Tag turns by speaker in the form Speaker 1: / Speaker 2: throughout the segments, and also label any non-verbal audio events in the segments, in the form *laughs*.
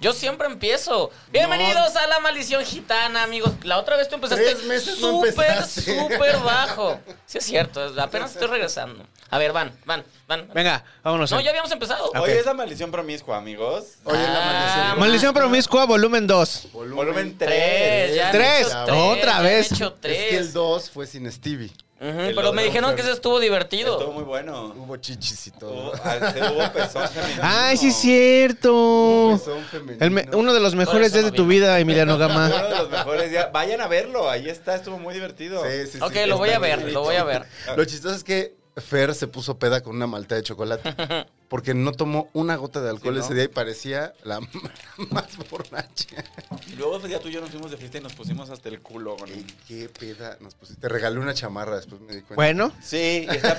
Speaker 1: Yo siempre empiezo. Bienvenidos a la maldición gitana, amigos. La otra vez tú empezaste
Speaker 2: Tres meses no
Speaker 1: súper,
Speaker 2: empezaste.
Speaker 1: súper
Speaker 2: *laughs*
Speaker 1: bajo. Sí es cierto, es- apenas estoy regresando. A ver, van, van, van.
Speaker 3: Venga, vámonos.
Speaker 1: No, ya habíamos empezado.
Speaker 4: Hoy es la maldición promiscua, amigos.
Speaker 2: Hoy es la
Speaker 1: Ah,
Speaker 2: maldición.
Speaker 3: Maldición promiscua, volumen 2.
Speaker 2: Volumen,
Speaker 4: Volumen 3.
Speaker 1: Tres, ya han
Speaker 3: Tres,
Speaker 1: hecho
Speaker 3: otra
Speaker 1: ya han
Speaker 3: vez.
Speaker 1: hecho
Speaker 2: Es que el
Speaker 1: tres.
Speaker 2: 2 fue sin Stevie.
Speaker 1: Ujú,
Speaker 4: el
Speaker 1: pero
Speaker 4: otro
Speaker 1: me dijeron
Speaker 4: fue-
Speaker 1: que ese estuvo
Speaker 4: Estuvo
Speaker 1: divertido.
Speaker 4: muy bueno.
Speaker 2: Hubo chichis y todo.
Speaker 4: Hubo, Oh, al- se hubo pezón femenino.
Speaker 3: Ay, sí es cierto.
Speaker 2: Pezón femenino.
Speaker 3: El me- uno de los mejores
Speaker 1: eso
Speaker 3: días
Speaker 1: no
Speaker 3: de tu
Speaker 1: vino.
Speaker 3: vida, Emiliano
Speaker 4: Uno
Speaker 3: Gama.
Speaker 4: de los mejores días. Vayan a verlo, ahí está, estuvo muy divertido.
Speaker 2: Sí, sí, sí,
Speaker 1: Ok,
Speaker 2: está
Speaker 1: lo voy a
Speaker 2: bien
Speaker 1: ver,
Speaker 2: bonito.
Speaker 1: lo voy a ver.
Speaker 2: *laughs* Lo chistoso es que Fer se puso peda con una malta de chocolate. Porque no tomó una gota de alcohol
Speaker 4: Sí, ¿no?
Speaker 2: ese día y parecía la *laughs* m- más borracha.
Speaker 4: Y Luego ese día tú y yo nos fuimos de fiesta y nos pusimos hasta el culo. con-
Speaker 2: ¿Qué, qué peda nos pusiste. Te regalé una chamarra, después me di cuenta.
Speaker 3: Bueno,
Speaker 4: Sí, y está
Speaker 1: Ok,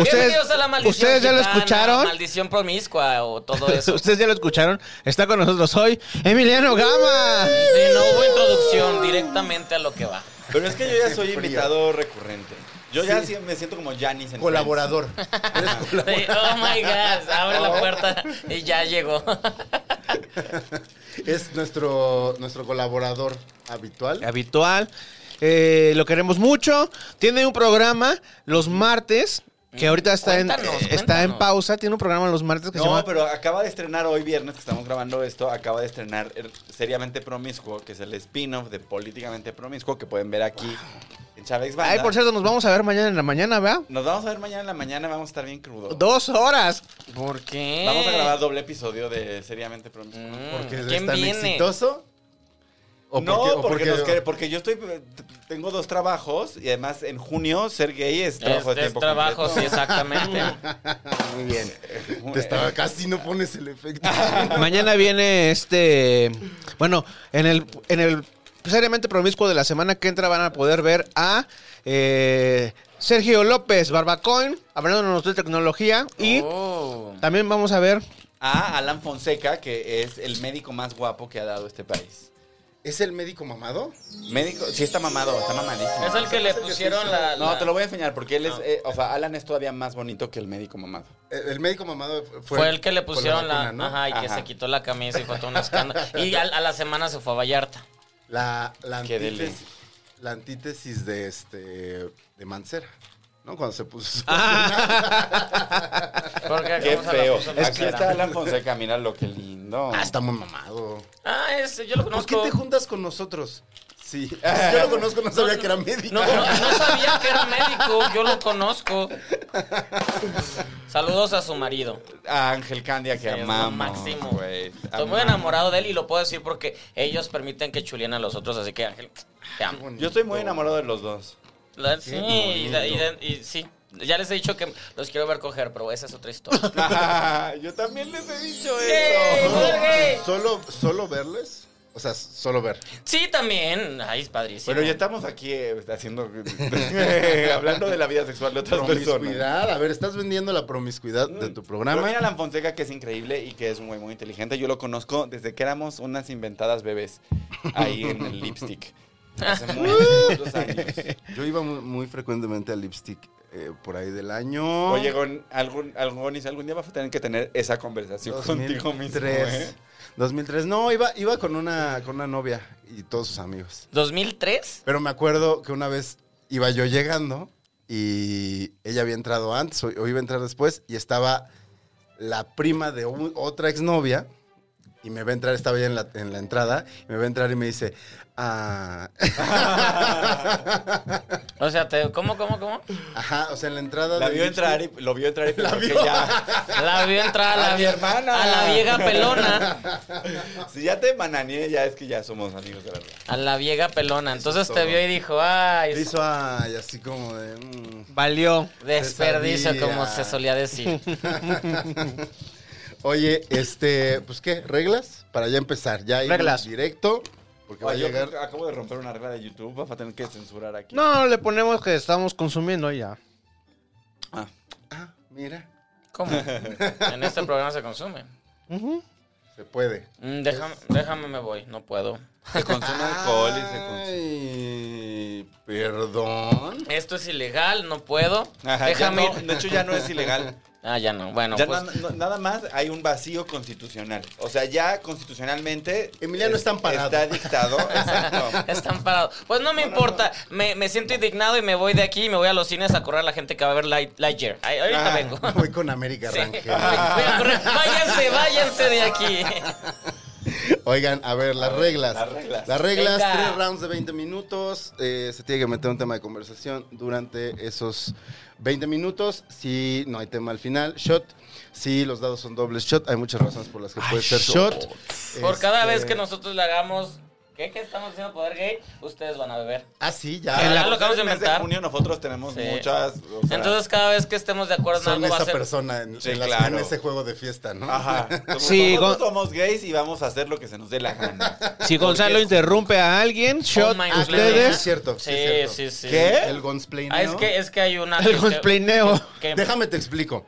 Speaker 3: *laughs* ¿Ustedes-
Speaker 1: bienvenidos a la maldición
Speaker 3: ustedes ya lo
Speaker 1: gitana,
Speaker 3: escucharon?
Speaker 1: Maldición promiscua o todo eso. Sí,
Speaker 3: *laughs* ustedes ya lo escucharon. Está con nosotros hoy Emiliano Gama.
Speaker 1: no hubo introducción directamente a lo que va.
Speaker 4: Pero es que yo ya
Speaker 2: Qué
Speaker 4: soy
Speaker 2: frío.
Speaker 4: invitado recurrente. Yo ya
Speaker 2: Sí.
Speaker 4: sí me siento como Janis en
Speaker 2: Colaborador. Eres colaborador.
Speaker 1: *laughs* Sí, oh my god, abre la puerta y ya llegó.
Speaker 2: Es nuestro, nuestro colaborador habitual.
Speaker 3: Habitual. Eh, lo queremos mucho. Tiene un programa los martes. Que ahorita está, en,
Speaker 1: Mm, Cuéntanos,
Speaker 3: eh, está
Speaker 1: cuéntanos.
Speaker 3: en pausa. Tiene un programa los martes que se
Speaker 4: Friends.
Speaker 3: llama.
Speaker 4: No, pero acaba de estrenar hoy viernes, que estamos grabando esto, acaba de estrenar er, Seriamente Promiscuo, que es el spin-off de Políticamente Promiscuo, que pueden ver aquí en Chávez Banda.
Speaker 3: Ay, por cierto, nos vamos a ver mañana en la mañana, ¿verdad?
Speaker 4: Nos vamos a ver mañana en la mañana, vamos a estar bien crudos.
Speaker 3: Dos horas.
Speaker 1: ¿Por qué?
Speaker 4: Vamos a grabar doble episodio de Seriamente Promiscuo.
Speaker 1: Mm,
Speaker 2: Porque es
Speaker 1: ¿Quién
Speaker 2: tan
Speaker 1: viene?
Speaker 2: exitoso. ¿O
Speaker 4: no,
Speaker 2: porque-
Speaker 4: porque,
Speaker 2: o
Speaker 4: nos quer- porque yo estoy t- tengo dos trabajos y además en junio ser gay es trabajo
Speaker 1: Es,
Speaker 4: de
Speaker 1: es
Speaker 4: tiempo
Speaker 1: trabajo, sí,
Speaker 4: completo.
Speaker 1: exactamente. *laughs*
Speaker 2: Muy bien.
Speaker 4: *laughs*
Speaker 2: Te estaba casi no pones el efecto.
Speaker 3: Mañana viene este. Bueno, en el, en el seriamente promiscuo de la semana que entra van a poder ver a eh, Sergio López Barbacoin hablándonos de tecnología. Y
Speaker 1: Oh.
Speaker 3: también vamos a ver.
Speaker 4: A Alan Fonseca, que es el médico más guapo que ha dado este país.
Speaker 2: ¿Es el médico mamado?
Speaker 4: Médico, sí está mamado, está mamadísimo.
Speaker 1: Es el que le pusieron la,
Speaker 4: No,
Speaker 1: la-
Speaker 4: te lo voy a enseñar porque él es, eh, o sea, Alan es todavía más bonito que el médico mamado.
Speaker 2: Eh, El, el médico mamado fue,
Speaker 1: Fue el que le pusieron
Speaker 2: la
Speaker 1: la...
Speaker 2: vacuna, ¿no?
Speaker 1: Ajá, y que
Speaker 4: Ajá.
Speaker 1: se quitó la camisa y fue todo un escándalo. Y al- a, la semana se fue a Vallarta.
Speaker 2: La, la
Speaker 4: Qué deli.
Speaker 2: antítesis, la antítesis de este de Mancera, ¿no? Cuando se puso su
Speaker 1: Ah. Porque
Speaker 4: Qué
Speaker 1: acabamos a la
Speaker 4: feo.
Speaker 1: puso Ah, en la
Speaker 4: Aquí
Speaker 1: cara.
Speaker 4: está Alan Fonseca, mira lo que lindo.
Speaker 2: Ah, está muy mamado.
Speaker 1: Ah, ese, yo lo
Speaker 2: ¿Por
Speaker 1: conozco.
Speaker 2: qué te juntas con nosotros?
Speaker 1: *laughs*
Speaker 2: Sí. Yo lo conozco, no sabía que era médico.
Speaker 1: No, no, no sabía que era médico, yo lo conozco. Saludos a su marido.
Speaker 4: A Ángel Candia que
Speaker 1: Sí, es lo
Speaker 4: amamos.
Speaker 1: máximo.
Speaker 4: güey.
Speaker 1: Estoy muy
Speaker 4: Amamos.
Speaker 1: enamorado de él y lo puedo decir porque ellos permiten que chulien a los otros, así que Ángel, te amo.
Speaker 2: bonito.
Speaker 4: Yo estoy muy enamorado de los dos.
Speaker 1: La- sí, y, da- y da- y sí. Ya les he dicho que los quiero ver coger, pero esa es otra historia.
Speaker 4: *laughs* Yo también les he dicho
Speaker 1: ¡Yay,
Speaker 4: eso.
Speaker 1: Jorge!
Speaker 2: Solo, solo verles. O sea, solo ver.
Speaker 1: Sí, también. Ay, es padrísimo.
Speaker 4: Bueno, ya estamos aquí eh, *laughs* haciendo hablando de la vida sexual de otras personas.
Speaker 2: Promiscuidad. A ver, estás vendiendo la promiscuidad de tu
Speaker 4: Pero
Speaker 2: programa.
Speaker 4: mira Alan Fonseca que es increíble y que es muy muy inteligente. Yo lo conozco desde que éramos unas inventadas bebés ahí en el lipstick. Hace *laughs* muchos años.
Speaker 2: Yo iba muy, muy frecuentemente al lipstick eh, por ahí del año.
Speaker 4: Oye, Gon, algún, algún, algún día vas a tener que tener esa conversación contigo mismo. ¿eh?
Speaker 2: 2003. No, iba, iba con, una, con una novia y todos sus amigos.
Speaker 1: ¿2003?
Speaker 2: Pero me acuerdo que una vez iba yo llegando y ella había entrado antes o, o iba a entrar después y estaba la prima de u- otra exnovia Y me ve entrar, estaba ya en la, en la entrada, y me ve entrar y me dice,
Speaker 4: *laughs*
Speaker 2: ah. *laughs*
Speaker 1: O sea, te, ¿cómo, cómo, cómo?
Speaker 2: Ajá, o sea, en la entrada.
Speaker 4: La
Speaker 2: del
Speaker 4: vio
Speaker 2: disco-
Speaker 4: entrar y lo vio entrar y
Speaker 2: La
Speaker 4: pensó que
Speaker 2: vio.
Speaker 4: ya.
Speaker 1: La vio entrar a la,
Speaker 4: A mi
Speaker 1: vie-
Speaker 4: hermana.
Speaker 1: A la vieja
Speaker 4: *laughs*
Speaker 1: pelona.
Speaker 4: Si ya te bananeé, ya es que ya somos amigos de verdad.
Speaker 1: A la vieja pelona. Entonces
Speaker 2: es
Speaker 1: te
Speaker 2: todo.
Speaker 1: vio y dijo, ay,
Speaker 2: Le hizo, ay, así como
Speaker 1: *laughs*
Speaker 2: de. mm.
Speaker 3: Valió.
Speaker 1: desperdicio,
Speaker 2: Pesadilla.
Speaker 1: como se solía
Speaker 4: *laughs*
Speaker 1: decir.
Speaker 2: Oye, este, pues qué, reglas para ya empezar, ya ir
Speaker 3: Reglas.
Speaker 2: directo, porque va a
Speaker 4: Oye, Ah, yo
Speaker 2: llegar.
Speaker 4: creo que acabo de romper una regla de YouTube, vas a tener que censurar aquí.
Speaker 3: No, no, le ponemos que estamos consumiendo y ya.
Speaker 4: Ah,
Speaker 2: Ah, mira,
Speaker 1: ¿Cómo? En este programa se consume.
Speaker 2: se puede.
Speaker 1: Mm, déjame, déjame, me voy. No puedo.
Speaker 4: se consume alcohol y se consume.
Speaker 2: Ay, perdón.
Speaker 1: Esto es ilegal, no puedo.
Speaker 4: Ajá, ya
Speaker 1: déjame
Speaker 4: no,
Speaker 1: ir.
Speaker 4: de hecho, ya no es ilegal.
Speaker 1: Ah, ya no. Bueno,
Speaker 4: ya
Speaker 1: pues.
Speaker 4: na- no- nada más hay un vacío constitucional. O sea, ya constitucionalmente.
Speaker 2: Emiliano está amparado.
Speaker 4: Está dictado. Exacto.
Speaker 1: Están parados. Pues no me importa. Me, me siento indignado y me voy de aquí y me voy a los cines a correr a la gente que va a ver Light, Lightyear. Ay, ahorita
Speaker 2: *laughs*
Speaker 4: Ah,
Speaker 1: vengo. *laughs*
Speaker 2: Voy con América
Speaker 1: Sí.
Speaker 2: Rangel.
Speaker 1: Voy a correr. Váyanse, váyanse de aquí.
Speaker 2: Oigan, a ver, las reglas.
Speaker 4: las reglas.
Speaker 2: Las reglas,
Speaker 1: Venga.
Speaker 2: tres rounds de 20 minutos. eh, se tiene que meter un tema de conversación durante esos 20 minutos. Si no hay tema al final, shot. Si los dados son dobles shot, hay muchas razones por las que puede ser shot.
Speaker 1: Por cada
Speaker 2: Este,
Speaker 1: vez que nosotros le hagamos. ¿Qué, qué estamos haciendo poder gay? Ustedes van a beber.
Speaker 2: Ah, sí,
Speaker 1: En
Speaker 2: ya.
Speaker 1: la- lo acabas de
Speaker 4: En el mes de
Speaker 1: inventar.
Speaker 4: junio nosotros tenemos
Speaker 1: Sí.
Speaker 4: muchas. o sea,
Speaker 1: Entonces, cada vez que estemos de acuerdo en
Speaker 2: Son
Speaker 1: algo, va a
Speaker 2: esa
Speaker 1: ser.
Speaker 2: persona en,
Speaker 4: Sí,
Speaker 2: en las-
Speaker 4: claro.
Speaker 2: en ese juego de fiesta, ¿no? Ah,
Speaker 4: Ajá. Somos-
Speaker 3: Sí, Gon-
Speaker 4: nosotros somos gays y vamos a hacer lo que se nos dé la gana.
Speaker 3: Si Gonzalo interrumpe a alguien, shot
Speaker 1: my
Speaker 3: a
Speaker 2: Sí, es
Speaker 3: ustedes.
Speaker 2: cierto. Sí,
Speaker 1: Sí,
Speaker 2: es cierto.
Speaker 1: sí, sí.
Speaker 4: ¿Qué?
Speaker 2: El gonsplaneo.
Speaker 1: Ah, es que, es que hay una.
Speaker 3: El gonsplineo.
Speaker 1: que-
Speaker 2: Déjame te explico.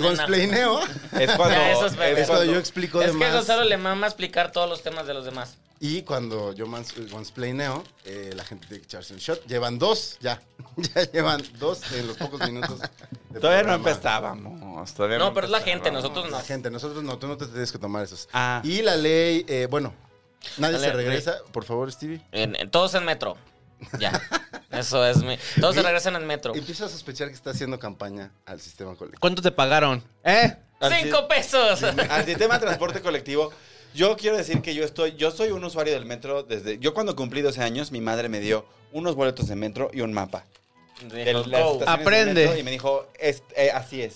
Speaker 1: No, no. *laughs*
Speaker 2: gonsplaneo
Speaker 4: Es cuando.
Speaker 1: Ya, eso es bebé.
Speaker 2: es cuando yo explico de
Speaker 1: Es que
Speaker 2: más.
Speaker 1: Gonzalo le mama explicar todos los temas de los demás.
Speaker 2: Y cuando yo mans- mansplaineo, eh, la gente tiene que echarse un shot. Llevan dos, ya. *laughs* ya llevan dos en los pocos minutos. de
Speaker 4: *laughs* Todavía no
Speaker 2: programa.
Speaker 4: empezábamos. Todavía
Speaker 1: No, pero es la
Speaker 4: empezábamos.
Speaker 1: gente, nosotros no.
Speaker 2: La gente, nosotros no, tú no te tienes que tomar esos.
Speaker 4: Ah.
Speaker 2: Y la ley, eh, bueno,
Speaker 1: La
Speaker 2: nadie
Speaker 1: ley-
Speaker 2: se regresa. Por favor, Stevie.
Speaker 1: En- en- todos en metro.
Speaker 2: *laughs*
Speaker 1: Ya. Eso es mi. Todos se regresan en metro.
Speaker 2: Empiezo a sospechar que está haciendo campaña al sistema colectivo.
Speaker 3: ¿Cuánto te pagaron? ¿Eh?
Speaker 4: Así-
Speaker 1: ¡Cinco pesos!
Speaker 4: Al sistema de transporte colectivo, yo quiero decir que yo estoy, yo soy un usuario del metro desde, yo cuando cumplí 12 años, mi madre me dio unos boletos de metro y un mapa. de
Speaker 1: Dijo,
Speaker 4: las
Speaker 1: "Go".
Speaker 4: estaciones del
Speaker 3: Aprende.
Speaker 4: metro y me dijo, es- eh, así es,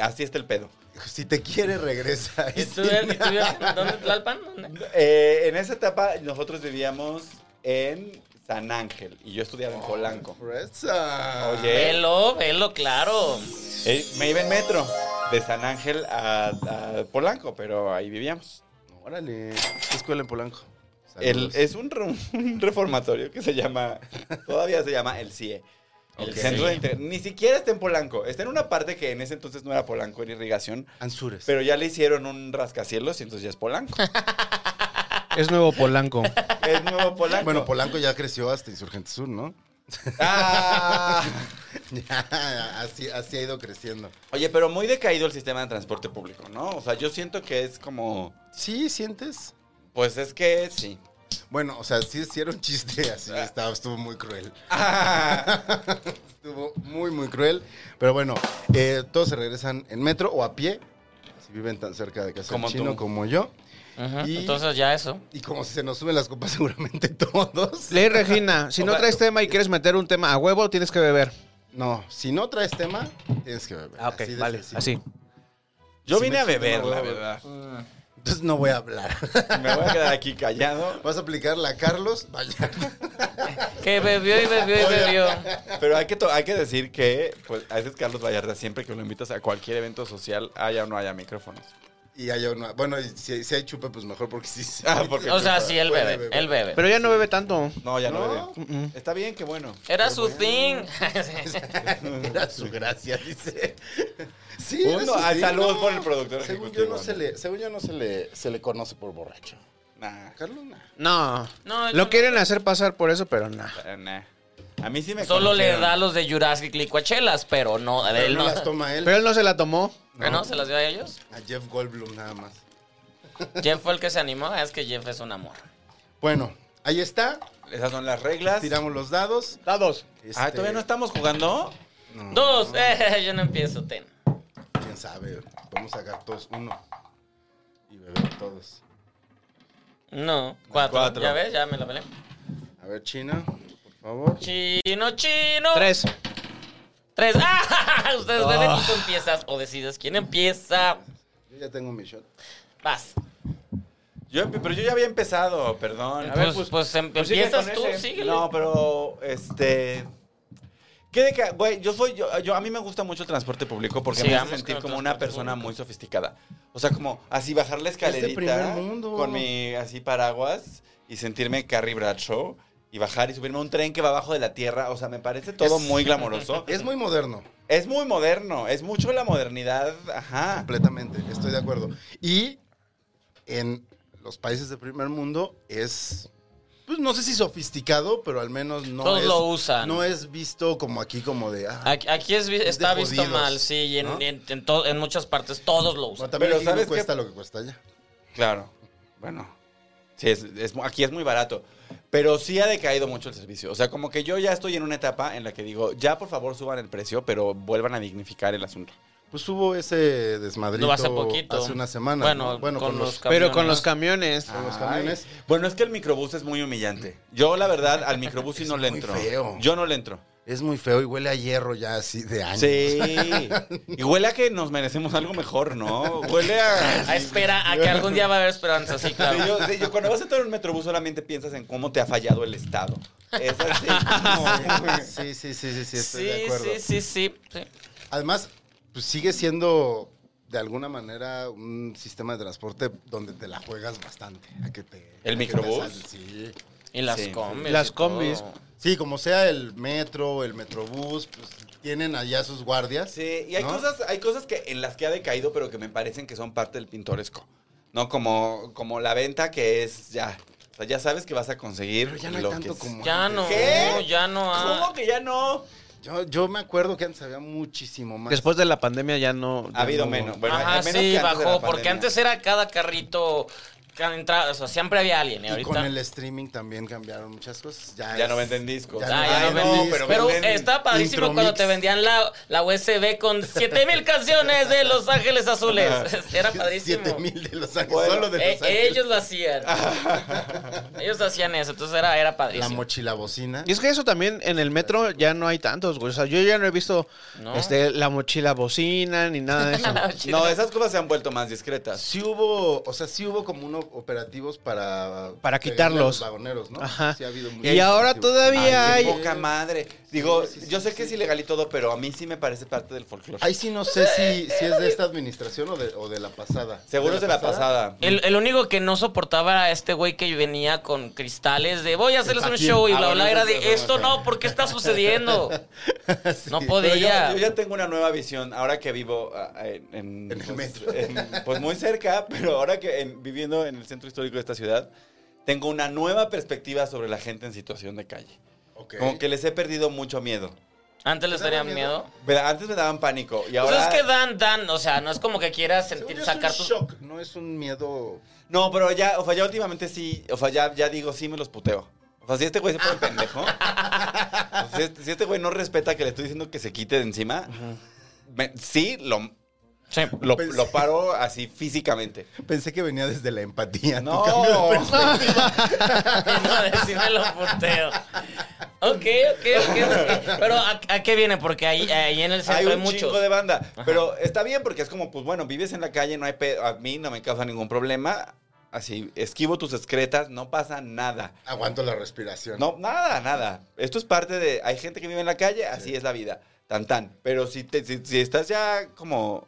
Speaker 4: así está el pedo.
Speaker 2: Si te
Speaker 1: *laughs*
Speaker 2: quiere, regresa.
Speaker 1: Ah, ¿Y tú, y tú- ¿Dónde? ¿Tlalpan? ¿Dónde?
Speaker 4: Eh, en esa etapa nosotros vivíamos en San Ángel y yo estudiaba en Polanco.
Speaker 1: Oh.
Speaker 2: Regresa.
Speaker 4: Oye.
Speaker 1: Velo, velo, claro.
Speaker 4: Eh, me iba en metro de San Ángel a, a Polanco, pero ahí vivíamos.
Speaker 2: Órale. ¿Qué escuela en Polanco?
Speaker 4: El-
Speaker 2: Saludos.
Speaker 4: es un, re- un reformatorio que se llama, todavía se llama el CIE. El
Speaker 2: Ok.
Speaker 4: centro de Inter- Ni siquiera está en Polanco. Está en una parte que en ese entonces no era Polanco, era irrigación.
Speaker 2: Anzures.
Speaker 4: Pero ya le hicieron un rascacielos y entonces ya
Speaker 2: *laughs*
Speaker 4: es Polanco.
Speaker 3: Es nuevo Polanco. *laughs*
Speaker 4: es nuevo Polanco.
Speaker 2: Bueno, Polanco ya creció hasta Insurgente Sur, ¿no?
Speaker 4: Ah.
Speaker 2: Ya, *laughs* así, así ha ido creciendo.
Speaker 4: Oye, pero muy decaído el sistema de transporte público, ¿no? O sea, yo siento que es como.
Speaker 2: ¿Sí sientes?
Speaker 4: Pues es que sí.
Speaker 2: Bueno, o sea, sí, sí era un chiste, así estaba, estuvo muy cruel. estuvo muy, muy cruel. Pero bueno, eh, todos se regresan en metro o a pie, si viven tan cerca de casa
Speaker 4: Como
Speaker 2: del chino
Speaker 4: tú.
Speaker 2: como yo.
Speaker 1: Ujú,
Speaker 2: Y-
Speaker 1: Entonces ya eso.
Speaker 2: Y como se nos suben las copas *laughs* seguramente todos.
Speaker 3: Ley Regina, si no traes tema y quieres meter un tema a huevo, tienes que beber.
Speaker 2: No, si no traes tema, tienes que beber.
Speaker 3: Ah, ok,
Speaker 2: Así de
Speaker 3: vale,
Speaker 2: sencillo.
Speaker 3: así.
Speaker 4: *laughs* Yo
Speaker 2: Si
Speaker 4: vine
Speaker 2: me
Speaker 4: a beber,
Speaker 2: extiendo,
Speaker 4: la
Speaker 2: voy a beber.
Speaker 4: verdad.
Speaker 2: Entonces no voy a hablar. *laughs*
Speaker 4: Me voy a quedar aquí callado.
Speaker 2: Vas a aplicar la Carlos, vaya.
Speaker 1: Que bebió y bebió y
Speaker 2: *laughs*
Speaker 1: bebió.
Speaker 4: Pero hay que, to- hay que decir que, pues, a veces Carlos Vallarta, siempre que lo invitas a cualquier evento social, haya o no haya micrófonos.
Speaker 2: Y hay una. Bueno, y si, si hay chupe, pues mejor porque sí. sí.
Speaker 4: Ah, porque-
Speaker 1: O sea,
Speaker 2: puede-
Speaker 1: sí, él
Speaker 2: puede
Speaker 1: bebe.
Speaker 2: beber.
Speaker 1: Él bebe.
Speaker 3: Pero ya no bebe tanto.
Speaker 4: No, ya no,
Speaker 2: No.
Speaker 4: bebé. Está bien, qué bueno.
Speaker 1: Era su thing. *laughs*
Speaker 2: Era su gracia, dice. Sí,
Speaker 4: Uno,
Speaker 2: era su
Speaker 4: ah,
Speaker 2: sí,
Speaker 4: salud
Speaker 2: no.
Speaker 4: por el productor
Speaker 2: Según
Speaker 4: ejecutivo,
Speaker 2: yo no
Speaker 4: ¿no?
Speaker 2: se le, según yo no se le, se le conoce por borracho.
Speaker 4: Nah,
Speaker 2: Carlos, nah.
Speaker 3: No.
Speaker 1: No, yo
Speaker 3: Lo
Speaker 1: no-
Speaker 3: quieren hacer pasar por eso, pero no.
Speaker 4: eh, nah. A mí sí me
Speaker 1: Solo le
Speaker 4: conocieron.
Speaker 1: da los de Jurassic Licuachelas, pero no,
Speaker 2: Pero
Speaker 1: él
Speaker 2: no
Speaker 1: no.
Speaker 2: las toma él.
Speaker 3: Pero él no se la tomó.
Speaker 1: ¿Que no? ¿Se las dio a ellos?
Speaker 2: A Jeff Goldblum nada más.
Speaker 1: Jeff fue el que se animó. Es que Jeff es un amor.
Speaker 2: Bueno, ahí está.
Speaker 4: Esas son las reglas.
Speaker 2: Tiramos los dados.
Speaker 3: Dados.
Speaker 4: Ah, ¿todavía
Speaker 2: Este,
Speaker 4: no estamos jugando?
Speaker 1: Dos. *laughs* Eh, yo no empiezo, ten.
Speaker 2: Quién sabe. Vamos a sacar todos uno. Y beber todos.
Speaker 1: No, cuatro.
Speaker 4: Cuatro.
Speaker 1: Ya ves, ya me la pelé.
Speaker 2: A ver, China, por favor.
Speaker 1: Chino, chino.
Speaker 3: Tres.
Speaker 1: Tres. *laughs* ¡Ah! Ustedes ven y tú empiezas o decides quién empieza.
Speaker 2: Yo ya tengo mi shot.
Speaker 1: Vas.
Speaker 4: Yo, empe- pero yo ya había empezado, perdón.
Speaker 1: A ver, pues, pues, em-
Speaker 4: sigue
Speaker 1: empiezas
Speaker 4: con
Speaker 1: tú,
Speaker 4: ese.
Speaker 1: síguele.
Speaker 4: No, pero este. ¿Qué de ca- Güey, yo soy. Yo, yo- a mí me gusta mucho el transporte público porque
Speaker 1: Sigamos
Speaker 4: me hace sentir
Speaker 1: con el
Speaker 4: como una
Speaker 1: transporte
Speaker 4: persona
Speaker 1: público.
Speaker 4: muy sofisticada. O sea, como así bajar la
Speaker 2: primer
Speaker 4: escalerita
Speaker 2: mundo.
Speaker 4: con mi así paraguas y sentirme Carrie Bradshaw y bajar y subirme a un tren que va abajo de la tierra. O sea, me parece todo
Speaker 2: Es-
Speaker 1: *laughs*
Speaker 4: muy glamoroso.
Speaker 2: Es muy moderno,
Speaker 4: Es muy moderno, es mucho la modernidad. Ajá.
Speaker 2: completamente, estoy de acuerdo. Y en los países del primer mundo es, pues no sé si sofisticado, pero al menos no
Speaker 1: Todos
Speaker 2: es...
Speaker 1: lo usan.
Speaker 2: No es visto como aquí, como de... ah,
Speaker 1: Aquí, aquí es vi-
Speaker 2: de
Speaker 1: está visto
Speaker 2: jodidos,
Speaker 1: mal, sí, y en,
Speaker 2: ¿no?
Speaker 1: en- en to- en muchas partes todos lo
Speaker 2: bueno,
Speaker 1: usan.
Speaker 2: también
Speaker 4: Pero
Speaker 2: aquí no
Speaker 4: ¿sabes qué?
Speaker 2: cuesta lo que cuesta allá.
Speaker 4: Claro. Bueno. Sí, es, es- aquí es muy barato. Pero sí ha decaído mucho el servicio. O sea, como que yo ya estoy en una etapa en la que digo, ya por favor suban el precio, pero vuelvan a dignificar el asunto.
Speaker 2: Pues hubo ese desmadrito
Speaker 1: No, hace poquito.
Speaker 2: hace una semana.
Speaker 1: Bueno,
Speaker 2: ¿no? bueno
Speaker 1: con, los,
Speaker 3: Pero con
Speaker 1: camiones.
Speaker 3: los camiones.
Speaker 2: Con los camiones.
Speaker 4: Ay. Bueno, es que el microbús es muy humillante. Yo, la verdad, al microbús sí no le
Speaker 2: muy
Speaker 4: entro.
Speaker 2: feo.
Speaker 4: Yo no le entro.
Speaker 2: Es muy feo y huele a hierro ya así de años.
Speaker 4: Sí. Y huele a que nos merecemos algo mejor, ¿no? Huele a...
Speaker 1: Ah, espera, *laughs* a que algún día va a haber esperanza, sí,
Speaker 4: Sí,
Speaker 1: claro.
Speaker 4: yo, sí, yo cuando vas a entrar en un metrobús solamente piensas en cómo te ha fallado el Estado. Es así. como-
Speaker 2: *laughs* Sí, sí, sí, sí, sí, estoy
Speaker 1: Sí,
Speaker 2: de acuerdo.
Speaker 1: sí, sí, sí, sí.
Speaker 2: Además, pues sigue siendo de alguna manera un sistema de transporte donde te la juegas bastante. A que te, a que te
Speaker 4: microbús?
Speaker 2: asalten, sí.
Speaker 1: Y las
Speaker 4: Sí.
Speaker 1: combis.
Speaker 3: Las
Speaker 1: y
Speaker 3: combis.
Speaker 1: todo.
Speaker 2: Sí, como sea el metro, el metrobús, pues tienen allá sus guardias.
Speaker 4: Sí, y hay
Speaker 2: ¿no?
Speaker 4: cosas, hay cosas que, en las que ha decaído, pero que me parecen que son parte del pintoresco. ¿No? Como, como la venta que es ya. O sea, ya sabes que vas a conseguir.
Speaker 2: Pero ya no hay
Speaker 4: lo
Speaker 2: tanto
Speaker 4: que-
Speaker 2: como
Speaker 1: Ya
Speaker 2: antes.
Speaker 1: no,
Speaker 4: ¿Qué?
Speaker 1: ya no hay.
Speaker 4: ¿Cómo que ya no?
Speaker 2: Yo, yo me acuerdo que antes había muchísimo más.
Speaker 3: Después de la pandemia ya no. ya
Speaker 4: Ha habido
Speaker 3: no-
Speaker 4: menos. Bueno,
Speaker 1: Ajá,
Speaker 4: al menos
Speaker 1: sí,
Speaker 4: que antes de la
Speaker 1: bajó, porque
Speaker 4: pandemia.
Speaker 1: antes era cada carrito que entraba, o sea, siempre había alguien, y
Speaker 2: y
Speaker 1: ahorita...
Speaker 2: con el streaming también cambiaron muchas cosas. Ya,
Speaker 4: Ya
Speaker 2: es-
Speaker 4: no venden discos.
Speaker 1: Ah, ya
Speaker 4: Ay,
Speaker 1: no venden.
Speaker 4: no,
Speaker 1: pero
Speaker 4: pero venden
Speaker 1: estaba padrísimo
Speaker 2: Intromix.
Speaker 1: cuando te vendían *laughs* la, la USB con 7000 canciones de Los Ángeles Azules. *laughs*
Speaker 2: *laughs*
Speaker 1: Era padrísimo.
Speaker 2: 7000 de los años.
Speaker 4: Bueno,
Speaker 2: solo de los
Speaker 1: Eh,
Speaker 2: años.
Speaker 1: ellos lo hacían. ellos hacían eso, entonces era, era
Speaker 2: La
Speaker 1: padrísimo.
Speaker 2: mochila bocina.
Speaker 3: Y es que eso también en el metro ya no hay tantos, güey. O sea, yo ya no he visto
Speaker 1: No.
Speaker 3: este, la mochila bocina ni nada
Speaker 1: *laughs*
Speaker 3: de eso.
Speaker 4: No, esas cosas se han vuelto más discretas.
Speaker 2: Sí hubo, o sea, sí hubo como unos operativos para...
Speaker 3: Para
Speaker 2: pegarle
Speaker 3: quitarlos.
Speaker 2: a los vagoneros, ¿no?
Speaker 3: Ajá.
Speaker 2: Sí ha habido muchos
Speaker 3: y ahora
Speaker 2: operativos.
Speaker 3: todavía hay.
Speaker 4: Ay, qué poca madre. Digo,
Speaker 2: eh. sí, sí,
Speaker 4: yo sé
Speaker 2: sí,
Speaker 4: que es
Speaker 2: sí.
Speaker 4: ilegal y todo, pero a mí sí me parece parte del folclore.
Speaker 2: Ahí sí no sé si, si es de esta administración o de, o de la pasada.
Speaker 4: Seguro es de la pasada.
Speaker 1: El, el único que no soportaba era este güey que venía con cristales de voy a hacerles un
Speaker 2: Joaquín.
Speaker 1: show y
Speaker 4: Ah,
Speaker 1: bla
Speaker 4: bueno,
Speaker 1: bla. Era
Speaker 4: eso es
Speaker 1: de esto
Speaker 4: bueno.
Speaker 1: no, ¿por qué
Speaker 4: *laughs*
Speaker 1: está sucediendo? No
Speaker 4: Pero yo,
Speaker 1: podía.
Speaker 4: yo ya tengo una nueva visión. Ahora que vivo ah, en, en-
Speaker 2: En el
Speaker 4: pues,
Speaker 2: metro.
Speaker 4: en- pues muy cerca, pero ahora que en- viviendo en el centro histórico de esta ciudad, tengo una nueva perspectiva sobre la gente en situación de calle.
Speaker 2: Ok.
Speaker 4: Como que les he perdido mucho miedo.
Speaker 1: Antes les
Speaker 2: ¿Te daba
Speaker 1: tenía
Speaker 2: miedo?
Speaker 1: miedo.
Speaker 4: Pero Antes me daban pánico y
Speaker 1: Pues
Speaker 4: ahora...
Speaker 1: es que dan, dan, o sea, no es como que quieras
Speaker 2: Según
Speaker 1: sentir,
Speaker 2: yo
Speaker 1: sacar
Speaker 2: es un
Speaker 1: tus...
Speaker 2: shock, no es un miedo...
Speaker 4: No, pero ya, o sea, ya últimamente sí, o sea, ya, ya digo, sí me los puteo. O sea, si este güey se pone pendejo, o sea, si, este, si este güey no respeta que le estoy diciendo que se quite de encima, me- sí lo,
Speaker 1: Sí. *laughs*
Speaker 4: lo,
Speaker 2: Pensé-
Speaker 4: lo paro así físicamente.
Speaker 2: Pensé que venía desde la *laughs* empatía. tu
Speaker 4: No.
Speaker 2: cambio de perspectiva.
Speaker 1: no decirme lo puteo. Ok, ok, ok. Pero ¿a, a qué viene? Porque ahí, ahí en el
Speaker 4: Hay
Speaker 1: centro hay,
Speaker 4: un
Speaker 1: muchos.
Speaker 4: chingo de banda. Pero está bien porque es como, pues bueno, vives en la calle, no hay pedo. A mí no me causa ningún problema. Así, esquivo tus excretas, no pasa nada.
Speaker 2: Aguanto la respiración.
Speaker 4: No, nada, nada. Esto es parte de. Hay gente que vive en la calle, así es la vida. Tan tan. Pero si, te- si, si estás ya como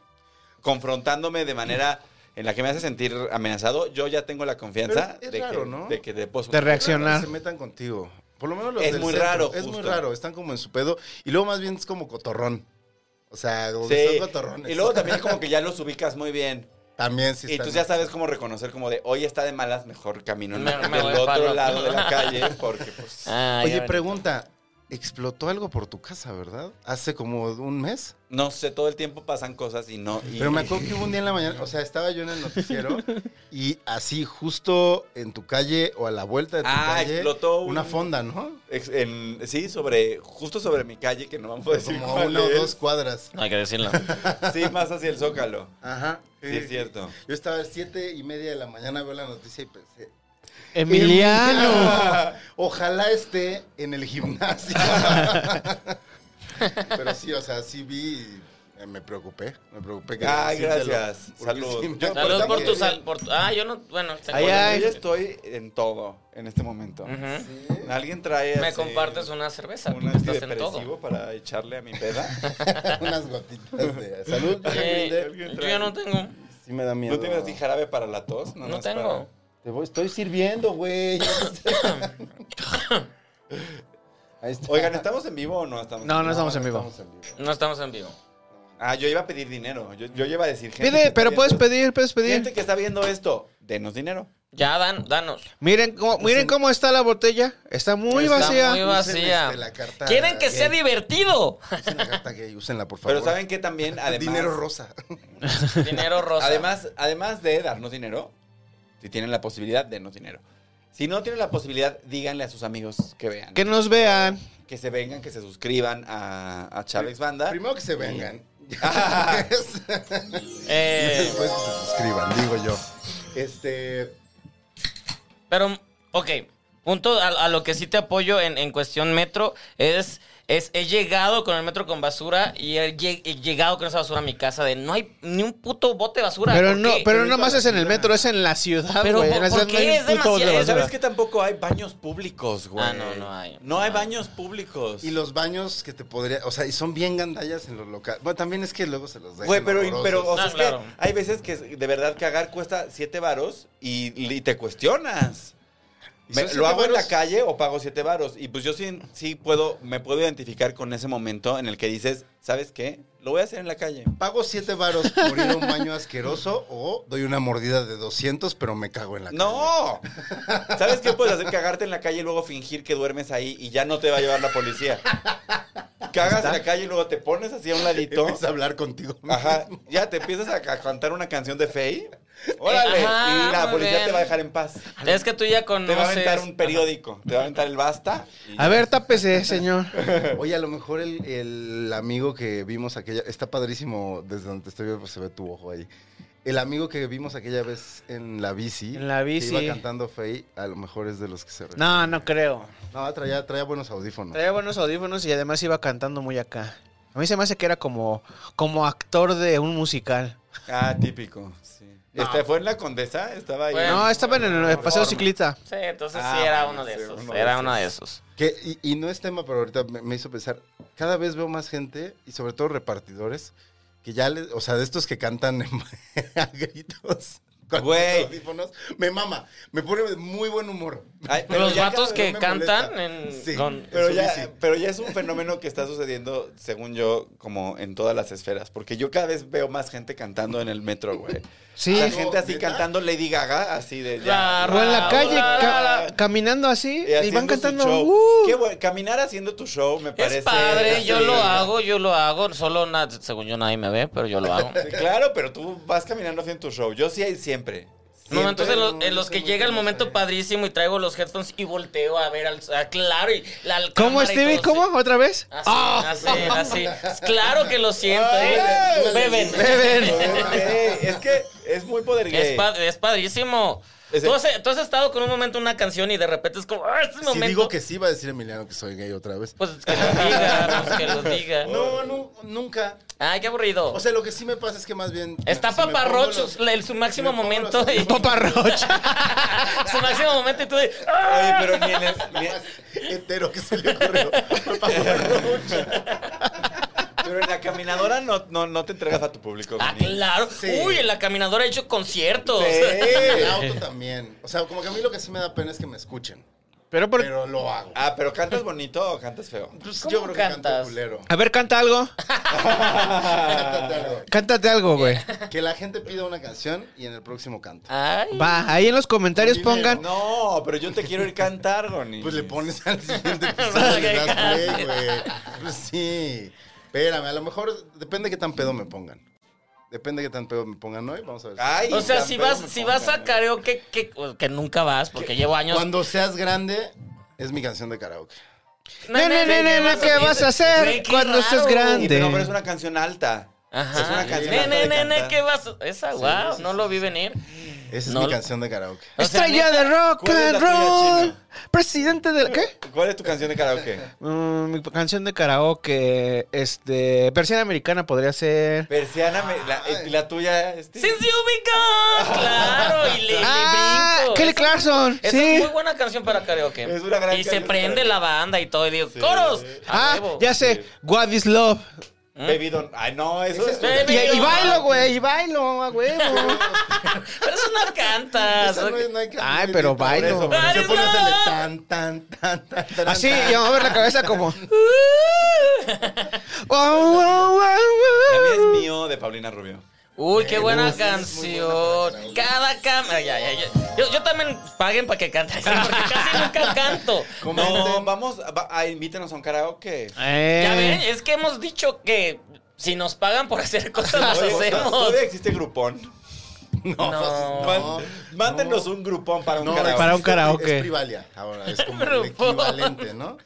Speaker 4: confrontándome de manera en la que me hace sentir amenazado, yo ya tengo la confianza
Speaker 2: Pero es
Speaker 4: de,
Speaker 2: raro,
Speaker 4: que,
Speaker 2: ¿no?
Speaker 4: de que te puedo-
Speaker 3: Te
Speaker 2: Es raro
Speaker 3: reaccionar.
Speaker 2: que Se metan contigo. Por lo menos los
Speaker 4: Es
Speaker 2: del
Speaker 4: muy
Speaker 2: centro.
Speaker 4: raro,
Speaker 2: Es
Speaker 4: justo.
Speaker 2: muy raro. Están como en su pedo. Y luego más bien es como cotorrón. O sea, como que
Speaker 4: Sí.
Speaker 2: son cotorrones.
Speaker 4: Y luego también como que ya los ubicas muy bien.
Speaker 2: También sí
Speaker 4: Y tú
Speaker 2: están-
Speaker 4: ya sabes cómo reconocer, como de hoy está de malas, mejor camino *laughs*
Speaker 1: Me-
Speaker 4: del
Speaker 1: me voy para
Speaker 4: otro
Speaker 1: el
Speaker 4: lado
Speaker 1: otro
Speaker 4: de
Speaker 1: lado.
Speaker 4: la calle,
Speaker 1: *laughs*
Speaker 4: porque pues.
Speaker 1: Ah, ya
Speaker 2: Oye,
Speaker 1: ven.
Speaker 2: pregunta. Explotó algo por tu casa, ¿verdad? Hace como un mes.
Speaker 4: No sé, todo el tiempo pasan cosas y no. y-
Speaker 2: Pero me acuerdo que hubo un día en la mañana, o sea, estaba yo en el
Speaker 4: *laughs*
Speaker 2: noticiero y así justo en tu calle o a la vuelta de tu
Speaker 4: Ah,
Speaker 2: calle.
Speaker 4: explotó un-
Speaker 2: una fonda, ¿no?
Speaker 4: Ex- en- sí, sobre, justo sobre mi calle, que no vamos a decir
Speaker 2: Como a
Speaker 4: cuál
Speaker 2: una o
Speaker 4: es.
Speaker 2: dos cuadras.
Speaker 1: No hay que decirlo.
Speaker 4: *laughs* Sí, más hacia el Zócalo.
Speaker 2: Ajá.
Speaker 4: Sí, es cierto.
Speaker 2: Yo estaba a las siete y media de la mañana, veo la noticia y pensé,
Speaker 3: Emiliano.
Speaker 2: *laughs* Ojalá esté en el gimnasio. Pero sí, o sea, sí vi y eh, me preocupé. Me preocupé que.
Speaker 4: Ay,
Speaker 2: decírtelo,
Speaker 4: gracias.
Speaker 2: porque
Speaker 4: Salud.
Speaker 2: sí me
Speaker 4: Yo-
Speaker 1: Salud
Speaker 2: importa
Speaker 1: por tu
Speaker 2: mucho.
Speaker 1: sal. Por tu- ah, yo no. Bueno, está
Speaker 3: Ay,
Speaker 1: bien.
Speaker 3: ay.
Speaker 4: Yo estoy en todo en este momento.
Speaker 1: Ujú.
Speaker 4: Alguien trae.
Speaker 1: Me
Speaker 4: así
Speaker 1: compartes una cerveza.
Speaker 4: un
Speaker 1: tú que estás en
Speaker 4: antidepresivo
Speaker 1: todo.
Speaker 4: para echarle a mi peda.
Speaker 2: *laughs* *laughs* Unas gotitas de salud. yo
Speaker 1: *laughs* Eh,
Speaker 2: brindé.
Speaker 4: Alguien
Speaker 1: yo ya no tengo.
Speaker 2: Sí me da miedo.
Speaker 4: ¿No tienes así jarabe para la tos? Nada
Speaker 1: No
Speaker 4: más
Speaker 1: tengo.
Speaker 2: Te voy- estoy sirviendo, güey. Ahí está.
Speaker 4: para- Oigan, ¿estamos en vivo o no
Speaker 3: *laughs*
Speaker 4: estamos?
Speaker 3: No, no estamos en vivo.
Speaker 2: Estamos en vivo.
Speaker 1: No estamos en vivo.
Speaker 4: Ah, yo iba a pedir dinero. Yo, yo iba a decir gente. que
Speaker 3: Pide,
Speaker 4: está
Speaker 3: pero
Speaker 4: viendo
Speaker 3: puedes
Speaker 4: esto.
Speaker 3: pedir, puedes
Speaker 4: Gente
Speaker 3: pedir.
Speaker 4: que está viendo esto, denos dinero.
Speaker 1: Ya, dan, danos.
Speaker 3: Miren cómo, miren cómo está la botella. Está muy
Speaker 1: Está
Speaker 3: vacía.
Speaker 1: muy
Speaker 2: Usen,
Speaker 1: vacía.
Speaker 2: este, la carta
Speaker 1: Quieren que sea
Speaker 2: gay.
Speaker 1: divertido.
Speaker 2: Usen la carta gay, úsenla, por favor.
Speaker 4: Pero ¿saben
Speaker 2: *laughs*
Speaker 4: que también? Además,
Speaker 2: Dinero rosa.
Speaker 1: Dinero rosa.
Speaker 4: Además, además de darnos dinero, si tienen la posibilidad, denos dinero. Si no tienen la posibilidad, díganle a sus amigos que vean.
Speaker 3: Que nos vean.
Speaker 4: Que se vengan, que se suscriban a, a Chávez Banda. *laughs*
Speaker 2: Primero que se vengan.
Speaker 4: Ah.
Speaker 2: *laughs* Y
Speaker 1: Eh,
Speaker 4: *laughs*
Speaker 2: después que se suscriban, digo yo. Este.
Speaker 1: pero, ok. Punto a, a lo que sí te apoyo en, en cuestión metro es, es he llegado con el metro con basura y he, lle- he llegado con esa basura a mi casa de no hay ni un puto bote de basura.
Speaker 3: Pero
Speaker 1: ¿por
Speaker 3: no,
Speaker 1: qué?
Speaker 3: pero no más es en el metro, es en la ciudad,
Speaker 1: Pero
Speaker 3: güey.
Speaker 1: ¿por-
Speaker 3: En la
Speaker 1: por
Speaker 3: ciudad no
Speaker 1: qué?
Speaker 3: hay un
Speaker 1: Es
Speaker 3: puto de
Speaker 1: demasiado-
Speaker 3: basura.
Speaker 4: ¿Sabes que tampoco hay baños públicos, güey?
Speaker 1: Ah, no, no hay.
Speaker 4: No hay
Speaker 1: No hay.
Speaker 4: baños públicos.
Speaker 2: Y los baños que te podría. O sea, y son bien gandallas en los locales. Bueno, también es que luego se los dejan.
Speaker 4: Güey, pero,
Speaker 2: horrorosos.
Speaker 4: pero o sea,
Speaker 1: Ah,
Speaker 4: es que
Speaker 1: claro.
Speaker 4: hay veces que de verdad cagar cuesta siete varos y, y te cuestionas.
Speaker 2: ¿Y
Speaker 4: Me-
Speaker 2: son siete
Speaker 4: ¿Lo hago en la
Speaker 2: varos?
Speaker 4: calle o pago siete varos? Y pues yo sí, sí puedo, me puedo identificar con ese momento en el que dices, ¿sabes qué? Lo voy a hacer en la calle.
Speaker 2: ¿Pago siete varos por ir a un baño asqueroso *laughs* o doy una mordida de 200 pero me cago en la
Speaker 4: ¡No! ¿Sabes qué
Speaker 2: *laughs*
Speaker 4: puedes hacer? Cagarte en la calle y luego fingir que duermes ahí y ya no te va a llevar la policía. Cagas en la calle y luego te pones así a un ladito.
Speaker 2: Empieza a hablar contigo.
Speaker 4: Ajá, ya te empiezas a ca- cantar una canción de Fey.
Speaker 2: Eh,
Speaker 4: Órale,
Speaker 1: Ajá,
Speaker 4: y la
Speaker 1: muy
Speaker 4: policía
Speaker 1: bien.
Speaker 4: te va a dejar en paz.
Speaker 1: Es que tú ya conoces.
Speaker 4: Te va a aventar un periódico, te va a aventar el basta. y-
Speaker 3: A ver, *laughs* tápese, señor.
Speaker 2: *laughs* Oye, a lo mejor el, el amigo que vimos aquella... Está padrísimo desde donde te estoy viendo, pues, se ve tu ojo ahí. El amigo que vimos aquella vez en la bici.
Speaker 3: En la bici.
Speaker 2: Que iba cantando Fey, a lo mejor es de los que se... re-
Speaker 3: No, no creo.
Speaker 2: No, traía, traía buenos audífonos.
Speaker 3: Traía buenos audífonos y además iba cantando muy acá. A mí se me hace que era como, como actor de un musical.
Speaker 4: Ah, típico. Sí. Este, ¿Fue en la condesa? Estaba ahí.
Speaker 1: Bueno.
Speaker 3: No, estaba en el eh, paseo ciclista.
Speaker 1: Sí, entonces
Speaker 4: Ah,
Speaker 1: sí era
Speaker 4: bueno,
Speaker 1: uno de
Speaker 4: sí,
Speaker 1: esos.
Speaker 4: uno de
Speaker 1: era
Speaker 4: esos.
Speaker 1: uno de esos.
Speaker 2: Que, y, y no es tema, pero ahorita me, me hizo pensar, cada vez veo más gente, y sobre todo repartidores, que ya les, o sea, de estos que cantan en- *laughs* a gritos. con
Speaker 4: Güey.
Speaker 2: los audífonos, me mama, me pone de muy buen humor.
Speaker 4: Ay, pero
Speaker 1: Los
Speaker 4: ya
Speaker 1: vatos
Speaker 4: cada vez
Speaker 1: que
Speaker 2: no me
Speaker 1: cantan en.
Speaker 2: molesta. Sí.
Speaker 1: con-
Speaker 4: Pero
Speaker 2: en su
Speaker 4: ya,
Speaker 2: bici.
Speaker 4: pero ya es un fenómeno que está sucediendo, según yo, como en todas las esferas. Porque yo cada vez veo más gente cantando en el metro, güey.
Speaker 3: Sí.
Speaker 4: La gente así
Speaker 2: ¿Neta?
Speaker 4: cantando Lady Gaga, así de...
Speaker 1: La
Speaker 4: Ya,
Speaker 3: O en la calle,
Speaker 1: La,
Speaker 3: ca-
Speaker 4: la, la.
Speaker 3: caminando así, y, van
Speaker 4: haciendo su
Speaker 3: cantando.
Speaker 4: show.
Speaker 3: ¡uh!
Speaker 4: Qué bueno, caminar haciendo tu show me parece...
Speaker 1: Es padre, yo
Speaker 4: así,
Speaker 1: lo
Speaker 4: ¿no?
Speaker 1: hago, yo lo hago. Solo, na- según yo, nadie me ve, pero yo lo
Speaker 4: *laughs*
Speaker 1: hago.
Speaker 4: Sí, Claro, pero tú vas caminando haciendo tu show. Yo sí hay siempre.
Speaker 1: No, entonces en los,
Speaker 2: no,
Speaker 1: en los
Speaker 2: yo
Speaker 1: que
Speaker 2: soy muy
Speaker 1: llega el
Speaker 2: penosa,
Speaker 1: momento
Speaker 2: eh.
Speaker 1: padrísimo y traigo los headphones y volteo a ver al. a- claro, y la la
Speaker 3: ¿Cómo,
Speaker 1: cámara y
Speaker 3: Stevie?
Speaker 1: todo, sí.
Speaker 3: ¿Cómo? ¿Otra vez?
Speaker 1: Así,
Speaker 2: Ah.
Speaker 1: así, así. Claro que lo siento, ¿eh? Beben.
Speaker 4: Ey, es que es muy poder gay.
Speaker 1: *laughs* Es, pa- es padrísimo.
Speaker 4: Ese-
Speaker 1: ¿Tú has, tú has estado con un momento una canción y de repente es como, ¡ah, este
Speaker 2: Si
Speaker 1: momento!
Speaker 2: digo que sí, va a decir Emiliano que soy gay otra vez.
Speaker 1: Pues que lo diga, pues, que lo diga.
Speaker 2: *laughs* No, no, nunca.
Speaker 1: Ay, qué aburrido.
Speaker 2: O sea, lo que sí me pasa es que más bien...
Speaker 1: Está
Speaker 2: si me
Speaker 1: paparrocho,
Speaker 2: pongo los-
Speaker 1: el- su máximo
Speaker 2: si me pongo los
Speaker 1: momento. y-
Speaker 2: audífonos-
Speaker 3: Paparrocha.
Speaker 1: *laughs* su máximo momento y tú de, ¡ah!
Speaker 4: Oye, pero ni en el- ni-
Speaker 2: Hetero que se le ocurrió.
Speaker 1: *laughs*
Speaker 2: Paparrocho.
Speaker 4: pero en la caminadora no, no, no te entregas a tu público.
Speaker 1: Ah,
Speaker 4: Benny.
Speaker 1: claro.
Speaker 2: Sí.
Speaker 1: Uy, en la caminadora he hecho conciertos.
Speaker 4: Sí.
Speaker 2: En el auto también. O sea, como que a mí lo que sí me da pena es que me escuchen.
Speaker 3: Pero por...
Speaker 2: Pero lo hago.
Speaker 4: Ah, pero ¿cantas bonito o cantas feo?
Speaker 2: Pues
Speaker 1: ¿cómo
Speaker 2: yo creo que canto
Speaker 1: cantas?
Speaker 2: culero.
Speaker 3: A ver, canta algo.
Speaker 2: Cántate algo.
Speaker 3: Cántate algo, güey.
Speaker 2: *laughs* Que la gente pida una canción y en el próximo canta.
Speaker 1: *laughs* Ay.
Speaker 3: Va, ahí en los comentarios
Speaker 2: Dinero,
Speaker 3: pongan...
Speaker 4: No, pero yo te quiero ir a cantar, Goni.
Speaker 2: Pues le
Speaker 1: *laughs*
Speaker 2: pones al siguiente episodio le das play, güey. Pues sí. Espérame, a lo mejor depende qué tan pedo me pongan. Depende qué tan pedo me pongan hoy. Vamos a ver.
Speaker 4: Ay,
Speaker 1: O sea,
Speaker 4: tan
Speaker 1: si
Speaker 4: feo
Speaker 1: vas,
Speaker 4: me
Speaker 1: si
Speaker 4: pongan,
Speaker 1: vas a
Speaker 4: ¿eh?
Speaker 1: karaoke, que, que nunca vas, porque llevo años.
Speaker 2: Cuando seas grande, es mi canción de karaoke.
Speaker 3: Ne, ne, ne, ne, ne, ¿qué vas a hacer
Speaker 1: Güey, qué
Speaker 3: cuando seas
Speaker 1: raro.
Speaker 4: Sí,
Speaker 3: grande?
Speaker 4: pero, no, pero es una canción alta.
Speaker 1: Ajá.
Speaker 4: Es una canción
Speaker 1: Ne,
Speaker 4: alta
Speaker 1: ne,
Speaker 4: de
Speaker 1: ne, ne,
Speaker 4: cantar.
Speaker 1: ¿qué vas a Esa, wow, no lo vi venir.
Speaker 2: Esa es
Speaker 1: No
Speaker 2: mi
Speaker 1: lo-
Speaker 2: canción de karaoke.
Speaker 1: O sea,
Speaker 3: Estrella
Speaker 1: neta,
Speaker 3: de rock
Speaker 4: ¿cuál es la
Speaker 3: and
Speaker 4: tuya,
Speaker 3: roll. Presidente de la- ¿Qué?
Speaker 4: ¿Cuál es tu canción de karaoke?
Speaker 3: Mm, mi canción de karaoke, este, persiana americana podría ser.
Speaker 4: Persiana, me- la, eh, la tuya, este.
Speaker 1: Since you begun, claro, y le, le brinco.
Speaker 3: Ah, Kelly
Speaker 1: Esa-
Speaker 3: Clarkson,
Speaker 1: Esa es
Speaker 3: sí.
Speaker 1: muy buena canción para karaoke.
Speaker 4: Es una gran
Speaker 1: y se
Speaker 4: canción
Speaker 1: prende
Speaker 4: para
Speaker 1: la banda y todo, y digo, ¡coros! A
Speaker 3: Ah,
Speaker 1: huevo.
Speaker 3: ya sé, What is Love.
Speaker 4: Baby Don't. Ay, no, eso es.
Speaker 1: Baby
Speaker 3: Y, y
Speaker 1: Don't-
Speaker 3: bailo, güey, y bailo, a
Speaker 1: *laughs*
Speaker 3: huevo.
Speaker 1: Pero eso no cantas.
Speaker 2: Esa no es- no hay que-
Speaker 3: Ay, pero
Speaker 2: por eso,
Speaker 3: bailo.
Speaker 2: porque
Speaker 1: Ay,
Speaker 2: Se pone a hacerle
Speaker 1: no.
Speaker 2: tan, tan, tan, tan,
Speaker 1: Ah,
Speaker 2: tan.
Speaker 3: Así,
Speaker 2: tan.
Speaker 3: y a mover la
Speaker 1: *laughs*
Speaker 3: cabeza como.
Speaker 1: Uh.
Speaker 3: Oh, Wow, wow, wow, *laughs*
Speaker 4: También es
Speaker 3: wow.
Speaker 4: mío de Paulina Rubio.
Speaker 1: Uy,
Speaker 2: Eh,
Speaker 1: qué buena canción. Cada cámara. Ya, ya, ya. Yo, yo también paguen para que cante. *laughs* Porque casi nunca canto.
Speaker 4: No, vamos, va- ah, invítenos a un karaoke.
Speaker 3: Eh,
Speaker 1: Ya ven, es que hemos dicho que si nos pagan por hacer cosas,
Speaker 2: *laughs*
Speaker 1: las
Speaker 4: Oye,
Speaker 1: Ah, hacemos.
Speaker 4: ¿Todavía existe grupón?
Speaker 1: No.
Speaker 4: Man- mándenos un grupón para un
Speaker 2: No,
Speaker 4: karaoke.
Speaker 3: para un
Speaker 2: es-
Speaker 3: karaoke.
Speaker 2: Es Privalia. Ahora es como el
Speaker 1: Grupo.
Speaker 2: equivalente, ¿no?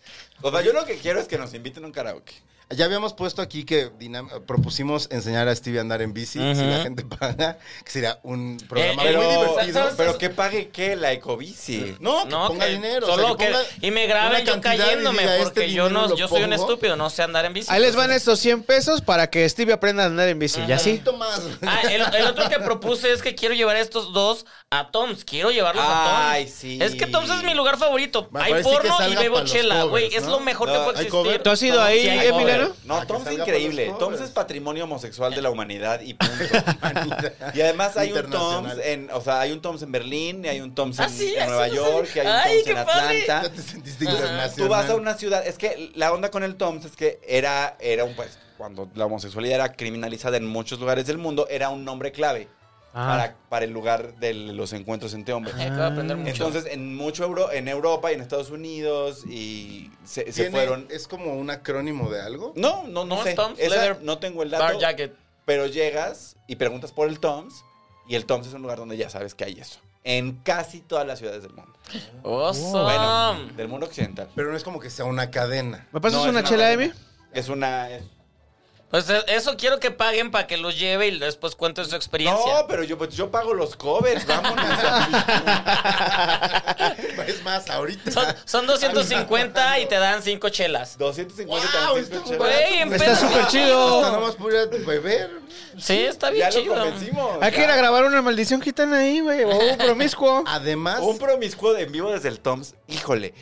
Speaker 4: O sea, yo lo que quiero es que nos inviten a un karaoke.
Speaker 2: Ya habíamos puesto aquí que dinam- propusimos enseñar a Stevie a andar en bici, si la gente paga, que sería un programa
Speaker 1: Eh, eh,
Speaker 2: muy
Speaker 1: pero-
Speaker 2: divertido.
Speaker 1: ¿sabes?
Speaker 4: Pero que pague qué la ecobici.
Speaker 2: No, que ponga
Speaker 1: que
Speaker 2: dinero. o sea,
Speaker 1: Solo
Speaker 2: que
Speaker 1: que,
Speaker 2: ponga
Speaker 1: y me
Speaker 2: una
Speaker 1: graben yo
Speaker 2: cantidad y
Speaker 1: cayéndome
Speaker 2: diga,
Speaker 1: porque
Speaker 2: este
Speaker 1: yo
Speaker 2: dinero
Speaker 1: no
Speaker 2: lo
Speaker 1: yo soy un
Speaker 2: pongo.
Speaker 1: estúpido, no sé andar en bici.
Speaker 3: Ahí les van estos 100 pesos para que Stevie aprenda a andar en bici, ¿ya sí?
Speaker 2: Tantito más.
Speaker 1: Ah, el, el
Speaker 2: *laughs*
Speaker 1: otro que propuse es que quiero llevar a estos dos a Tom's. Quiero llevarlos a
Speaker 4: Ay,
Speaker 1: Tom's.
Speaker 4: sí.
Speaker 1: Es que Tom's es mi lugar favorito.
Speaker 2: Bueno,
Speaker 1: hay
Speaker 2: parece que
Speaker 1: porno y
Speaker 2: salga
Speaker 1: bebo
Speaker 2: pa' los
Speaker 1: chela,
Speaker 2: covers,
Speaker 1: güey. Es
Speaker 2: ¿no?
Speaker 1: lo mejor
Speaker 4: No,
Speaker 1: que puede
Speaker 2: hay
Speaker 1: existir. Eh,
Speaker 2: cover.
Speaker 3: ¿Tú has ido ahí,
Speaker 1: hay cover.
Speaker 3: Emiliano?
Speaker 4: No,
Speaker 2: Ah, que
Speaker 4: Tom's es
Speaker 2: salga
Speaker 4: increíble.
Speaker 2: por los
Speaker 4: Tom's
Speaker 2: pobres.
Speaker 4: es patrimonio homosexual de la humanidad y punto.
Speaker 2: *laughs*
Speaker 4: y además hay un Tom's
Speaker 2: Internacional.
Speaker 1: eh,
Speaker 4: en, o sea, hay un Tom's en Berlín, y hay un Tom's
Speaker 1: Ah,
Speaker 4: en,
Speaker 1: sí,
Speaker 4: en
Speaker 1: así
Speaker 4: Nueva
Speaker 1: no
Speaker 4: York,
Speaker 1: sabía.
Speaker 4: y hay un
Speaker 1: Ay,
Speaker 4: Tom's
Speaker 1: qué
Speaker 4: en
Speaker 1: padre.
Speaker 4: Atlanta.
Speaker 2: Ya te sentiste internacional.
Speaker 4: Tú vas a una ciudad, es que la onda con el Tom's es que era, era un pues, cuando la homosexualidad era criminalizada en muchos lugares del mundo, era un nombre clave
Speaker 3: Ah.
Speaker 4: para, para el lugar de los encuentros entre hombres.
Speaker 1: Ay, acabo de aprender mucho.
Speaker 4: Entonces, en mucho Euro, en Europa y en Estados Unidos, y se, se
Speaker 2: ¿Tiene-
Speaker 4: fueron.
Speaker 2: ¿Es como un acrónimo de algo?
Speaker 4: No, no, no,
Speaker 1: No,
Speaker 4: sé.
Speaker 1: es Tom's
Speaker 4: Esa
Speaker 1: Leather
Speaker 4: no tengo el
Speaker 1: Bar
Speaker 4: dato.
Speaker 1: Jacket.
Speaker 4: Pero llegas y preguntas por el Tom's, y el Tom's es un lugar donde ya sabes que hay eso. En casi todas las ciudades del mundo.
Speaker 1: Awesome.
Speaker 4: Bueno, del mundo occidental.
Speaker 2: Pero no es como que sea
Speaker 1: *laughs*
Speaker 2: una cadena.
Speaker 3: ¿Me pasas
Speaker 4: No, es
Speaker 3: una chela, Emi?
Speaker 4: Es una. es-
Speaker 1: Pues eh, eso quiero que paguen para que los lleve y después cuenten su experiencia.
Speaker 4: No, pero yo, pues, yo pago los covers, vámonos.
Speaker 1: *laughs*
Speaker 2: Es más, ahorita.
Speaker 1: Son, son 250 y te dan 5 chelas.
Speaker 4: 250
Speaker 2: Wow,
Speaker 4: tan simple,
Speaker 2: esto-
Speaker 4: chévere.
Speaker 1: Güey, en
Speaker 3: Está
Speaker 1: pedo.
Speaker 3: súper
Speaker 2: Hasta nada
Speaker 3: chido.
Speaker 2: más pudiera beber.
Speaker 1: Sí, está bien
Speaker 4: Ya lo
Speaker 1: chido. Pues
Speaker 4: convencimos.
Speaker 3: Hay que ir a grabar una maldición gitana ahí, güey, o
Speaker 1: *laughs*
Speaker 3: un promiscuo.
Speaker 2: Además,
Speaker 4: Un promiscuo en vivo desde el Toms. Híjole.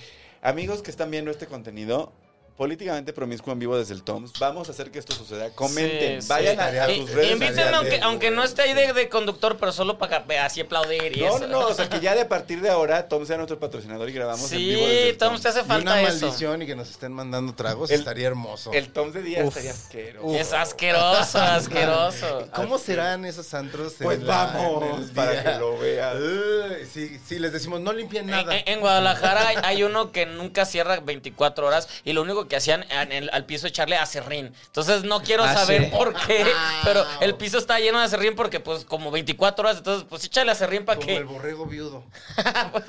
Speaker 4: Amigos que están viendo este contenido, políticamente promiscuo en vivo desde el Toms, vamos a hacer que esto suceda. Comenten,
Speaker 1: Sí, sí.
Speaker 4: vayan a, a
Speaker 1: Y-
Speaker 4: sus redes
Speaker 1: Invítenme,
Speaker 4: sociales.
Speaker 1: aunque, aunque no esté ahí de, de conductor, pero solo para así aplaudir y
Speaker 4: No,
Speaker 1: eso.
Speaker 4: no, no, o sea que ya de a partir de ahora Tom sea nuestro patrocinador y grabamos en vivo desde
Speaker 1: sí,
Speaker 4: el
Speaker 1: Tom,
Speaker 4: Toms.
Speaker 1: te hace
Speaker 2: y una
Speaker 1: falta eso.
Speaker 2: maldición y que nos estén mandando tragos
Speaker 4: El-
Speaker 2: estaría hermoso.
Speaker 4: El Toms de día estaría asqueroso.
Speaker 1: Es asqueroso,
Speaker 2: *laughs*
Speaker 1: asqueroso.
Speaker 2: ¿Cómo serán esos antros? en
Speaker 4: Pues
Speaker 2: la- en
Speaker 4: vamos,
Speaker 2: el
Speaker 4: para
Speaker 2: día?
Speaker 4: que lo vean.
Speaker 2: Uy, sí, sí, les decimos, no limpien
Speaker 1: En,
Speaker 2: nada.
Speaker 1: en- en Guadalajara hay, hay uno que nunca cierra 24 horas y lo único que hacían en el- al piso echarle acerrín. Entonces no quiero
Speaker 3: Ah,
Speaker 1: saber
Speaker 3: sí.
Speaker 1: por qué, pero el piso está lleno de acerrín porque pues como 24 horas, entonces pues échale acerrín para
Speaker 2: como
Speaker 1: que...
Speaker 2: el borrego viudo.
Speaker 1: *laughs*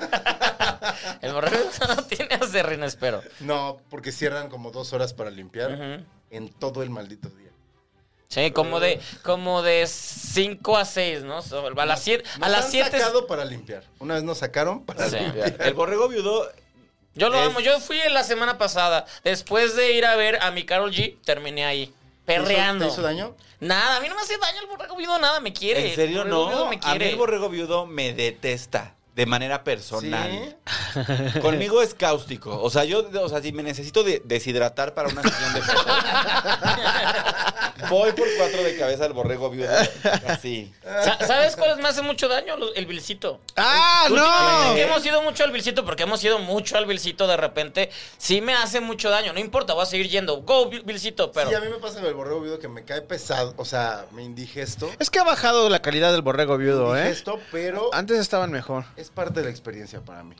Speaker 1: El borrego *laughs* no tiene acerrín, espero.
Speaker 2: No, porque cierran como dos horas para limpiar
Speaker 1: Ujú.
Speaker 2: en todo el maldito día.
Speaker 1: Sí, como de como de 5 a 6, ¿no? So- A las 7
Speaker 2: Nos
Speaker 1: a las
Speaker 2: han
Speaker 1: 7
Speaker 2: sacado para limpiar. Una vez nos sacaron para
Speaker 1: Sí.
Speaker 2: limpiar.
Speaker 4: El borrego viudo
Speaker 1: Yo lo
Speaker 4: Es-
Speaker 1: amo. Yo fui la semana pasada. Después de ir a ver a mi Carol G, terminé ahí.
Speaker 2: ¿Te hizo-
Speaker 1: Perreando.
Speaker 2: ¿Te hizo daño?
Speaker 1: Nada, a mí no me hace daño el borrego viudo, nada, me quiere.
Speaker 4: ¿En serio
Speaker 1: El borrego viudo
Speaker 4: no?
Speaker 1: me
Speaker 4: A mí
Speaker 1: quiere.
Speaker 4: el borrego viudo me detesta de manera personal.
Speaker 2: Sí.
Speaker 4: Conmigo es cáustico. O sea, yo, o sea, si me necesito de- deshidratar para una sesión de fotos, voy por cuatro de cabeza al borrego viudo. Así.
Speaker 1: *laughs* Sa- ¿Sabes cuáles me hace mucho daño? Los- El vilcito.
Speaker 3: ¡Ah,
Speaker 1: Últimamente que
Speaker 3: no!
Speaker 1: hemos ido mucho al Vilcito, porque hemos ido mucho al Vilcito de repente, sí me hace mucho daño. No importa, voy a seguir yendo. Go, Vil- Vilcito, pero.
Speaker 2: Sí, a mí me pasa con el borrego viudo que me cae pesado, o sea, me indigesto.
Speaker 3: Es que ha bajado la calidad del borrego viudo, ¿eh?
Speaker 2: Indigesto, pero
Speaker 3: Antes estaban mejor.
Speaker 2: es parte de la experiencia para mí.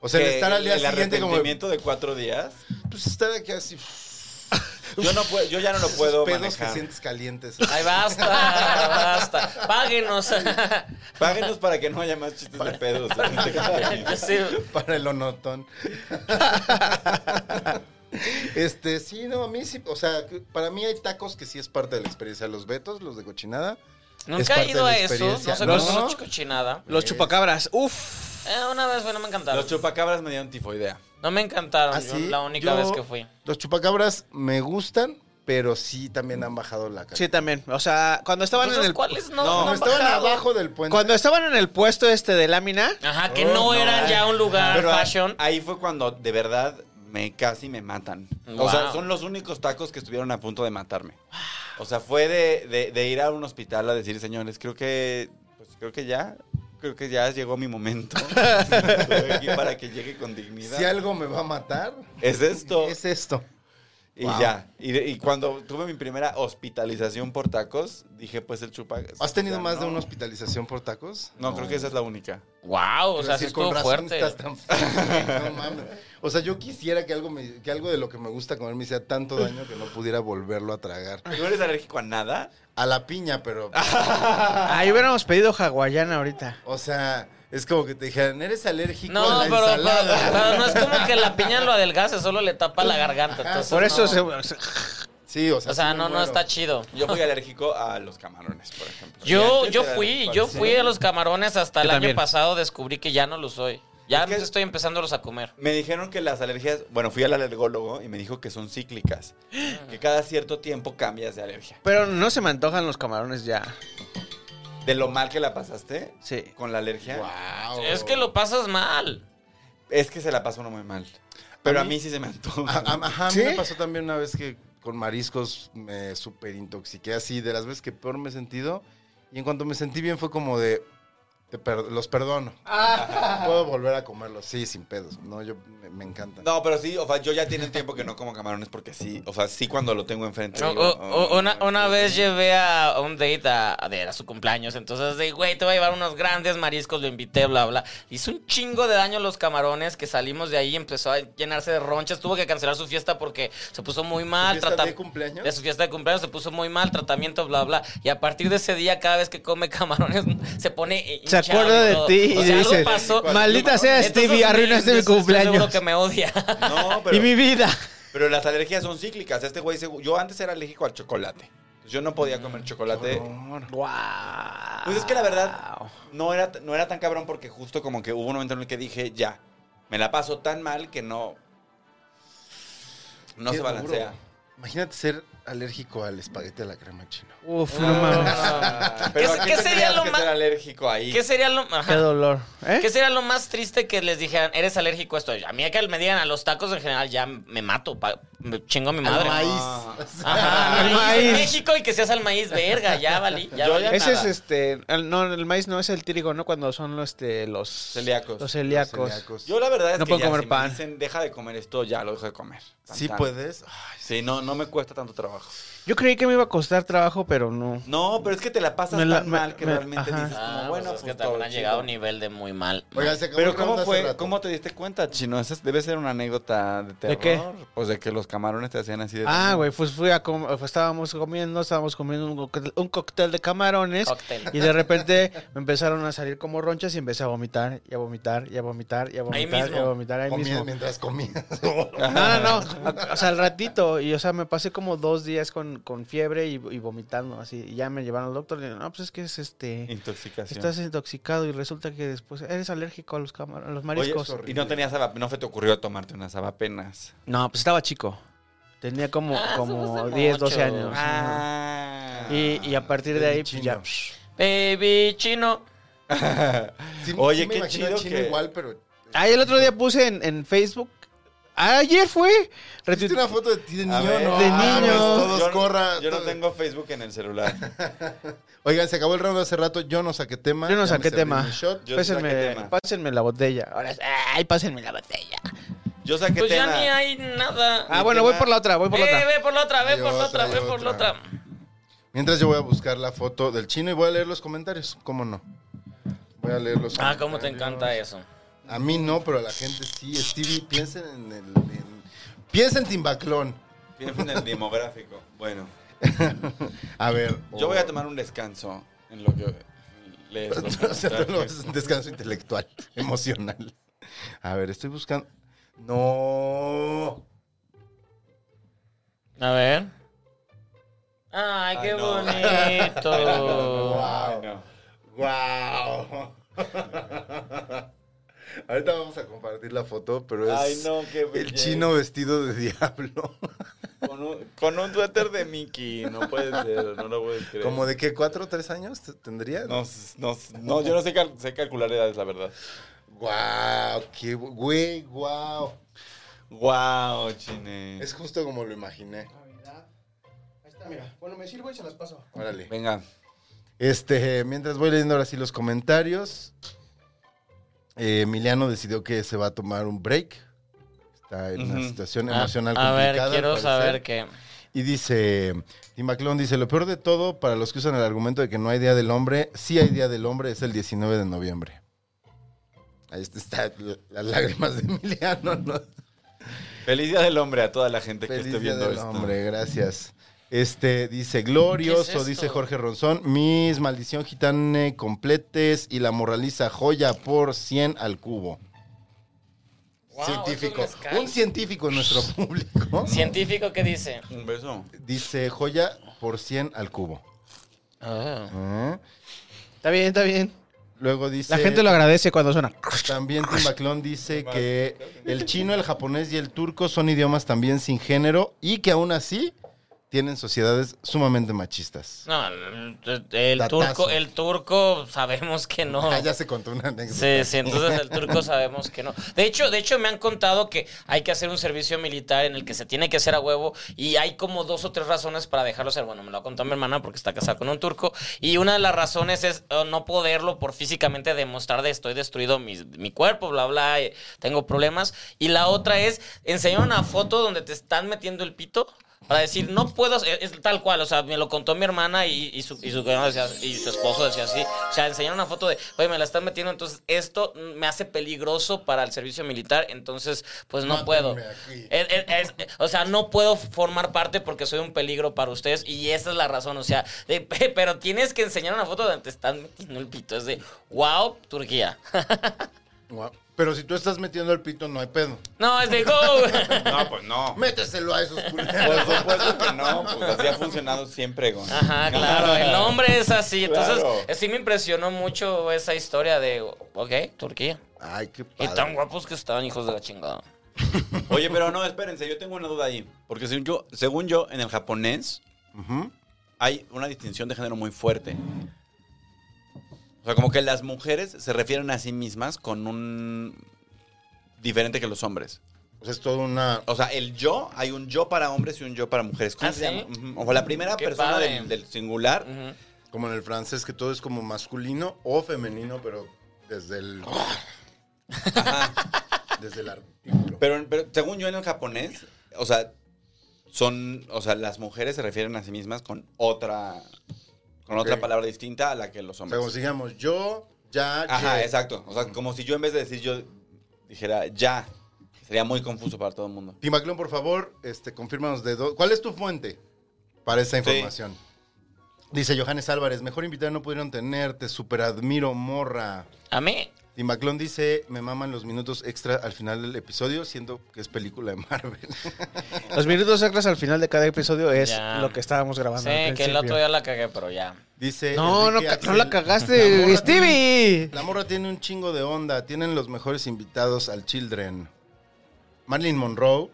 Speaker 2: O sea, el
Speaker 4: Que
Speaker 2: estar al día
Speaker 4: el
Speaker 2: siguiente como,
Speaker 4: arrepentimiento de cuatro días.
Speaker 2: pues estar aquí así,
Speaker 4: Yo, no puedo, yo ya no lo
Speaker 2: esos
Speaker 4: puedo
Speaker 2: pedos
Speaker 4: manejar.
Speaker 2: que sientes calientes.
Speaker 1: Ay, basta, basta. Páguenos. *laughs*
Speaker 4: Páguenos para que no haya más chistes de
Speaker 2: *laughs*
Speaker 4: pedos. en este contenido.
Speaker 1: Sí.
Speaker 2: para el onotón. este, sí, no, a mí sí, o sea, que para mí hay tacos que sí es parte de la experiencia. Los betos, los de cochinada,
Speaker 1: Nunca he
Speaker 2: parte
Speaker 1: ido a
Speaker 2: de la
Speaker 1: eso. No
Speaker 2: experiencia,
Speaker 1: sé
Speaker 3: ¿no?
Speaker 1: cómo es una cochinada.
Speaker 3: Los chupacabras. Uf.
Speaker 1: Eh, una vez, güey, no me encantaron.
Speaker 4: Los chupacabras me dieron tifoidea.
Speaker 1: No me encantaron. yo-
Speaker 2: Así,
Speaker 1: la única
Speaker 2: ¿Ah, yo-
Speaker 1: vez que fui.
Speaker 2: Los chupacabras me gustan, pero sí también han bajado la calidad.
Speaker 3: Sí, también. O sea, cuando estaban en
Speaker 1: Entonces,
Speaker 3: el
Speaker 1: ¿cuáles Pues, no?
Speaker 4: No,
Speaker 1: no
Speaker 2: Cuando
Speaker 1: han
Speaker 2: estaban
Speaker 1: bajado?
Speaker 2: abajo del puente.
Speaker 3: cuando estaban en el puesto este de lámina,
Speaker 1: Ajá, que
Speaker 2: Oh,
Speaker 1: no,
Speaker 2: no.
Speaker 1: eran ya un lugar
Speaker 4: Pero
Speaker 1: fashion.
Speaker 4: ahí fue cuando de verdad me casi me matan. O
Speaker 1: Wow.
Speaker 4: sea, son los únicos tacos que estuvieron a punto de matarme. O sea, fue de, de- de ir a un hospital a decir, señores, creo que, pues, creo que ya, creo que ya llegó
Speaker 2: *laughs*
Speaker 4: mi momento. Estoy aquí para que llegue con dignidad.
Speaker 2: Si algo me va a matar,
Speaker 4: Es esto.
Speaker 2: es esto.
Speaker 4: Y
Speaker 2: Wow.
Speaker 4: ya. Y, y cuando tuve mi primera hospitalización por tacos, dije, pues el chupa.
Speaker 2: ¿Has tenido más de una
Speaker 4: unos
Speaker 2: hospitalización por tacos?
Speaker 4: No, creo que esa es la única.
Speaker 1: Wow, o
Speaker 2: Quiero
Speaker 1: sea, sí
Speaker 2: decir, con
Speaker 1: estuvo
Speaker 2: razón
Speaker 1: fuerte.
Speaker 2: estás tan
Speaker 1: *laughs*
Speaker 2: fuerte, no mames. O sea, yo quisiera que algo, me- que algo de lo que me gusta comer me hiciera tanto daño que no pudiera volverlo a tragar.
Speaker 4: ¿No eres alérgico a nada?
Speaker 2: A la piña, pero.
Speaker 3: ahí hubiéramos pedido hawaiana ahorita.
Speaker 2: O sea, es como que te dijeran, eres alérgico
Speaker 1: No,
Speaker 2: a la
Speaker 1: pero, pero,
Speaker 2: ensalada.
Speaker 1: pero no es como que la piña lo adelgace, solo le tapa la garganta. entonces
Speaker 3: Por eso
Speaker 1: no.
Speaker 3: se- se-
Speaker 2: Sí, o sea.
Speaker 1: O sea,
Speaker 2: sí me
Speaker 1: no, no
Speaker 2: muero.
Speaker 1: está chido.
Speaker 4: Yo fui alérgico a los camarones, por ejemplo. Y
Speaker 1: Yo,
Speaker 4: antes
Speaker 1: yo
Speaker 4: era
Speaker 1: fui,
Speaker 4: alérgico al
Speaker 1: yo
Speaker 4: cine.
Speaker 1: fui a los camarones hasta el
Speaker 3: Yo
Speaker 1: año
Speaker 3: también.
Speaker 1: pasado, descubrí que ya no los soy. Ya
Speaker 4: Es que-
Speaker 1: estoy empezándolos a comer.
Speaker 4: Me dijeron que las alergias, bueno, fui al alergólogo y me dijo que son cíclicas, que cada cierto tiempo cambias de alergia.
Speaker 3: Pero no se me antojan los camarones ya.
Speaker 4: De lo mal que la pasaste
Speaker 3: Sí.
Speaker 4: con la alergia,
Speaker 2: Guau.
Speaker 1: Es que lo pasas mal.
Speaker 4: es que se la pasó uno muy mal. Pero
Speaker 2: ¿A
Speaker 4: a
Speaker 2: mí?
Speaker 4: mí, sí se me antoja.
Speaker 2: A, a- ajá, a mí
Speaker 3: ¿Sí?
Speaker 2: me pasó también una vez que con mariscos me súper intoxiqué así, de las veces que peor me he sentido. Y en cuanto me sentí bien fue como de, te per- los perdono. Puedo volver a comerlos, sí, sin pedos. No, yo me, me encanta.
Speaker 4: No, pero sí, o sea, yo ya tiene tiempo que no como camarones porque sí, o sea, sí cuando lo tengo enfrente.
Speaker 1: O-
Speaker 4: digo,
Speaker 1: o- o-
Speaker 4: "Oh,
Speaker 1: una,
Speaker 4: no,
Speaker 1: una
Speaker 4: no,
Speaker 1: vez
Speaker 4: no".
Speaker 1: llevé a a un date a, a, de- a su cumpleaños, entonces de güey, te voy a llevar unos grandes mariscos, lo invité, bla, bla. Hizo un chingo de daño los camarones que salimos de ahí y empezó a llenarse de ronchas. Tuvo que cancelar su fiesta porque se puso muy mal.
Speaker 2: ¿Fiesta
Speaker 1: trata-
Speaker 2: de cumpleaños?
Speaker 1: de su fiesta de cumpleaños se puso muy mal, tratamiento, bla, bla. Y a partir de ese día, cada vez que come camarones, *laughs* se pone. eh,
Speaker 3: Se
Speaker 1: hinchado
Speaker 3: acuerda
Speaker 1: y
Speaker 3: de
Speaker 1: todo.
Speaker 3: ti
Speaker 1: O
Speaker 3: y
Speaker 1: sea, algo
Speaker 3: dice,
Speaker 1: pasó.
Speaker 3: maldita sea
Speaker 1: Entonces,
Speaker 3: Stevie,
Speaker 1: me-
Speaker 3: arruinaste
Speaker 1: yo
Speaker 3: mi
Speaker 1: estoy seguro
Speaker 3: cumpleaños
Speaker 1: que me odia.
Speaker 4: No, pero,
Speaker 3: y mi vida.
Speaker 4: pero las alergias son cíclicas. Este güey, se- yo antes era alérgico al chocolate. Yo no podía comer chocolate. Pues es que la verdad no era, no era tan cabrón porque justo como que hubo un momento en el que dije, ya, me la paso tan mal que no... No
Speaker 2: Qué
Speaker 4: se balancea.
Speaker 2: duro. Imagínate ser alérgico al espagueti a la crema
Speaker 4: Ah.
Speaker 2: china.
Speaker 3: Uf, no mames.
Speaker 4: Pero
Speaker 1: ¿Qué-
Speaker 4: ¿a
Speaker 1: qué sería
Speaker 4: te tenías
Speaker 1: lo
Speaker 4: que
Speaker 1: más-
Speaker 4: ser alérgico ahí?
Speaker 1: ¿Qué sería lo.? ajá.
Speaker 3: Qué dolor. ¿Eh?
Speaker 1: ¿Qué sería lo más triste que les dijeran, eres alérgico a esto? A mí que me digan a los tacos en general, ya me mato, pa- me chingo a mi madre.
Speaker 2: Al maíz.
Speaker 4: Ah.
Speaker 1: Ajá,
Speaker 3: *laughs* Al
Speaker 1: maíz en
Speaker 3: maíz.
Speaker 1: México y que seas al maíz, verga, ya valí. Ya
Speaker 4: Yo
Speaker 1: valí.
Speaker 4: ya-
Speaker 3: Ese es
Speaker 4: nada.
Speaker 3: este. el- no, el maíz no es el trigo, ¿no? Cuando son los, este, los
Speaker 4: Celíacos.
Speaker 3: Los celíacos.
Speaker 2: Los celíacos.
Speaker 4: Yo la verdad es
Speaker 3: No
Speaker 4: que
Speaker 3: puedo
Speaker 4: ya,
Speaker 3: comer
Speaker 4: si
Speaker 3: pan.
Speaker 4: me dicen, deja de comer esto, ya lo dejo de comer. Tan,
Speaker 2: ¿Sí
Speaker 4: tan.
Speaker 2: puedes? Ay,
Speaker 4: Sí, no, no me cuesta tanto trabajo.
Speaker 3: Yo creí que me iba a costar trabajo, pero no.
Speaker 4: No, pero es que te la pasas
Speaker 3: Me la-
Speaker 4: tan
Speaker 3: me-
Speaker 4: mal que
Speaker 3: me-
Speaker 4: realmente
Speaker 3: ajá.
Speaker 4: dices
Speaker 1: Ah,
Speaker 4: como,
Speaker 1: pues
Speaker 4: bueno,
Speaker 1: es
Speaker 4: pues,
Speaker 1: que también
Speaker 4: todo
Speaker 1: han llegado a un
Speaker 4: chido".
Speaker 1: nivel de muy mal.
Speaker 2: Oigan, se acabó
Speaker 4: Pero
Speaker 2: el
Speaker 4: ¿cómo
Speaker 2: round hace
Speaker 4: fue?
Speaker 2: rato.
Speaker 4: ¿Cómo te diste cuenta, Chino? Esa es- debe ser una anécdota de terror.
Speaker 3: ¿De qué?
Speaker 4: Pues de que los camarones te hacían así de...
Speaker 3: Ah, güey, pues fui a com- pues estábamos comiendo, estábamos comiendo un, cóctel- un cóctel de camarones
Speaker 1: Cóctel.
Speaker 3: y de repente me empezaron a salir como ronchas y empecé a vomitar, y a vomitar, y a vomitar, y a vomitar, y a
Speaker 1: mismo.
Speaker 3: vomitar ahí
Speaker 2: Comía
Speaker 3: mismo.
Speaker 2: mientras
Speaker 4: *laughs*
Speaker 2: comías.
Speaker 3: No, no, no. O sea, al ratito. Y, o sea, me pasé como dos días con, con fiebre y, y vomitando. Así. Y ya me llevaron al doctor. Y no, pues es que es este.
Speaker 4: Intoxicación.
Speaker 3: Estás intoxicado y resulta que después eres alérgico a los, camar- a los
Speaker 4: Oye,
Speaker 3: mariscos.
Speaker 4: y no tenías abap- no se te ocurrió tomarte unas apenas.
Speaker 3: no, pues estaba chico. Tenía como,
Speaker 1: Ah, somos
Speaker 3: como
Speaker 1: de
Speaker 3: 10, 12
Speaker 1: muchos.
Speaker 3: años. Ajá.
Speaker 4: Ah.
Speaker 3: y,
Speaker 4: *laughs*
Speaker 3: y a partir de
Speaker 2: del
Speaker 3: ahí, pues ya.
Speaker 2: chino.
Speaker 1: Baby chino.
Speaker 2: Sí,
Speaker 4: Oye,
Speaker 2: sí me
Speaker 4: qué
Speaker 2: imagino
Speaker 4: chido
Speaker 2: chino
Speaker 4: que-
Speaker 2: igual, pero...
Speaker 3: Ahí Ah, el otro día puse en, en Facebook. Ayer fue.
Speaker 2: ¿Viste
Speaker 3: retuite-
Speaker 2: una foto de ti de
Speaker 4: A
Speaker 2: niño?
Speaker 4: ver.
Speaker 2: no,
Speaker 3: De
Speaker 2: mames,
Speaker 3: niño.
Speaker 2: Todos
Speaker 4: Yo no-
Speaker 2: corra.
Speaker 4: Yo no
Speaker 2: todo-
Speaker 4: tengo Facebook en
Speaker 2: *laughs*
Speaker 4: el celular.
Speaker 2: Oigan, se acabó el round hace rato. Yo no saqué tema.
Speaker 3: Yo no
Speaker 2: ya me
Speaker 3: saqué
Speaker 2: serví
Speaker 3: tema.
Speaker 2: mi shot.
Speaker 4: Yo sí saqué
Speaker 3: Pásenme,
Speaker 4: tema.
Speaker 3: pásenme la botella. Ahora, sí, ay, pásenme la botella.
Speaker 4: Yo saqué
Speaker 1: Pues ya
Speaker 4: tema.
Speaker 1: ni hay nada.
Speaker 3: Ah,
Speaker 4: Mi
Speaker 3: bueno, voy
Speaker 4: tema-
Speaker 3: por la otra, voy por la
Speaker 1: Eh,
Speaker 3: otra.
Speaker 1: ve por la otra, ve
Speaker 2: Y
Speaker 1: por la otra,
Speaker 2: otra,
Speaker 1: ve
Speaker 2: y
Speaker 1: por la
Speaker 2: otra.
Speaker 1: otra.
Speaker 2: Mientras yo voy a buscar la foto del chino y voy a leer los comentarios. ¿Cómo no? Voy a leer los
Speaker 1: Ah, cómo te
Speaker 2: comentarios.
Speaker 1: encanta eso.
Speaker 2: A mí no, pero a la gente sí. Stevie, piensen en el... en- Piensa en Timbaclón.
Speaker 4: Bien en el demográfico. Bueno,
Speaker 2: A ver.
Speaker 4: yo voy a tomar un descanso en lo que lees
Speaker 2: *laughs*
Speaker 4: los
Speaker 2: O sea, tú no
Speaker 4: comentarios.
Speaker 2: vas- descanso intelectual, *laughs* emocional. A ver, estoy buscando... No.
Speaker 1: A ver. Ay, qué
Speaker 4: Ay, no.
Speaker 3: *laughs*
Speaker 1: bonito.
Speaker 4: Ay,
Speaker 2: ¡Wow!
Speaker 4: no.
Speaker 2: *laughs* Ahorita vamos a compartir la foto, pero es
Speaker 4: Ay, no, qué
Speaker 2: el
Speaker 4: belleza.
Speaker 2: chino vestido de
Speaker 4: *laughs*
Speaker 2: diablo.
Speaker 4: Con un, con un suéter de Mickey, no puede ser, no lo puedes creer.
Speaker 2: ¿Como de qué? ¿Cuatro o tres años te- tendría?
Speaker 4: No, s- no, s- no, yo no sé, cal- sé calcular edades, la verdad.
Speaker 2: ¡Guau! ¡Qué bu- güey! ¡Guau!
Speaker 4: Wow, chine.
Speaker 2: Es justo como lo imaginé.
Speaker 3: Ahí está, mira. Bueno, me sirvo y se las paso.
Speaker 2: Órale.
Speaker 4: Venga.
Speaker 2: Este, mientras voy leyendo ahora sí los comentarios, eh, Emiliano decidió que se va a tomar un break. Está en una
Speaker 4: Ujú.
Speaker 2: situación
Speaker 1: Ah,
Speaker 2: emocional
Speaker 1: a ver,
Speaker 2: complicada, al
Speaker 1: quiero
Speaker 2: parecer.
Speaker 1: saber qué.
Speaker 2: Y dice, Tim McClone dice, lo peor de todo, para los que usan el argumento de que no hay Día del Hombre, sí hay Día del Hombre, es el 19 de noviembre. Ahí está, está la- las lágrimas de Emiliano, ¿no?
Speaker 4: Feliz Día del Hombre a toda la gente que esté
Speaker 2: Feliz Día
Speaker 4: viendo
Speaker 2: del
Speaker 4: esto.
Speaker 2: Hombre, gracias. Este, dice, glorioso,
Speaker 1: ¿Qué es
Speaker 2: dice
Speaker 1: esto?
Speaker 2: Jorge Ronzón, mis maldición gitane completes y la moraliza joya por 100 al cubo.
Speaker 1: Wow,
Speaker 2: científico.
Speaker 1: eso es mezcal.
Speaker 2: Un científico en nuestro público.
Speaker 1: Científico, ¿qué dice?
Speaker 4: Un beso.
Speaker 2: Dice joya por 100 al cubo. ¿Eh?
Speaker 3: Está bien, está bien.
Speaker 2: Luego dice.
Speaker 3: La gente lo agradece cuando suena.
Speaker 2: También Tim Baclón dice que el chino, el japonés y el turco son idiomas también sin género y que aún así tienen sociedades sumamente machistas.
Speaker 1: No, el, el
Speaker 2: Datazo.
Speaker 1: turco, el turco sabemos que no.
Speaker 2: Ah, *laughs* ya se contó una anécdota.
Speaker 1: Sí, sí, entonces el turco sabemos que no. De hecho, de hecho me han contado que hay que hacer un servicio militar en el que se tiene que hacer a huevo y hay como dos o tres razones para dejarlo hacer. Bueno, me lo ha contado mi hermana porque está casada con un turco y una de las razones es eh, no poderlo por físicamente demostrar de estoy destruido mi, mi cuerpo, bla, bla, eh, tengo problemas. Y la otra es enseñar una foto donde te están metiendo el pito. Para decir, no puedo, es, es tal cual, o sea, me lo contó mi hermana y, y su, y, su, cuñado decía- y su esposo decía así. O sea, enseñaron una foto de, oye, me la están metiendo, entonces esto mm, me hace peligroso para el servicio militar, entonces pues no puedo. Es- es- es- o sea, no puedo formar parte porque soy un peligro para ustedes y esa es la razón, o sea, de- *laughs* pe- pero tienes que enseñar una foto donde te están metiendo el pito, es de, wow, Turquía. *laughs*
Speaker 2: Guau. Pero si tú estás metiendo el pito, no hay pedo.
Speaker 1: No, es de go.
Speaker 4: No,
Speaker 1: *laughs*
Speaker 4: pues no.
Speaker 2: Méteselo a esos culeros.
Speaker 4: *laughs* Por supuesto que no, pues así ha funcionado siempre, güey. *laughs*
Speaker 1: Ajá, claro, el hombre es así. Entonces,
Speaker 4: Claro.
Speaker 1: eh, sí me impresionó mucho esa historia de, ok, Turquía.
Speaker 2: Ay, qué
Speaker 1: Y tan
Speaker 2: padre.
Speaker 1: guapos que estaban, hijos de la chingada.
Speaker 4: Oye, pero no, espérense, yo tengo una duda ahí. Porque según yo, según yo en el japonés
Speaker 2: Ujú.
Speaker 4: hay una distinción de género muy fuerte. O sea, como que las mujeres se refieren a sí mismas con un... diferente que los hombres.
Speaker 2: O sea, es toda una...
Speaker 4: O sea, el yo, hay un yo para hombres y un yo para mujeres. ¿Cómo
Speaker 1: ¿Ah,
Speaker 4: se
Speaker 1: sí?
Speaker 4: llama? Ujú. O sea, la primera
Speaker 1: Qué
Speaker 4: persona
Speaker 1: padre.
Speaker 4: del, del singular.
Speaker 1: Ujú.
Speaker 2: Como en el francés, que todo es como masculino o femenino, pero desde el... Desde el artículo.
Speaker 4: Pero, pero según yo en el japonés, o sea, son, o sea, las mujeres se refieren a sí mismas con otra, con otra
Speaker 2: Ok.
Speaker 4: palabra distinta a la que los
Speaker 2: O sea, como
Speaker 4: hombres.
Speaker 2: si digamos, yo, ya,
Speaker 4: Ajá,
Speaker 2: ye.
Speaker 4: exacto. O sea, como si yo en vez de decir yo dijera ya, sería muy confuso para todo el mundo.
Speaker 2: Timaclón, por favor, este, confírmanos de dónde. ¿Cuál es tu fuente para esa información? Dice Johannes Álvarez, mejor invitar no pudieron tenerte, super admiro, morra.
Speaker 1: A mí,
Speaker 2: Timaclón dice, me maman los minutos extra al final del episodio, siendo que es película de Marvel. *laughs*
Speaker 3: Los minutos extras al final de cada episodio es
Speaker 1: Ya.
Speaker 3: lo que estábamos grabando. al
Speaker 1: sé que el
Speaker 3: principio.
Speaker 1: otro día la cagué, pero ya.
Speaker 2: Dice...
Speaker 3: No, no,
Speaker 2: Enrique
Speaker 3: ca-
Speaker 2: Axel,
Speaker 3: no la
Speaker 2: "La
Speaker 3: cagaste,
Speaker 2: morra
Speaker 3: Stevie.
Speaker 2: tiene- la morra tiene un chingo de onda, tienen los mejores invitados al Children. Marilyn Monroe.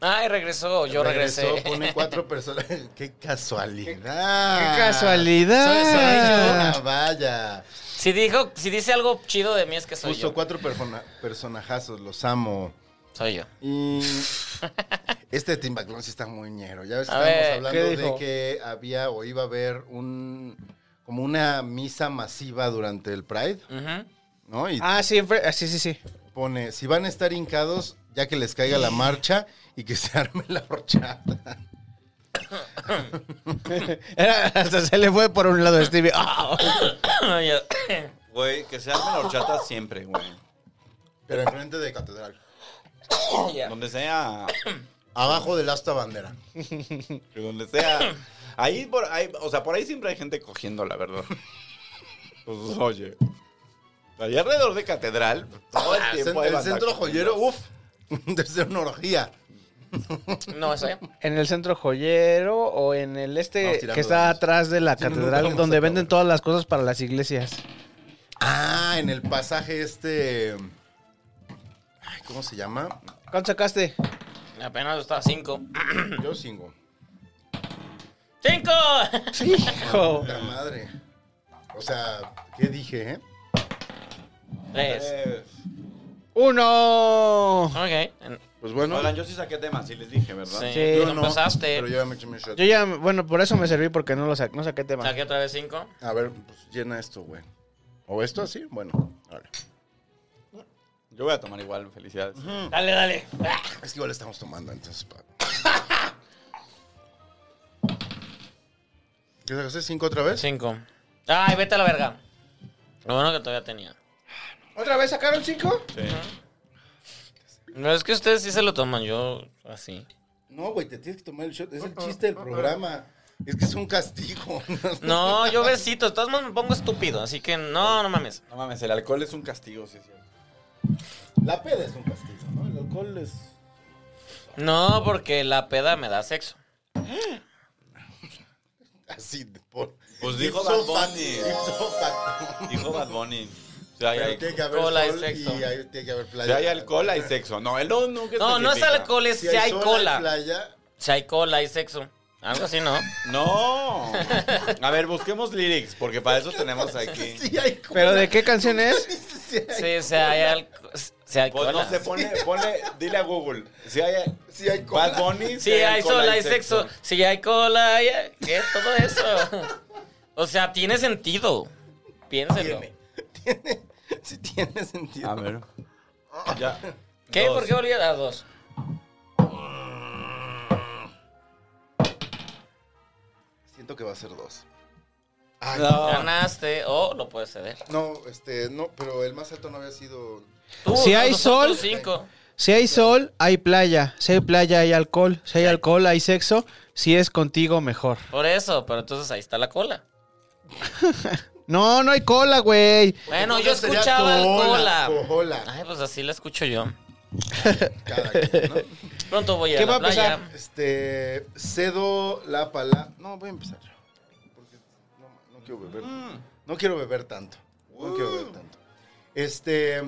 Speaker 1: Ay, regresó, yo regresé.
Speaker 2: Regresó,
Speaker 1: *laughs*
Speaker 2: Pone cuatro personas. *laughs* ¡Qué casualidad! ¡Qué Ah,
Speaker 3: ¡Qué Ah, casualidad!
Speaker 2: vaya!
Speaker 1: Si, dijo, si dice algo chido de mí es que soy
Speaker 2: Puso
Speaker 1: yo.
Speaker 2: cuatro persona- personajazos, los amo.
Speaker 1: Soy yo.
Speaker 3: *laughs*
Speaker 2: Y este Tim Backlund sí está muy ñero. Ya ves,
Speaker 1: A
Speaker 2: estábamos
Speaker 1: ver,
Speaker 2: hablando
Speaker 3: ¿qué
Speaker 2: de
Speaker 3: dijo?
Speaker 2: que había o iba a haber un como una misa masiva durante el Pride,
Speaker 1: Ujú.
Speaker 2: ¿no? Y
Speaker 3: Ah, sí, Fre- ah, sí, sí, sí.
Speaker 2: pone, si van a estar hincados, ya que les caiga la marcha y que se *laughs* arme la horchata.
Speaker 3: Era- *laughs* hasta se le fue por un lado a Stevie. ¡Ah!
Speaker 1: Ya. *coughs*
Speaker 4: Güey, que se arme la horchata siempre, güey.
Speaker 2: Pero enfrente de catedral.
Speaker 1: Ya.
Speaker 4: Donde sea,
Speaker 2: Abajo del asta bandera.
Speaker 4: que donde sea. Ahí, por ahí, o sea, por ahí siempre hay gente cogiendo, la verdad. Pues, oye. Allá alrededor de catedral, todo el
Speaker 2: Ah,
Speaker 4: tiempo
Speaker 2: cen-
Speaker 4: hay
Speaker 2: el *laughs*
Speaker 4: banda
Speaker 2: centro
Speaker 4: cogiendo.
Speaker 2: joyero, uff, desde una orgía.
Speaker 1: No, eso ya.
Speaker 3: ¿En el centro joyero o en el
Speaker 2: Vamos
Speaker 3: este
Speaker 2: tirando
Speaker 3: que está
Speaker 2: dados.
Speaker 3: atrás de la
Speaker 2: Sí, no, nunca
Speaker 3: catedral
Speaker 2: vamos a
Speaker 3: donde
Speaker 2: acabar.
Speaker 3: venden todas las cosas para las iglesias?
Speaker 2: Ah, en el pasaje este. Ay, ¿cómo se llama?
Speaker 3: ¿Cuánto sacaste?
Speaker 1: Apenas estaba cinco.
Speaker 2: Yo cinco.
Speaker 1: ¡Cinco! *laughs*
Speaker 3: Hijo.
Speaker 2: Puta madre. O sea, ¿qué dije, eh?
Speaker 1: Tres.
Speaker 4: Pues,
Speaker 3: ¡Uno!
Speaker 1: Ok. en-
Speaker 2: Pues bueno.
Speaker 4: Oigan, yo sí saqué temas, sí les dije, ¿verdad?
Speaker 1: Sí.
Speaker 3: Sí.
Speaker 1: Tú
Speaker 2: no,
Speaker 1: empezaste.
Speaker 2: Pero yo ya me eché mi shot.
Speaker 3: Yo ya, bueno, por eso me serví porque no lo saqué, no saqué tema.
Speaker 1: Saqué otra vez cinco.
Speaker 2: A ver, pues llena esto, güey. ¿O esto así? Bueno, vale.
Speaker 4: Yo voy a tomar igual, felicidades.
Speaker 1: Dale, dale.
Speaker 2: Es que igual estamos tomando, entonces. pa- ¿Qué sacaste? ¿Cinco otra vez?
Speaker 1: Cinco. Ay, vete a la verga. Lo bueno que todavía tenía.
Speaker 3: ¿Otra vez sacaron cinco?
Speaker 1: No, es que ustedes sí se lo toman, yo así.
Speaker 2: No, güey, te tienes que tomar el shot. Es el chiste del programa. Es que es un castigo. *laughs*
Speaker 1: No, yo besito. De todas maneras me pongo estúpido, así que no, no mames.
Speaker 4: No mames, el alcohol es un castigo, sí es cierto.
Speaker 2: La peda es un castigo, ¿no? El alcohol es.
Speaker 1: No, porque la peda me da sexo.
Speaker 2: Así. de Por...
Speaker 4: Pues dijo
Speaker 2: Ipso
Speaker 4: Bad Bunny.
Speaker 2: facto, ipso facto.
Speaker 4: Dijo Bad Bunny. O sea, hay,
Speaker 2: Pero tiene que haber
Speaker 1: cola y
Speaker 2: sol
Speaker 1: sexo.
Speaker 2: y hay- tiene que haber
Speaker 4: si
Speaker 2: playa.
Speaker 4: hay alcohol, hay sexo. No, el no, nunca
Speaker 1: No, no es
Speaker 4: especifica.
Speaker 1: alcohol, es si, hay,
Speaker 2: sol,
Speaker 1: cola.
Speaker 2: playa,
Speaker 1: Si hay cola, hay sexo. Algo así, ¿no?
Speaker 4: No. A ver, busquemos lyrics, porque para eso tenemos aquí.
Speaker 2: si hay cola.
Speaker 3: ¿Pero de qué canción es?
Speaker 2: *laughs* Si hay,
Speaker 1: Sí, si hay, alco- si hay
Speaker 4: Pues
Speaker 1: cola.
Speaker 4: no se pone, pone, dile a Google. Si hay
Speaker 2: si hay cola.
Speaker 4: Bad Bunny,
Speaker 1: Si hay sol, hay sexo. Si hay cola, hay... ¿Qué es todo eso? O sea, tiene sentido. Piénselo.
Speaker 2: Tiene. Tiene. Si tiene sentido.
Speaker 4: A ver. Ya.
Speaker 1: *laughs* ¿Qué?
Speaker 4: Dos.
Speaker 1: ¿Por qué volví a dar dos?
Speaker 2: Siento que va a ser dos. Ay, Ah, no.
Speaker 4: No.
Speaker 1: Ganaste o lo puedes ceder.
Speaker 2: este, no, pero el más alto no había sido.
Speaker 1: Tú,
Speaker 3: Si
Speaker 1: no,
Speaker 3: hay
Speaker 1: nosotros
Speaker 3: sol-
Speaker 1: cinco.
Speaker 3: Si hay sol, hay playa. Si hay playa, hay alcohol. Si hay alcohol, hay sexo. Si es contigo, mejor.
Speaker 1: Por eso, pero entonces ahí está la cola.
Speaker 3: No, no hay cola, güey.
Speaker 1: Bueno, yo
Speaker 2: Entonces sería
Speaker 1: escuchaba el cola.
Speaker 2: Cola.
Speaker 1: Ay, pues así la escucho yo.
Speaker 2: Cada quien, ¿no?
Speaker 1: Pronto voy a
Speaker 3: ¿Qué
Speaker 1: la
Speaker 3: va a
Speaker 1: playa.
Speaker 3: pasar?
Speaker 2: Este, cedo la palabra. No, voy a empezar. Porque no, no quiero beber.
Speaker 3: Mm.
Speaker 2: No quiero beber tanto. No quiero beber tanto. Este,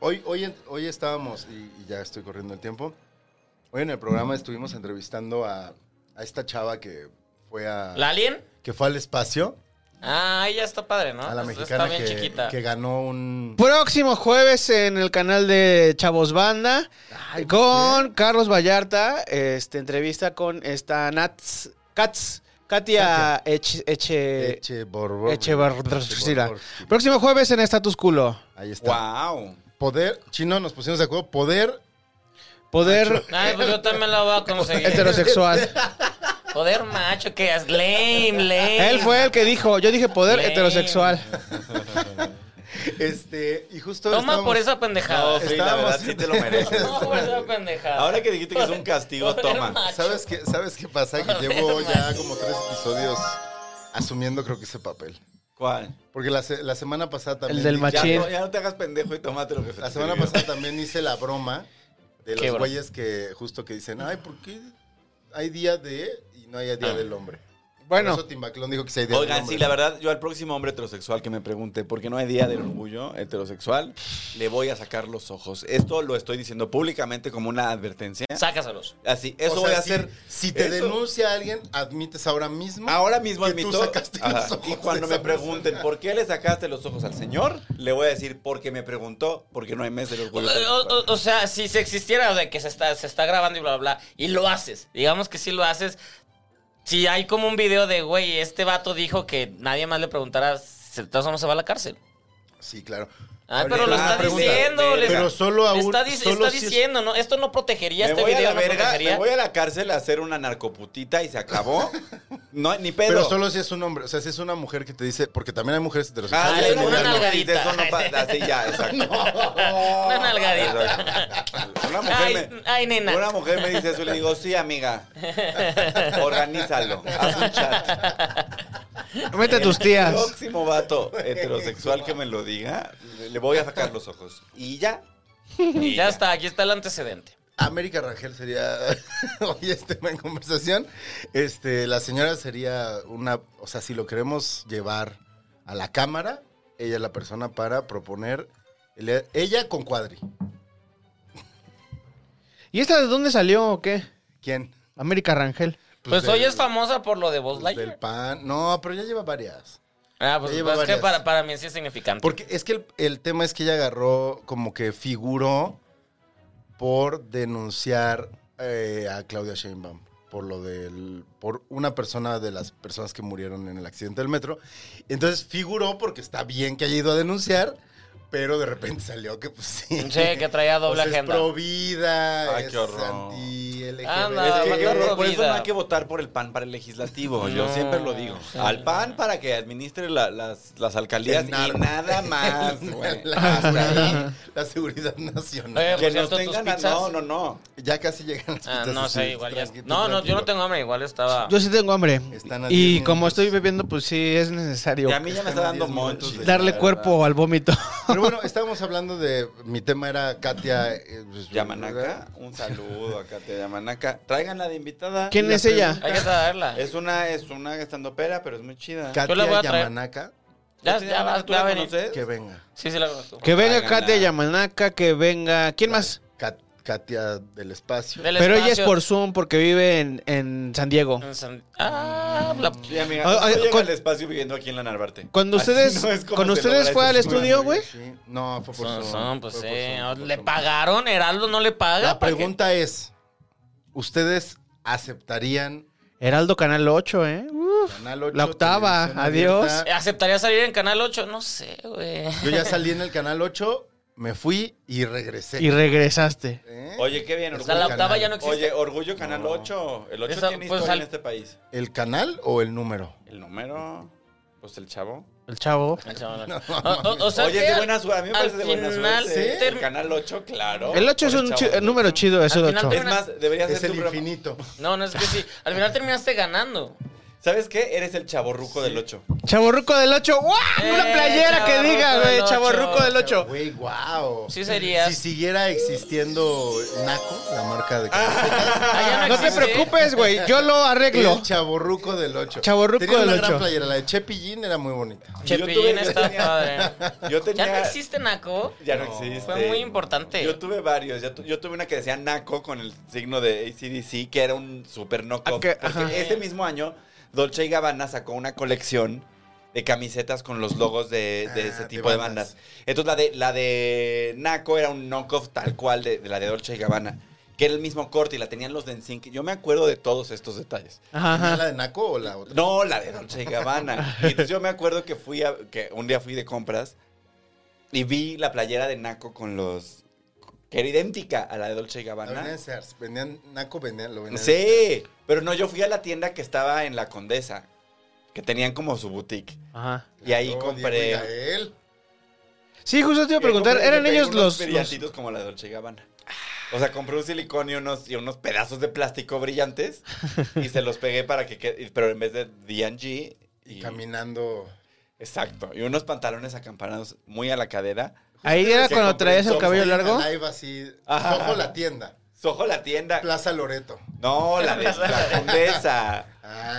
Speaker 2: hoy, hoy, en- hoy estábamos, y, y ya estoy corriendo el tiempo. Hoy en el programa estuvimos entrevistando a, a esta chava que fue a.
Speaker 1: ¿La alien?
Speaker 2: que fue al espacio.
Speaker 1: Ah, ella está padre, ¿no?
Speaker 2: a la
Speaker 1: Pues
Speaker 2: mexicana
Speaker 1: está bien
Speaker 2: que,
Speaker 1: chiquita.
Speaker 2: que ganó un.
Speaker 3: Próximo jueves en el canal de Chavos Banda con Carlos Vallarta, este entrevista con esta Nats Katz, Katia Eche, Eche,
Speaker 2: Eche Borbor-
Speaker 3: Echevarrsila.
Speaker 2: Borborsky.
Speaker 3: Próximo jueves en Status Culo.
Speaker 2: Ahí está.
Speaker 4: Wow.
Speaker 2: Poder, chino, nos pusimos de acuerdo. Poder
Speaker 3: Poder
Speaker 1: Ay, pues yo también la voy a
Speaker 2: Este
Speaker 1: conseguir.
Speaker 3: *laughs* heterosexual.
Speaker 1: Poder macho, que es lame, lame.
Speaker 3: Él fue el que dijo, yo dije poder
Speaker 1: Bien.
Speaker 3: heterosexual.
Speaker 2: Este, y justo.
Speaker 1: Toma
Speaker 2: estábamos-
Speaker 1: por esa pendejada.
Speaker 4: No, sí, la verdad, sí te lo mereces.
Speaker 1: *laughs* Toma por esa pendejada.
Speaker 4: Ahora que dijiste que es un castigo,
Speaker 1: Poder
Speaker 4: toma.
Speaker 1: macho.
Speaker 2: ¿Sabes qué, ¿Sabes qué pasa? Que
Speaker 1: Joder,
Speaker 2: llevo ya
Speaker 1: man.
Speaker 2: como tres episodios asumiendo, creo que ese papel.
Speaker 4: ¿Cuál?
Speaker 2: Porque la, se- la semana pasada también.
Speaker 3: El del
Speaker 2: dije-
Speaker 4: Ya
Speaker 3: machín.
Speaker 4: no, ya no te hagas pendejo y tomate lo que se
Speaker 2: La
Speaker 4: te
Speaker 2: semana
Speaker 4: sirvió.
Speaker 2: pasada también hice la broma de
Speaker 1: ¿Qué
Speaker 2: los
Speaker 1: broma?
Speaker 2: güeyes que justo que dicen, ay, ¿por qué hay día de y no hay día del hombre? Por
Speaker 3: Bueno,
Speaker 2: eso Timbaclón dijo que sí hay día del
Speaker 4: Ah. Oigan,
Speaker 2: hombre.
Speaker 4: sí, la verdad, yo al próximo hombre heterosexual que me pregunte por qué no hay día del orgullo heterosexual, le voy a sacar los ojos. Esto lo estoy diciendo públicamente como una advertencia.
Speaker 1: Sácaselos.
Speaker 4: Así,
Speaker 2: O
Speaker 4: eso
Speaker 2: sea,
Speaker 4: voy a
Speaker 2: si-
Speaker 4: hacer.
Speaker 2: Si te
Speaker 4: eso.
Speaker 2: denuncia alguien, admites ahora mismo.
Speaker 4: Ahora mismo
Speaker 2: que tú
Speaker 4: admito.
Speaker 2: sacaste
Speaker 4: Ajá.
Speaker 2: los ojos
Speaker 4: y cuando
Speaker 2: de
Speaker 4: me
Speaker 2: esa
Speaker 4: pregunten por qué le sacaste los ojos al señor, le voy a decir porque me preguntó, porque no hay mes del
Speaker 1: O,
Speaker 4: orgullo. heterosexual.
Speaker 1: o- o sea, si se existiera de que se está, se está grabando y bla, bla, bla, y lo haces, digamos que sí lo haces, si hay como un video de, güey, este vato dijo que nadie más le preguntara, se- de todas formas se va a la cárcel.
Speaker 2: Sí, claro.
Speaker 1: Ay,
Speaker 2: Ahorita
Speaker 1: pero lo
Speaker 2: una
Speaker 1: está
Speaker 2: pregunta.
Speaker 1: diciendo. le-
Speaker 2: Pero solo a
Speaker 1: le
Speaker 2: un-
Speaker 1: está, dic-
Speaker 2: solo
Speaker 1: está
Speaker 2: si es-
Speaker 1: diciendo, ¿no? Esto no protegería,
Speaker 4: Me
Speaker 1: este
Speaker 4: voy a
Speaker 1: video
Speaker 4: la
Speaker 1: no
Speaker 4: verga, me
Speaker 1: protegería.
Speaker 4: voy a la cárcel a hacer una narcoputita y se *laughs* acabó. No, ni pedo.
Speaker 2: Pero solo si es un hombre, o sea, si es una mujer que te dice, porque también hay mujeres
Speaker 4: Ah,
Speaker 2: heterosexuales.
Speaker 1: Dale
Speaker 4: no,
Speaker 1: una
Speaker 4: no, no,
Speaker 1: nalgadita.
Speaker 4: eso no pa- así
Speaker 1: *laughs*
Speaker 4: ya, exacto.
Speaker 1: Una nalgadita.
Speaker 4: Exacto. Una mujer,
Speaker 1: Ay,
Speaker 4: me,
Speaker 1: ay, nena.
Speaker 4: una mujer me dice eso y le digo, sí, amiga, organízalo, haz un
Speaker 1: *laughs*
Speaker 4: chat.
Speaker 3: mete a tus tías.
Speaker 4: El próximo vato heterosexual que me lo diga, le voy a sacar los ojos. Y ya.
Speaker 1: Ya está, aquí está el antecedente.
Speaker 2: América Rangel sería *laughs* hoy este tema en conversación. Este, la señora sería una, o sea, si lo queremos llevar a la cámara, ella es la persona para proponer el- ella con Cuadri.
Speaker 3: ¿Y esta de dónde salió o qué?
Speaker 2: ¿Quién?
Speaker 3: América Rangel.
Speaker 1: Pues,
Speaker 2: del-
Speaker 1: hoy es famosa por lo de Buzz
Speaker 2: pues,
Speaker 1: Lightyear.
Speaker 2: del pan. No, pero ya lleva varias.
Speaker 1: Ah, pues,
Speaker 2: Lleva
Speaker 1: pues, es que
Speaker 2: varias.
Speaker 1: para, para mí sí es significante.
Speaker 2: Porque es que el, el tema es que ella agarró como que figuró por denunciar eh, a Claudia Sheinbaum por lo del por una persona de las personas que murieron en el accidente del metro. Entonces figuró porque está bien que haya ido a denunciar, pero de repente salió que pues sí.
Speaker 1: Sí, que traía doble
Speaker 2: *laughs* O sea,
Speaker 1: agenda.
Speaker 2: Es pro vida,
Speaker 4: Ay, qué
Speaker 2: es
Speaker 4: horror.
Speaker 2: anti LGBT.
Speaker 1: Anda,
Speaker 4: Es
Speaker 1: Ah,
Speaker 4: que
Speaker 1: mandó
Speaker 4: qué horror,
Speaker 1: por
Speaker 4: por eso no
Speaker 1: vida.
Speaker 4: hay que votar por el PAN para el legislativo.
Speaker 1: No.
Speaker 4: Yo siempre lo digo.
Speaker 1: Sí.
Speaker 4: Al PAN para que administre la- las, las alcaldías
Speaker 2: El
Speaker 4: y
Speaker 2: narco.
Speaker 1: *laughs*
Speaker 4: nada más, güey.
Speaker 2: *laughs* la, seguridad, la seguridad nacional.
Speaker 1: Eh,
Speaker 4: Que
Speaker 1: Por
Speaker 4: nos
Speaker 1: cierto, tus
Speaker 4: tengan... a-
Speaker 1: pizzas.
Speaker 4: No, no, no.
Speaker 2: Ya casi llegan las
Speaker 1: Ah,
Speaker 2: pizzas
Speaker 1: no
Speaker 2: así,
Speaker 1: sé, igual ya.
Speaker 2: tranquilo,
Speaker 1: No, no, yo no
Speaker 2: tranquilo.
Speaker 1: tengo hambre, igual estaba.
Speaker 3: Yo sí tengo hambre.
Speaker 2: Están a diez
Speaker 3: Y como
Speaker 2: minutos.
Speaker 3: estoy bebiendo, pues sí, es necesario
Speaker 4: Y a mí ya me está dando
Speaker 2: Están a diez
Speaker 4: monchis.
Speaker 2: minutos de-
Speaker 3: darle
Speaker 4: la
Speaker 3: cuerpo al vómito.
Speaker 2: Pero bueno, estábamos hablando de. Mi tema era Katia. eh, pues,
Speaker 4: Yamanaka, un saludo acá te Yamanaka. Tráiganla de invitada.
Speaker 3: ¿Quién
Speaker 4: La
Speaker 3: es ella?
Speaker 1: Hay que traerla.
Speaker 4: Es una, es una estandopera, pero es muy chida.
Speaker 2: Katia
Speaker 1: la voy a traer.
Speaker 2: Yamanaka,
Speaker 1: Ya,
Speaker 4: ¿Tú
Speaker 1: ya va,
Speaker 4: ¿Tú
Speaker 1: va a
Speaker 4: la
Speaker 1: venir.
Speaker 4: conoces?
Speaker 2: que venga.
Speaker 1: Sí, sí la conozco.
Speaker 3: Que venga
Speaker 4: Tráiganla.
Speaker 3: Katia Yamanaka, que venga. ¿Quién más?
Speaker 2: Kat- Katia del espacio.
Speaker 1: Del
Speaker 3: Pero ella es
Speaker 1: espacio
Speaker 3: por Zoom porque vive en, en San Diego.
Speaker 1: en San- Ah, la-
Speaker 4: Sí, amiga.
Speaker 3: Ah, ah,
Speaker 4: yo llego
Speaker 3: con-
Speaker 4: al espacio viviendo aquí en la Narvarte.
Speaker 3: Cuando
Speaker 4: Así
Speaker 3: ustedes,
Speaker 4: no es como
Speaker 3: cuando
Speaker 4: se
Speaker 3: ustedes
Speaker 4: logra
Speaker 3: fue al
Speaker 4: ese sueño.
Speaker 3: estudio, güey.
Speaker 2: Sí. No, fue por
Speaker 1: Son,
Speaker 2: Zoom,
Speaker 1: son, pues
Speaker 2: fue por
Speaker 1: sí.
Speaker 2: Zoom,
Speaker 1: Ah,
Speaker 2: fue por
Speaker 1: ¿Le
Speaker 2: Zoom.
Speaker 1: pagaron? ¿Heraldo no le paga?
Speaker 2: La
Speaker 1: ¿Para qué?
Speaker 2: pregunta es: ¿Ustedes aceptarían
Speaker 3: Heraldo Canal 8, ¿eh? Uf.
Speaker 2: Canal 8?
Speaker 3: La octava,
Speaker 2: televisión
Speaker 3: adiós.
Speaker 2: abierta?
Speaker 1: ¿Aceptaría salir en Canal 8? No sé, güey.
Speaker 2: Yo ya salí en el canal 8, me fui y regresé.
Speaker 3: Y regresaste.
Speaker 2: ¿Eh?
Speaker 4: Oye, qué bien.
Speaker 1: O sea, la
Speaker 4: Orgullo,
Speaker 2: Canal.
Speaker 1: octava ya no existe.
Speaker 4: Oye, Orgullo Canal 8. El 8
Speaker 1: Esa-
Speaker 4: tiene
Speaker 1: pues,
Speaker 4: historia
Speaker 1: al-
Speaker 4: en este país.
Speaker 2: ¿El canal o el número?
Speaker 4: El número, pues el chavo.
Speaker 3: El chavo.
Speaker 1: El chaval.
Speaker 2: No,
Speaker 1: o, o- o sea,
Speaker 4: Oye,
Speaker 1: que
Speaker 4: es de
Speaker 1: al-
Speaker 4: buena suerte. A mí me
Speaker 1: al
Speaker 4: parece de buena
Speaker 1: final
Speaker 4: suerte.
Speaker 1: ter-
Speaker 4: El canal 8, claro.
Speaker 3: El 8 es
Speaker 4: Por
Speaker 3: un
Speaker 4: chavo
Speaker 3: chi-
Speaker 4: del
Speaker 3: el número
Speaker 4: ocho.
Speaker 3: chido, es el
Speaker 1: Al final
Speaker 3: 8.
Speaker 1: te-
Speaker 4: Es más, deberías
Speaker 2: Es
Speaker 4: ser
Speaker 2: el
Speaker 4: tu programa.
Speaker 2: infinito.
Speaker 1: No, no es que sí. Al final terminaste ganando.
Speaker 4: ¿Sabes qué? Eres el chaborruco
Speaker 2: *laughs*
Speaker 4: del 8.
Speaker 3: Chaborruco del 8. ¡Guau! Una
Speaker 1: Eh,
Speaker 3: playera que
Speaker 1: chavorruco
Speaker 3: diga,
Speaker 1: del
Speaker 3: güey.
Speaker 1: ocho.
Speaker 3: Chaborruco del 8.
Speaker 2: Güey, wow.
Speaker 1: Sí serías.
Speaker 2: Si siguiera existiendo Naco, la marca de
Speaker 4: *laughs*
Speaker 1: Allá
Speaker 3: No te
Speaker 1: Ah, existe.
Speaker 3: preocupes, güey. Yo lo arreglo.
Speaker 2: El chaborruco del 8.
Speaker 3: Chavorruco
Speaker 2: Tenía
Speaker 3: del
Speaker 2: una gran
Speaker 3: ocho.
Speaker 2: playera, la de Chepi Jean era muy bonita.
Speaker 4: Yo tuve-
Speaker 1: Chepillín
Speaker 4: yo *laughs*
Speaker 1: está
Speaker 4: tenía-
Speaker 1: padre.
Speaker 4: Yo tenía.
Speaker 1: Ya no existe Naco.
Speaker 4: Ya no, existe.
Speaker 1: Fue muy importante.
Speaker 4: Yo tuve varios. Yo, tu- yo tuve una que decía Naco con el signo de ACDC, que era un super
Speaker 3: Ah,
Speaker 4: knockoff.
Speaker 3: que-
Speaker 4: Porque
Speaker 3: ajá.
Speaker 4: ese mismo año, Dolce y Gabbana sacó una colección de camisetas con los logos de, de
Speaker 2: Ah,
Speaker 4: ese
Speaker 2: de
Speaker 4: tipo de
Speaker 2: bandas.
Speaker 4: bandas. Entonces, la de, la de Naco era un knockoff tal cual de, de la de Dolce y Gabbana. Que era el mismo corte y la tenían los de NSYNC. Yo me acuerdo de todos estos detalles.
Speaker 3: Ajá,
Speaker 2: ¿Tenía
Speaker 3: ajá.
Speaker 2: ¿La de Naco o la otra?
Speaker 4: No, la de Dolce y Gabbana. Y entonces yo me acuerdo que fui a- que un día fui de compras y vi la playera de Naco con los que era idéntica a la de Dolce y
Speaker 2: La vendían
Speaker 4: Gabbana.
Speaker 2: en Sears. Vendían, Naco vendían, lo vendían.
Speaker 4: Sí, pero no, yo fui a la tienda que estaba en la Condesa, que tenían como su boutique
Speaker 3: Ajá.
Speaker 4: y ahí
Speaker 2: Oh,
Speaker 4: compré.
Speaker 2: Diego y Gael.
Speaker 3: Sí, justo te iba a preguntar,
Speaker 4: Yo compré-
Speaker 3: ¿eran
Speaker 4: yo pegué
Speaker 3: ellos
Speaker 4: unos
Speaker 3: los, los-
Speaker 4: brillantitos como la Dolce y Gabbana. O sea, compré un silicón y unos, y unos pedazos de plástico brillantes y se los pegué para que quede, pero en vez de D&G
Speaker 2: Y caminando.
Speaker 4: Exacto. Y unos pantalones acampanados muy a la cadera.
Speaker 3: Ahí era
Speaker 4: que
Speaker 3: cuando
Speaker 4: compré
Speaker 3: traías el
Speaker 4: un
Speaker 3: cabello
Speaker 4: software
Speaker 3: largo.
Speaker 2: Live así.
Speaker 4: Ajá.
Speaker 2: Soho la tienda.
Speaker 4: Sojo la tienda.
Speaker 2: Plaza Loreto.
Speaker 4: No, la de la condesa.
Speaker 2: Ah,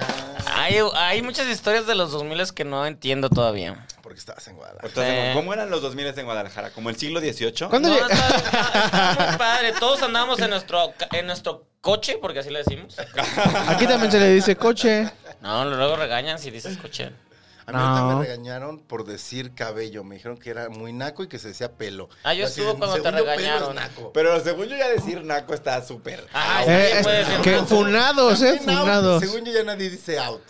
Speaker 1: Hay, hay muchas historias de los 2000 que no entiendo todavía.
Speaker 2: porque estabas en Guadalajara.
Speaker 4: Entonces,
Speaker 1: Sí.
Speaker 4: ¿Cómo eran los 2000 en Guadalajara? ¿Como el siglo XVIII?
Speaker 3: Eh. ¿Cuándo
Speaker 1: No,
Speaker 3: lleg-
Speaker 1: está, está- está
Speaker 4: *laughs*
Speaker 1: muy padre. Todos andábamos en nuestro, ca- en nuestro coche, porque así lo decimos.
Speaker 3: *laughs* Aquí también se le
Speaker 1: *laughs*
Speaker 3: dice coche.
Speaker 1: No, luego regañan si dices coche.
Speaker 2: A mí ahorita
Speaker 3: No.
Speaker 2: me regañaron por decir cabello. Me dijeron que era muy naco y que se decía pelo.
Speaker 1: Ah, yo
Speaker 2: Así,
Speaker 1: estuve cuando te
Speaker 2: según yo, pelo
Speaker 1: regañaron.
Speaker 2: es naco.
Speaker 4: Pero según yo ya decir naco está súper.
Speaker 1: Ah,
Speaker 4: out.
Speaker 3: Eh,
Speaker 1: sí, puede ser.
Speaker 3: que funados, eh,
Speaker 2: También out.
Speaker 3: funados.
Speaker 2: Según yo ya nadie dice out.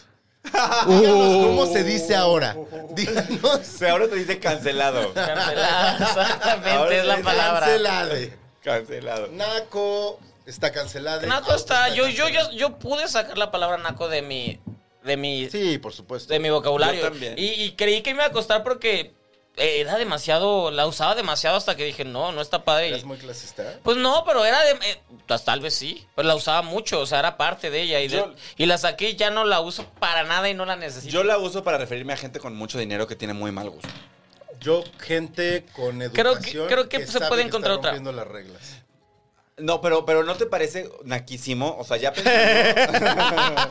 Speaker 2: Díganos
Speaker 3: Uh,
Speaker 2: cómo se dice ahora. Díganos.
Speaker 4: O sea, ahora te
Speaker 3: *laughs*
Speaker 4: dice cancelado. *laughs*
Speaker 1: Cancelada,
Speaker 4: Ahora
Speaker 1: exactamente es la
Speaker 4: sí,
Speaker 1: palabra.
Speaker 2: Cancelade.
Speaker 4: Cancelado.
Speaker 2: Naco está cancelade.
Speaker 1: Naco
Speaker 2: out
Speaker 1: está. Yo, yo, yo,
Speaker 2: cancelade.
Speaker 1: yo pude sacar la palabra naco de mi. de mi.
Speaker 2: Sí, por supuesto.
Speaker 1: de mi vocabulario.
Speaker 4: Yo también.
Speaker 1: Y, y creí que me iba a costar porque eh, era demasiado. La usaba demasiado hasta que dije, no, no está padre.
Speaker 2: Eres
Speaker 1: Y-
Speaker 2: muy clasista.
Speaker 1: Pues no, pero era de. eh, pues tal vez sí. Pero la usaba mucho, o sea, era parte de ella. Y, de-
Speaker 4: Yo-
Speaker 1: y la saqué y ya no la uso para nada y no la necesito.
Speaker 4: Yo la uso para referirme a gente con mucho dinero que tiene muy mal gusto.
Speaker 2: Yo, gente con
Speaker 1: que-
Speaker 2: educación.
Speaker 1: creo que se
Speaker 2: sabe
Speaker 1: puede
Speaker 2: que
Speaker 1: encontrar
Speaker 2: está
Speaker 1: otra.
Speaker 2: rompiendo las reglas.
Speaker 4: No, pero, pero ¿no te parece naquísimo? O
Speaker 2: *laughs*
Speaker 4: sea, ya pensando-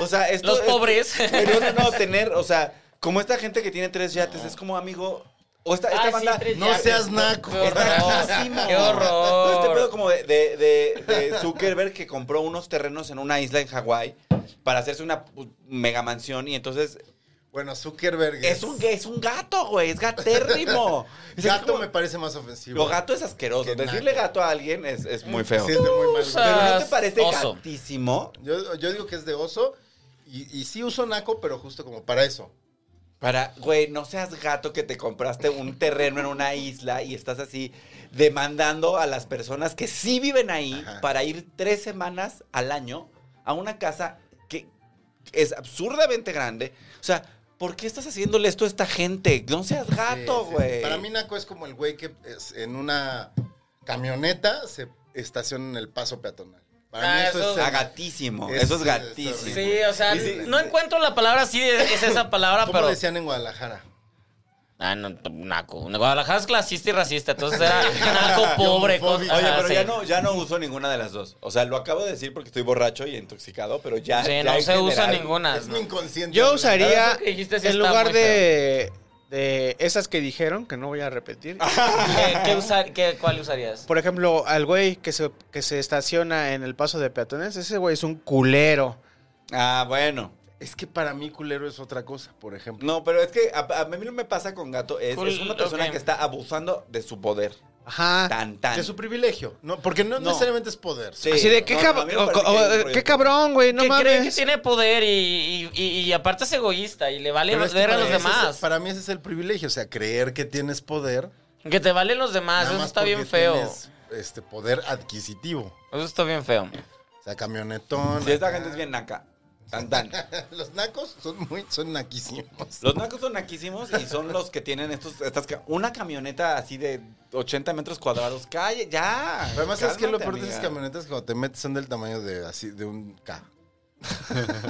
Speaker 4: o sea, esto...
Speaker 1: Los
Speaker 4: es-
Speaker 1: pobres.
Speaker 4: Pero no, no, tener, o sea, como esta gente que tiene tres yates, es como amigo... O esta, esta
Speaker 1: Ay, Ah, sí,
Speaker 4: banda...
Speaker 1: tres
Speaker 5: no
Speaker 1: llaves.
Speaker 5: seas naco.
Speaker 1: Qué
Speaker 4: naquísimo.
Speaker 1: horror. Qué
Speaker 4: Todo Este pedo
Speaker 1: horror.
Speaker 4: como de, de- de- de Zuckerberg que compró unos terrenos en una isla en Hawái para hacerse una pu- mega mansión y entonces...
Speaker 2: Bueno, Zuckerberg.
Speaker 4: Es un, es un gato, güey, es gatérrimo. Es
Speaker 2: *laughs*
Speaker 4: así
Speaker 2: Gato
Speaker 4: como-
Speaker 2: me parece más ofensivo.
Speaker 4: Lo gato es asqueroso.
Speaker 2: Qué
Speaker 4: Decirle
Speaker 2: naco.
Speaker 4: gato a alguien es, es muy feo.
Speaker 2: Sí, es de muy mal.
Speaker 1: Usa-
Speaker 4: Pero ¿no te parece
Speaker 1: Ah, Oso.
Speaker 4: gatísimo?
Speaker 2: Yo, yo digo que es de oso. Y, y sí uso naco, pero justo como para eso.
Speaker 4: Para, güey, no seas gato que te compraste un terreno en una isla y estás así demandando a las personas que sí viven ahí
Speaker 2: Ajá.
Speaker 4: para ir tres semanas al año a una casa que es absurdamente grande. O sea, ¿por qué estás haciéndole esto a esta gente? No seas gato,
Speaker 2: Sí, sí, sí.
Speaker 4: güey.
Speaker 2: Para mí naco es como el güey que es- en una camioneta se estaciona en el paso peatonal. Para mí
Speaker 1: Ah,
Speaker 2: eso,
Speaker 1: eso-
Speaker 2: es...
Speaker 4: Ah,
Speaker 2: ser-
Speaker 4: gatísimo.
Speaker 2: Es-
Speaker 4: Eso es
Speaker 2: es
Speaker 4: gatísimo.
Speaker 2: horrible.
Speaker 1: Sí, o sea,
Speaker 2: Y sí.
Speaker 1: no encuentro la palabra así, es es esa palabra,
Speaker 2: ¿Cómo
Speaker 1: pero...
Speaker 2: decían en Guadalajara?
Speaker 1: Ah, no, t- naco. Guadalajara es clasista y racista, entonces era
Speaker 2: *laughs*
Speaker 1: naco pobre.
Speaker 2: homofóbico.
Speaker 1: cosa-
Speaker 4: Oye,
Speaker 1: ajá,
Speaker 4: pero
Speaker 1: sí.
Speaker 4: ya no, ya no uso ninguna de las dos. O sea, lo acabo de decir porque estoy borracho y intoxicado, pero ya.
Speaker 1: Sí,
Speaker 4: ya
Speaker 1: no
Speaker 4: en
Speaker 1: se usa
Speaker 4: general-
Speaker 1: ninguna.
Speaker 2: Es mi inconsciente.
Speaker 3: Yo
Speaker 1: Pero
Speaker 3: usaría,
Speaker 1: eso que dijiste sí
Speaker 3: en
Speaker 1: está
Speaker 3: lugar
Speaker 1: muy
Speaker 3: de, de esas que dijeron, que no voy
Speaker 1: *laughs*
Speaker 3: a
Speaker 2: *laughs*
Speaker 3: repetir,
Speaker 1: ¿Qué, qué usar, qué- ¿Cuál usarías?
Speaker 2: Pues,
Speaker 3: por ejemplo, al güey que se, que se estaciona en el paso de peatones, ese güey es un culero.
Speaker 4: Ah, bueno.
Speaker 2: Es que para mí culero es otra cosa, por ejemplo.
Speaker 4: No, pero es que a, a mí lo que me pasa con gato es,
Speaker 1: Cool,
Speaker 4: es una persona
Speaker 1: ok.
Speaker 4: que está abusando de su poder.
Speaker 3: Ajá.
Speaker 4: Tan, tan.
Speaker 2: De su privilegio. No, porque no,
Speaker 4: No.
Speaker 2: necesariamente es poder.
Speaker 4: Sí.
Speaker 3: Así de,
Speaker 4: no,
Speaker 3: qué,
Speaker 4: no,
Speaker 3: cab-
Speaker 4: a mí me parece
Speaker 3: o- o-
Speaker 4: que hay un
Speaker 3: qué
Speaker 4: proyecto.
Speaker 3: cabrón, güey, no
Speaker 1: que cree que
Speaker 3: mames.
Speaker 1: tiene poder y, y- y- y aparte es egoísta y le vale
Speaker 2: Pero es que
Speaker 1: ver a
Speaker 2: para
Speaker 1: los
Speaker 2: mí ese es-
Speaker 1: demás.
Speaker 2: para mí ese es el privilegio, o sea, creer que tienes poder.
Speaker 1: Que te valen los demás, Ah,
Speaker 2: nada
Speaker 1: eso
Speaker 2: más
Speaker 1: está bien
Speaker 2: porque
Speaker 1: feo.
Speaker 2: tienes, este poder adquisitivo.
Speaker 1: Eso está bien feo.
Speaker 2: O sea, camionetón.
Speaker 4: Sí, esta
Speaker 2: acá.
Speaker 4: gente es bien naca. Tan, tan.
Speaker 2: *laughs* Los nacos son muy, son naquísimos.
Speaker 4: Los nacos son naquísimos y son los que tienen estos, estas, ca- una camioneta así de 80 metros cuadrados. Calle, ya.
Speaker 2: Además, ¿sabes qué? Lo peor de
Speaker 4: amiga.
Speaker 2: esas camionetas cuando te metes son del tamaño de así, de un K.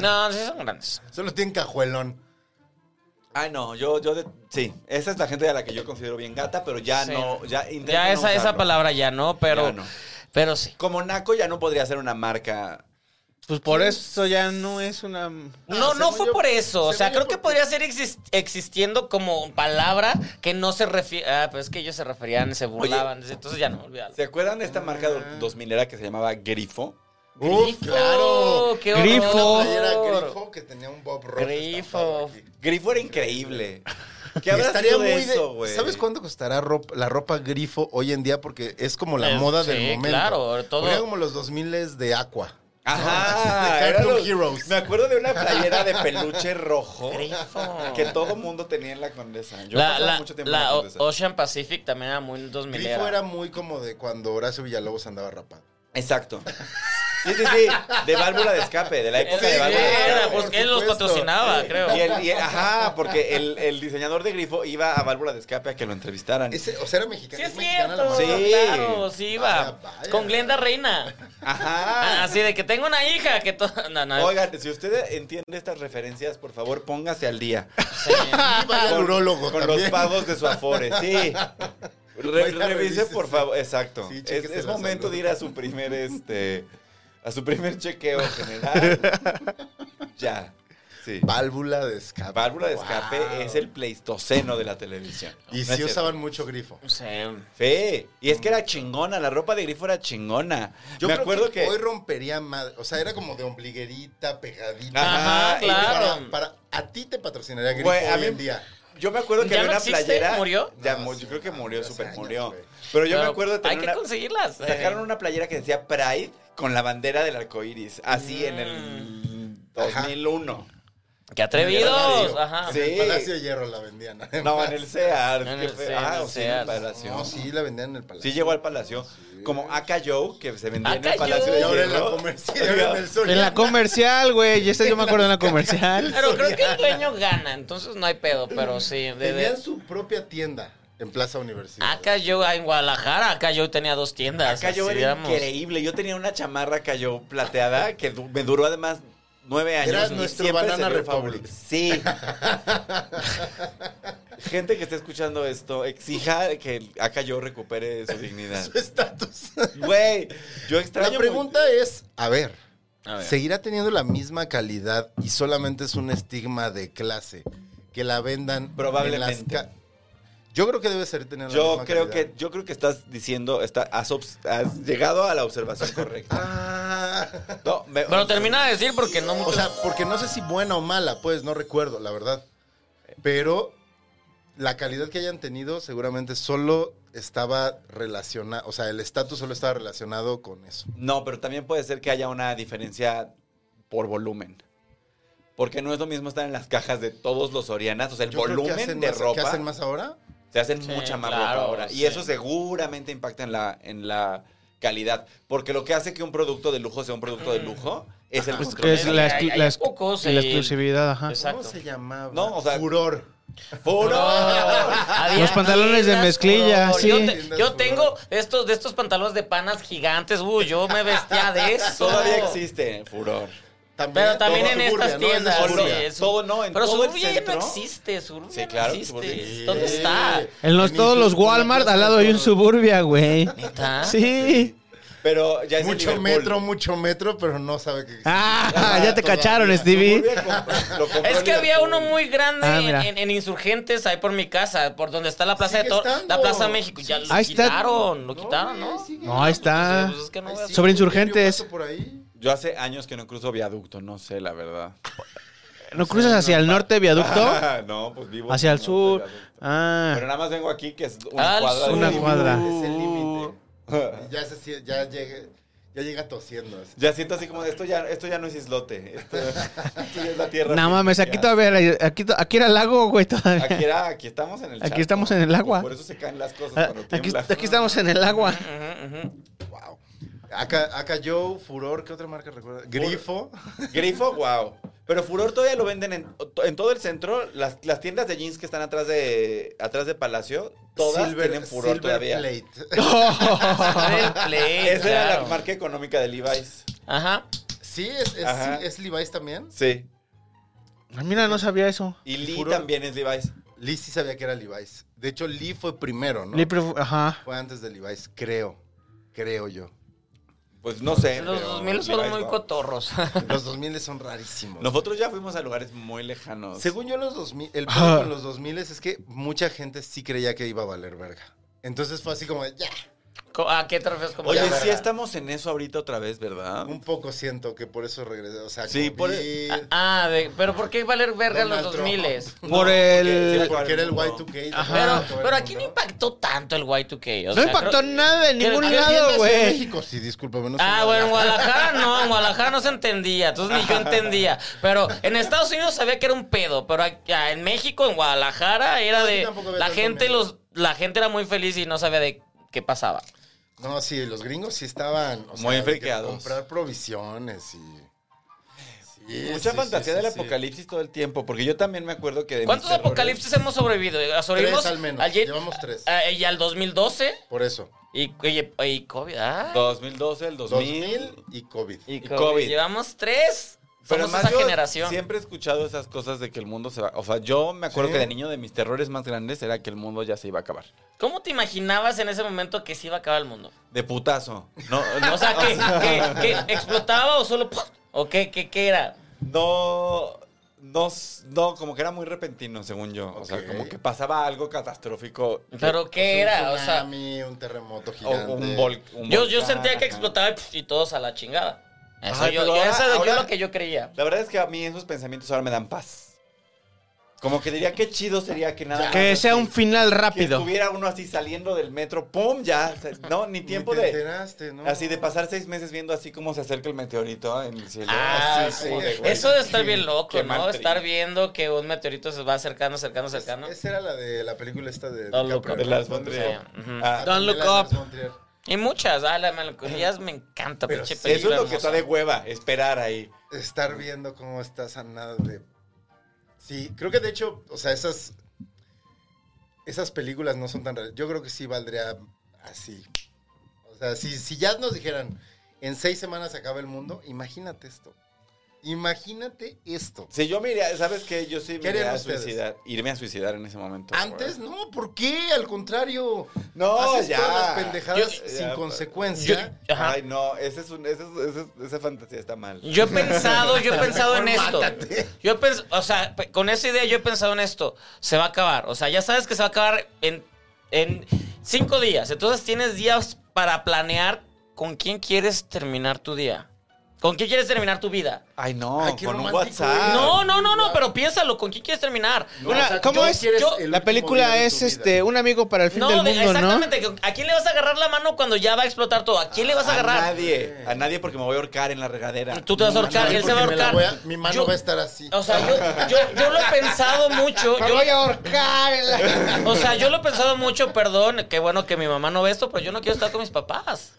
Speaker 1: No, sí son grandes.
Speaker 2: Solo tienen cajuelón.
Speaker 4: Ay, no, yo, yo, de- sí, esa es la gente a la que yo considero bien gata, pero ya
Speaker 1: Sí.
Speaker 4: no, ya intento
Speaker 1: Ya
Speaker 4: no
Speaker 1: esa, esa
Speaker 4: usarlo.
Speaker 1: palabra ya no, pero,
Speaker 4: Ya no.
Speaker 1: pero sí.
Speaker 4: Como Naco ya no podría ser una marca.
Speaker 3: Pues por eso ya no es una...
Speaker 1: No, no
Speaker 2: según
Speaker 1: fue
Speaker 2: yo-
Speaker 1: por eso. O
Speaker 2: según
Speaker 1: sea,
Speaker 2: yo
Speaker 1: creo que
Speaker 2: porque-
Speaker 1: podría ser exis- existiendo como palabra que no se refiere. Ah, pero es que ellos se referían, se burlaban. entonces ya no, olvídalo.
Speaker 4: ¿Se acuerdan de esta marca do- 2000 era que se llamaba Grifo?
Speaker 2: Ah. ¡Uf, claro!
Speaker 1: ¡Qué
Speaker 3: Grifo.
Speaker 1: horror!
Speaker 2: Ahí era grifo que tenía un Bob Ross.
Speaker 1: Grifo.
Speaker 2: estampado aquí.
Speaker 4: Oh. Grifo era increíble.
Speaker 2: Y
Speaker 4: ¿Qué habrá
Speaker 2: estaría
Speaker 4: sido
Speaker 2: muy
Speaker 4: de
Speaker 2: de-
Speaker 4: eso, güey?
Speaker 2: ¿Sabes cuánto costará ropa- la ropa grifo hoy en día? Porque es como la
Speaker 1: Eh,
Speaker 2: moda
Speaker 1: sí,
Speaker 2: del momento.
Speaker 1: claro, todo-
Speaker 2: Era como los 2000 de Aqua.
Speaker 4: Ajá.
Speaker 2: De Cartoon
Speaker 4: era los-
Speaker 2: Heroes.
Speaker 4: Me acuerdo de una playera de peluche rojo
Speaker 1: Grifo.
Speaker 4: que todo mundo tenía en la Condesa. Yo
Speaker 1: La,
Speaker 4: pasaba
Speaker 1: la-
Speaker 4: mucho tiempo
Speaker 1: la
Speaker 4: en la
Speaker 1: O-
Speaker 4: Condesa.
Speaker 1: Ocean Pacific también era muy 2000
Speaker 2: Grifo era muy como de cuando Horacio Villalobos andaba rapado.
Speaker 4: Exacto. Sí, sí, sí. De válvula de escape, de la época
Speaker 1: Era,
Speaker 4: de
Speaker 1: era,
Speaker 4: válvula de escape.
Speaker 1: pues
Speaker 2: por
Speaker 1: él los
Speaker 2: supuesto.
Speaker 1: patrocinaba, creo.
Speaker 4: Y el- y el- ajá, porque el, el diseñador de grifo iba a válvula de escape a que lo entrevistaran.
Speaker 2: Ese, o sea, era mexicano.
Speaker 1: Sí, es
Speaker 2: mexicana la
Speaker 1: cierto.
Speaker 2: marca.
Speaker 4: Sí.
Speaker 1: Claro, sí iba.
Speaker 2: Vaya, vaya.
Speaker 1: Con Glenda Reina. Ah,
Speaker 4: Ajá.
Speaker 1: Así de que tengo una hija que. to- No, no.
Speaker 4: Oigan, si usted entiende estas referencias, por favor, póngase al día.
Speaker 1: sí.
Speaker 2: Y vaya *laughs* al urólogo
Speaker 4: Con
Speaker 2: también.
Speaker 4: los pagos de su Afore,
Speaker 2: *laughs*
Speaker 4: sí. Re-
Speaker 2: Vaya,
Speaker 4: revise,
Speaker 2: revísese.
Speaker 4: por favor. Exacto.
Speaker 2: Sí,
Speaker 4: es
Speaker 2: chéquese
Speaker 4: es
Speaker 2: la
Speaker 4: momento
Speaker 2: salud.
Speaker 4: de ir a su primer, este... A su primer chequeo
Speaker 2: *laughs*
Speaker 4: general. ya. Sí.
Speaker 2: Válvula de escape.
Speaker 4: Válvula de escape
Speaker 2: Wow.
Speaker 4: es el pleistoceno de la televisión.
Speaker 2: Y
Speaker 4: No es
Speaker 2: sí
Speaker 4: cierto.
Speaker 2: usaban mucho grifo.
Speaker 1: Sí.
Speaker 4: Sí, y es que era chingona, la ropa de grifo era chingona.
Speaker 2: Yo
Speaker 4: me
Speaker 2: creo
Speaker 4: acuerdo
Speaker 2: que,
Speaker 4: que,
Speaker 2: hoy rompería madre. O sea, era como de ombliguerita, pegadita.
Speaker 4: Ajá,
Speaker 1: Ajá,
Speaker 4: y
Speaker 1: claro.
Speaker 2: Para, para- a ti te patrocinaría grifo
Speaker 4: Güey, a
Speaker 2: hoy
Speaker 4: mí-
Speaker 2: en día.
Speaker 4: yo me acuerdo que
Speaker 1: ¿Ya
Speaker 4: había
Speaker 1: no
Speaker 4: una
Speaker 1: existe?
Speaker 4: playera.
Speaker 1: ¿Murió?
Speaker 4: Ya,
Speaker 2: No,
Speaker 4: mu-
Speaker 2: sí,
Speaker 4: yo creo que
Speaker 2: no,
Speaker 4: murió,
Speaker 2: hace
Speaker 4: super
Speaker 2: años,
Speaker 4: murió.
Speaker 2: güey.
Speaker 4: Pero yo
Speaker 1: Pero
Speaker 4: me acuerdo de
Speaker 1: Hay
Speaker 4: tener
Speaker 1: que
Speaker 4: una,
Speaker 1: conseguirlas. eh.
Speaker 4: sacaron una playera que decía Pride con la bandera del arco iris, así en
Speaker 2: Mm.
Speaker 4: el 2001.
Speaker 1: ¡Qué atrevidos! Ajá.
Speaker 4: Sí.
Speaker 2: En el Palacio de Hierro la vendían. *laughs*
Speaker 4: No, en el Sears.
Speaker 1: En
Speaker 4: qué
Speaker 1: el
Speaker 4: feo.
Speaker 1: Sears, en el
Speaker 4: Ah, o sí, en el
Speaker 1: Sears.
Speaker 4: Palacio.
Speaker 2: No, sí, la vendían en el
Speaker 4: Sí
Speaker 2: Palacio.
Speaker 4: llegó al Palacio. Como Aka Joe, que se vendía en
Speaker 1: Aka
Speaker 4: el Palacio
Speaker 1: Joe.
Speaker 4: de
Speaker 2: Y ahora en la
Speaker 4: Hierro.
Speaker 2: comercial. ahora en el sol.
Speaker 3: En la comercial, güey. Y esta yo me acuerdo *laughs* en la comercial.
Speaker 1: Pero creo que el
Speaker 4: *laughs*
Speaker 1: dueño gana, entonces no hay pedo, pero sí. de- Ah, de-
Speaker 2: Tenían su propia tienda en Plaza Universidad.
Speaker 1: Acá yo en Guadalajara, acá yo tenía dos tiendas.
Speaker 4: Acá yo
Speaker 1: así,
Speaker 4: era
Speaker 1: digamos.
Speaker 4: increíble. Yo tenía una chamarra cayó plateada que du- me duró además nueve años.
Speaker 2: Era
Speaker 4: y
Speaker 2: nuestro
Speaker 4: siempre
Speaker 2: Banana
Speaker 4: se vio
Speaker 2: Republic.
Speaker 4: fabuloso. Sí. *laughs* gente que está escuchando esto, exija que acá yo recupere su dignidad.
Speaker 2: su estatus.
Speaker 4: Güey, yo extraño.
Speaker 2: La pregunta es, a ver,
Speaker 4: A ver.
Speaker 2: ¿seguirá teniendo la misma calidad y solamente es un estigma de clase? Que la vendan
Speaker 4: Probablemente.
Speaker 2: en las ca- Yo creo que debe ser tener la
Speaker 4: Yo
Speaker 2: misma
Speaker 4: creo
Speaker 2: calidad.
Speaker 4: que yo creo que estás diciendo, está, has, obs- has llegado a la observación correcta.
Speaker 2: Ah. *laughs*
Speaker 4: No, me-
Speaker 1: Pero termina de decir porque no
Speaker 2: O
Speaker 1: muchos-
Speaker 2: sea, porque no sé si buena o mala, pues no recuerdo, la verdad. Pero la calidad que hayan tenido seguramente solo estaba relacionada, o sea, el estatus solo estaba relacionado con eso.
Speaker 4: No, pero también puede ser que haya una diferencia por volumen. Porque no es lo mismo estar en las cajas de todos los Orianas. O sea, el
Speaker 2: Yo creo que
Speaker 4: volumen
Speaker 2: hacen
Speaker 4: de
Speaker 2: más-
Speaker 4: ropa.
Speaker 2: ¿Qué hacen más ahora?
Speaker 4: Se hacen
Speaker 1: Sí,
Speaker 4: mucha más
Speaker 1: claro,
Speaker 4: ropa ahora.
Speaker 1: sí.
Speaker 4: Y eso seguramente impacta en la, en la calidad. Porque lo que hace que un producto de lujo sea un producto de
Speaker 1: Mm.
Speaker 4: lujo
Speaker 1: *laughs*
Speaker 4: es el
Speaker 1: Pues
Speaker 4: producto
Speaker 3: Que es
Speaker 4: de
Speaker 3: la,
Speaker 1: Hay-
Speaker 3: exclu-
Speaker 1: hay
Speaker 3: la ex-
Speaker 1: pocos,
Speaker 3: la
Speaker 1: sí.
Speaker 3: exclusividad, ajá.
Speaker 1: *laughs* Exacto.
Speaker 2: ¿Cómo se llamaba?
Speaker 4: No, o sea-
Speaker 2: Furor.
Speaker 4: ¡Furor!
Speaker 1: No, *laughs* había-
Speaker 3: Los pantalones de
Speaker 1: tiendas,
Speaker 3: mezclilla,
Speaker 1: por favor.
Speaker 3: sí.
Speaker 1: Yo, te- yo tengo estos, de estos pantalones de panas gigantes. Uy, yo me vestía de eso.
Speaker 4: Todavía existe furor.
Speaker 2: También,
Speaker 4: Eh,
Speaker 1: Pero también
Speaker 2: todo
Speaker 1: en
Speaker 2: suburbia,
Speaker 1: estas
Speaker 2: ¿no? Es de
Speaker 1: tiendas.
Speaker 4: Solo-
Speaker 2: suburbia.
Speaker 1: sí, es-
Speaker 4: todo, no, en
Speaker 1: pero
Speaker 4: todo el
Speaker 1: Suburbia ya
Speaker 4: centro.
Speaker 1: no existe. Suburbia
Speaker 4: Sí, claro,
Speaker 1: no existe.
Speaker 4: Suburbia.
Speaker 1: ¿Dónde está?
Speaker 3: En los,
Speaker 2: En
Speaker 3: todos los
Speaker 2: Instituto, en la
Speaker 3: Walmart,
Speaker 2: plaza
Speaker 3: al
Speaker 2: de
Speaker 3: lado hay un
Speaker 2: todos.
Speaker 3: suburbia, güey.
Speaker 1: ¿Neta?
Speaker 3: Sí.
Speaker 4: Pero ya es en
Speaker 2: Mucho
Speaker 4: Liverpool.
Speaker 2: metro, mucho metro, pero no sabe que existe.
Speaker 3: Ah, *laughs* ya te
Speaker 2: Todavía.
Speaker 3: cacharon,
Speaker 4: Suburbia
Speaker 3: Stevie.
Speaker 4: compró- lo compró
Speaker 1: Es que había
Speaker 4: Liverpool.
Speaker 1: uno muy grande
Speaker 3: Ah,
Speaker 1: en,
Speaker 3: mira.
Speaker 1: en- en Insurgentes, ahí por mi casa, por donde está la Plaza de
Speaker 2: Sigue
Speaker 1: Todo.
Speaker 2: estando.
Speaker 1: La Plaza México. Ya lo
Speaker 3: Ahí está.
Speaker 1: quitaron, lo quitaron, ¿no?
Speaker 2: sigue.
Speaker 3: No, ahí está.
Speaker 1: Pues es que no
Speaker 2: Ahí
Speaker 1: veo-
Speaker 2: sigue.
Speaker 3: Sobre insurgentes.
Speaker 2: Yo paso por ahí.
Speaker 4: Yo hace años que no cruzo viaducto, no sé, la verdad.
Speaker 3: ¿No cruzas hacia el norte, viaducto?
Speaker 4: Ah, *laughs* no, pues vivo.
Speaker 3: Hacia el
Speaker 4: no,
Speaker 3: sur.
Speaker 4: viaducto. Pero
Speaker 3: Ah.
Speaker 4: nada más vengo aquí, que es una
Speaker 1: Al
Speaker 4: cuadra. de
Speaker 1: sur.
Speaker 3: Una
Speaker 4: viaducto.
Speaker 3: cuadra.
Speaker 2: Es el límite. Ya, se sie- ya, llega, ya llega tosiendo. así.
Speaker 4: Ya siento así como de esto ya, esto ya no es islote. Esto, *laughs* esto ya es la tierra.
Speaker 3: No mames, aquí
Speaker 4: todavía
Speaker 3: todavía era, aquí, to- aquí era el lago, güey, todavía.
Speaker 4: Aquí, era, aquí estamos en el
Speaker 3: Aquí
Speaker 4: charco.
Speaker 3: estamos en el agua.
Speaker 4: Por eso se caen las cosas
Speaker 3: Ah,
Speaker 4: cuando
Speaker 3: Aquí,
Speaker 4: tiembla.
Speaker 3: aquí estamos en el agua.
Speaker 1: Ujú,
Speaker 4: *laughs*
Speaker 1: ujú.
Speaker 2: Wow. Acá, acá Joe, Furor, ¿qué otra marca recuerda? Grifo.
Speaker 4: Grifo, wow. Pero Furor todavía lo venden en, en todo el centro. Las, las tiendas de jeans que están atrás de atrás de Palacio, todas tienen Furor
Speaker 2: Silver
Speaker 4: todavía.
Speaker 2: Plate.
Speaker 3: Ah,
Speaker 1: El play,
Speaker 4: Esa era
Speaker 1: claro.
Speaker 4: la marca económica de Levi's.
Speaker 1: Ajá.
Speaker 2: Sí, es, es,
Speaker 4: Ajá.
Speaker 2: sí, es Levi's también.
Speaker 4: Sí.
Speaker 3: Ah, Mira, no sabía eso.
Speaker 4: Y Lee
Speaker 2: Furor.
Speaker 4: también es Levi's.
Speaker 2: Lee sí sabía que era Levi's. De hecho, Lee fue primero, ¿no?
Speaker 3: Le pref- Ajá.
Speaker 2: Fue antes de Levi's, creo. Creo yo.
Speaker 4: Pues no sé.
Speaker 1: Los
Speaker 4: pero
Speaker 1: 2000 son
Speaker 4: Levi's,
Speaker 1: muy
Speaker 4: wow.
Speaker 1: cotorros. *laughs*
Speaker 2: Los 2000 son rarísimos.
Speaker 4: Nosotros ya fuimos a lugares muy lejanos.
Speaker 2: Según yo, los 2000, el
Speaker 3: Ajá.
Speaker 2: problema con los 2000 es que mucha gente sí creía que iba a valer verga. Entonces fue así como, de, ya,
Speaker 1: Co- ¿A qué te refieres con
Speaker 4: Oye,
Speaker 1: verga?
Speaker 4: sí estamos en eso ahorita otra vez, ¿verdad?
Speaker 2: un poco siento que por eso regresé. O sea,
Speaker 4: Sí, por-
Speaker 2: COVID,
Speaker 1: Ah, de- pero ¿por qué valer verga
Speaker 2: Donald
Speaker 1: los
Speaker 2: Trump.
Speaker 1: 2000
Speaker 3: Por el...
Speaker 2: porque era el Y2K.
Speaker 1: Pero,
Speaker 2: todo el
Speaker 1: pero aquí no
Speaker 2: mundo.
Speaker 1: impactó tanto el Y2K. o
Speaker 3: No
Speaker 1: sea,
Speaker 3: impactó
Speaker 1: creo-
Speaker 3: nada en
Speaker 1: creo-
Speaker 3: ningún
Speaker 1: creo-
Speaker 3: lado,
Speaker 2: En
Speaker 3: güey.
Speaker 2: México, sí, discúlpame. No sé
Speaker 1: Ah,
Speaker 2: nada.
Speaker 1: bueno, en Guadalajara no, en Guadalajara no se entendía, entonces ni yo entendía. Pero en Estados Unidos sabía que era un pedo, pero aquí- ah, en México, en Guadalajara, era
Speaker 2: No, aquí
Speaker 1: de.
Speaker 2: tampoco había
Speaker 1: La
Speaker 2: tanto
Speaker 1: gente,
Speaker 2: miedo.
Speaker 1: los, la gente era muy feliz y no sabía de qué pasaba.
Speaker 2: No, sí, los gringos sí estaban... o sea,
Speaker 4: Muy
Speaker 2: de que
Speaker 4: friqueados.
Speaker 2: Comprar provisiones y... Sí,
Speaker 4: Mucha
Speaker 2: sí,
Speaker 4: fantasía
Speaker 2: sí,
Speaker 4: del
Speaker 2: sí, sí.
Speaker 4: apocalipsis todo el tiempo, porque yo también me acuerdo que... de mis
Speaker 1: ¿Cuántos
Speaker 4: terrores-
Speaker 1: apocalipsis hemos sobrevivido? Eh, Sobrevivimos
Speaker 2: al menos,
Speaker 1: Ye-
Speaker 2: llevamos tres.
Speaker 1: a- y al 2012
Speaker 2: Por eso.
Speaker 1: y, y, y COVID. ah.
Speaker 4: 2012, el 2000...
Speaker 2: 2000 y COVID.
Speaker 1: Y
Speaker 4: Y
Speaker 1: COVID.
Speaker 4: COVID.
Speaker 1: Llevamos tres.
Speaker 4: Pero
Speaker 1: Somos
Speaker 4: más
Speaker 1: esa
Speaker 4: yo
Speaker 1: generación.
Speaker 4: siempre he escuchado esas cosas de que el mundo se va... O sea, yo me acuerdo
Speaker 2: Sí.
Speaker 4: que de niño de mis terrores más grandes era que el mundo ya se iba a acabar.
Speaker 1: ¿Cómo te imaginabas en ese momento que se iba a acabar el mundo?
Speaker 4: De putazo. No,
Speaker 1: *laughs*
Speaker 4: no,
Speaker 1: O
Speaker 4: *laughs*
Speaker 1: sea, que, que- que explotaba o solo. ¡pum! ¿O qué, qué, qué era?
Speaker 4: No, no, s- no, como que era muy repentino, según yo. O sea,
Speaker 2: Ok.
Speaker 4: como que pasaba algo catastrófico.
Speaker 1: ¿Pero qué era? O sea,
Speaker 2: tsunami, un terremoto
Speaker 4: O
Speaker 2: gigante.
Speaker 4: un, vol- un
Speaker 1: yo, yo
Speaker 4: volcán,
Speaker 1: sentía que
Speaker 4: ajá.
Speaker 1: explotaba y, pf, y todos a la chingada. Eso,
Speaker 4: Ay,
Speaker 1: yo,
Speaker 4: pero
Speaker 1: yo-
Speaker 4: ahora-
Speaker 1: eso es
Speaker 4: ahora-
Speaker 1: lo que yo creía.
Speaker 4: La verdad es que a mí esos pensamientos ahora me dan paz. Como que diría qué chido sería que nada
Speaker 3: Que
Speaker 4: más
Speaker 3: sea
Speaker 4: así,
Speaker 3: un final
Speaker 4: que
Speaker 3: rápido.
Speaker 4: estuviera uno así saliendo del metro, pum, ya, o sea, no, ni tiempo
Speaker 2: te
Speaker 4: de
Speaker 2: enteraste, ¿no?
Speaker 4: así de pasar seis meses viendo así cómo se acerca el meteorito en el cielo.
Speaker 1: Ah,
Speaker 4: así
Speaker 1: sí.
Speaker 4: como de, güey,
Speaker 1: Eso de estar bien
Speaker 4: qué-
Speaker 1: loco,
Speaker 4: qué mal
Speaker 1: ¿no?
Speaker 4: trip.
Speaker 1: Estar viendo que un meteorito se va acercando, acercando, acercando.
Speaker 2: Esa era la de la película esta de...
Speaker 1: Don't
Speaker 2: DiCaprio,
Speaker 1: Look Up.
Speaker 2: ¿no?
Speaker 4: de las
Speaker 2: Don't
Speaker 4: Mondrian.
Speaker 2: Look Up.
Speaker 1: Ujú.
Speaker 4: Ah,
Speaker 2: Ah,
Speaker 3: Don't
Speaker 2: también
Speaker 3: Look
Speaker 2: la de
Speaker 3: Up.
Speaker 2: las Mondrian.
Speaker 1: Y muchas. Ah, la melancolía me encanta.
Speaker 2: Pero
Speaker 1: pinche
Speaker 2: sí,
Speaker 4: Eso
Speaker 1: película
Speaker 4: es lo que está
Speaker 1: hermosa.
Speaker 4: de hueva, esperar ahí.
Speaker 2: Estar viendo cómo estás a nada de... Sí, creo que de hecho, o sea, esas... Esas películas no son tan reales. Yo creo que sí valdría así. O sea, si, si ya nos dijeran, en seis semanas se acaba el mundo, imagínate esto. Imagínate esto.
Speaker 4: Si yo me iría, ¿sabes qué? Yo sí me
Speaker 2: ¿Qué
Speaker 4: iría
Speaker 2: harían
Speaker 4: a
Speaker 2: ustedes?
Speaker 4: suicidar. Irme a suicidar en ese momento.
Speaker 2: Antes
Speaker 4: güey.
Speaker 2: no, ¿por qué? Al contrario.
Speaker 4: No,
Speaker 2: haces
Speaker 4: ya.
Speaker 2: todas las pendejadas
Speaker 4: Yo-
Speaker 2: sin
Speaker 4: ya,
Speaker 2: consecuencia.
Speaker 1: Ajá.
Speaker 4: Ay, no, ese es un, ese es- ese es- esa fantasía está mal.
Speaker 1: Yo he pensado, yo he pensado en
Speaker 2: Mejor
Speaker 1: esto.
Speaker 2: mátate.
Speaker 1: Yo he pens- o sea, pe- con esa idea yo he pensado en esto. Se va a acabar. O sea, ya sabes que se va a acabar en, en cinco días. Entonces tienes días para planear con quién quieres terminar tu día. ¿Con quién quieres terminar tu vida?
Speaker 4: Ay, no,
Speaker 2: Ay, qué
Speaker 4: con un
Speaker 2: romántico,
Speaker 4: WhatsApp.
Speaker 2: Ah,
Speaker 1: no, no, no, no, pero piénsalo. ¿Con quién quieres terminar?
Speaker 2: No,
Speaker 3: Una-
Speaker 2: o sea,
Speaker 3: ¿Cómo
Speaker 2: yo
Speaker 3: es?
Speaker 2: quieres
Speaker 1: Yo-
Speaker 2: el
Speaker 3: La
Speaker 2: último
Speaker 3: película
Speaker 2: día de
Speaker 3: es
Speaker 2: tu vida.
Speaker 3: este un amigo para el fin
Speaker 1: No,
Speaker 3: del
Speaker 1: de-
Speaker 3: mundo, ¿no?
Speaker 1: exactamente. ¿A quién le vas a agarrar la mano cuando ya va a explotar todo? ¿A quién le vas a agarrar?
Speaker 4: A nadie, a nadie porque me voy a ahorcar en la regadera.
Speaker 1: Tú te vas a ahorcar,
Speaker 2: Ay,
Speaker 1: él se va a
Speaker 2: porque me la
Speaker 1: ahorcar.
Speaker 2: voy a- Mi mano
Speaker 1: Yo-
Speaker 2: va a estar así.
Speaker 1: O sea, yo, yo, yo lo he pensado mucho.
Speaker 3: Me
Speaker 1: yo-
Speaker 3: voy a ahorcar en
Speaker 1: *laughs*
Speaker 3: la-
Speaker 1: O sea, yo lo he pensado mucho, perdón, qué bueno que mi mamá no ve esto, pero yo no quiero estar con mis papás.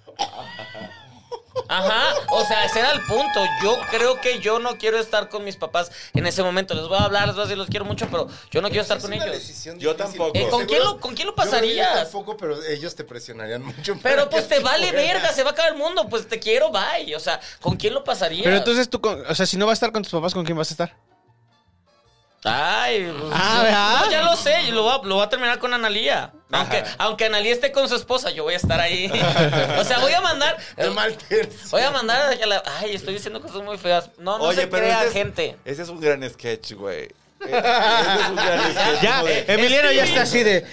Speaker 1: Ajá, o sea, ese era el punto. Yo creo que yo no quiero estar con mis papás en ese momento. Les voy a hablar, les voy a decir, los quiero mucho, pero yo no quiero estar
Speaker 2: Es
Speaker 1: con
Speaker 2: una
Speaker 1: ellos.
Speaker 2: decisión
Speaker 4: Yo
Speaker 2: difícil.
Speaker 4: tampoco. Eh,
Speaker 1: ¿con quién lo-
Speaker 2: Seguro-
Speaker 1: con quién lo
Speaker 2: yo creo que
Speaker 1: pasarías?
Speaker 2: Yo tampoco, pero ellos te presionarían mucho. para
Speaker 1: Pero
Speaker 2: que
Speaker 1: pues te
Speaker 2: así
Speaker 1: vale
Speaker 2: fuera.
Speaker 1: verga, se va a acabar el mundo, pues te quiero, bye. O sea, ¿con quién lo pasaría?
Speaker 3: Pero entonces tú, con- o sea, si no vas a estar con tus papás, ¿con quién vas a estar?
Speaker 1: Ay, pues,
Speaker 3: Ah,
Speaker 1: yo-
Speaker 3: ¿verdad?
Speaker 1: no, ya lo sé, yo lo voy a, lo voy a terminar con Analía. Aunque, aunque Analía esté con su esposa, yo voy a estar
Speaker 3: *laughs*
Speaker 1: ahí. o sea, voy a mandar.
Speaker 2: De mal tercio.
Speaker 1: Voy a mandar a la... Ay, estoy diciendo cosas muy feas. No, no se
Speaker 4: pero
Speaker 1: crea
Speaker 4: ese es-
Speaker 1: gente.
Speaker 4: Ese es un gran sketch,
Speaker 2: *laughs*
Speaker 4: güey. Eh, Ese es un gran sketch.
Speaker 3: Ya,
Speaker 4: como
Speaker 2: eh,
Speaker 4: de-
Speaker 3: Emiliano ya está así de.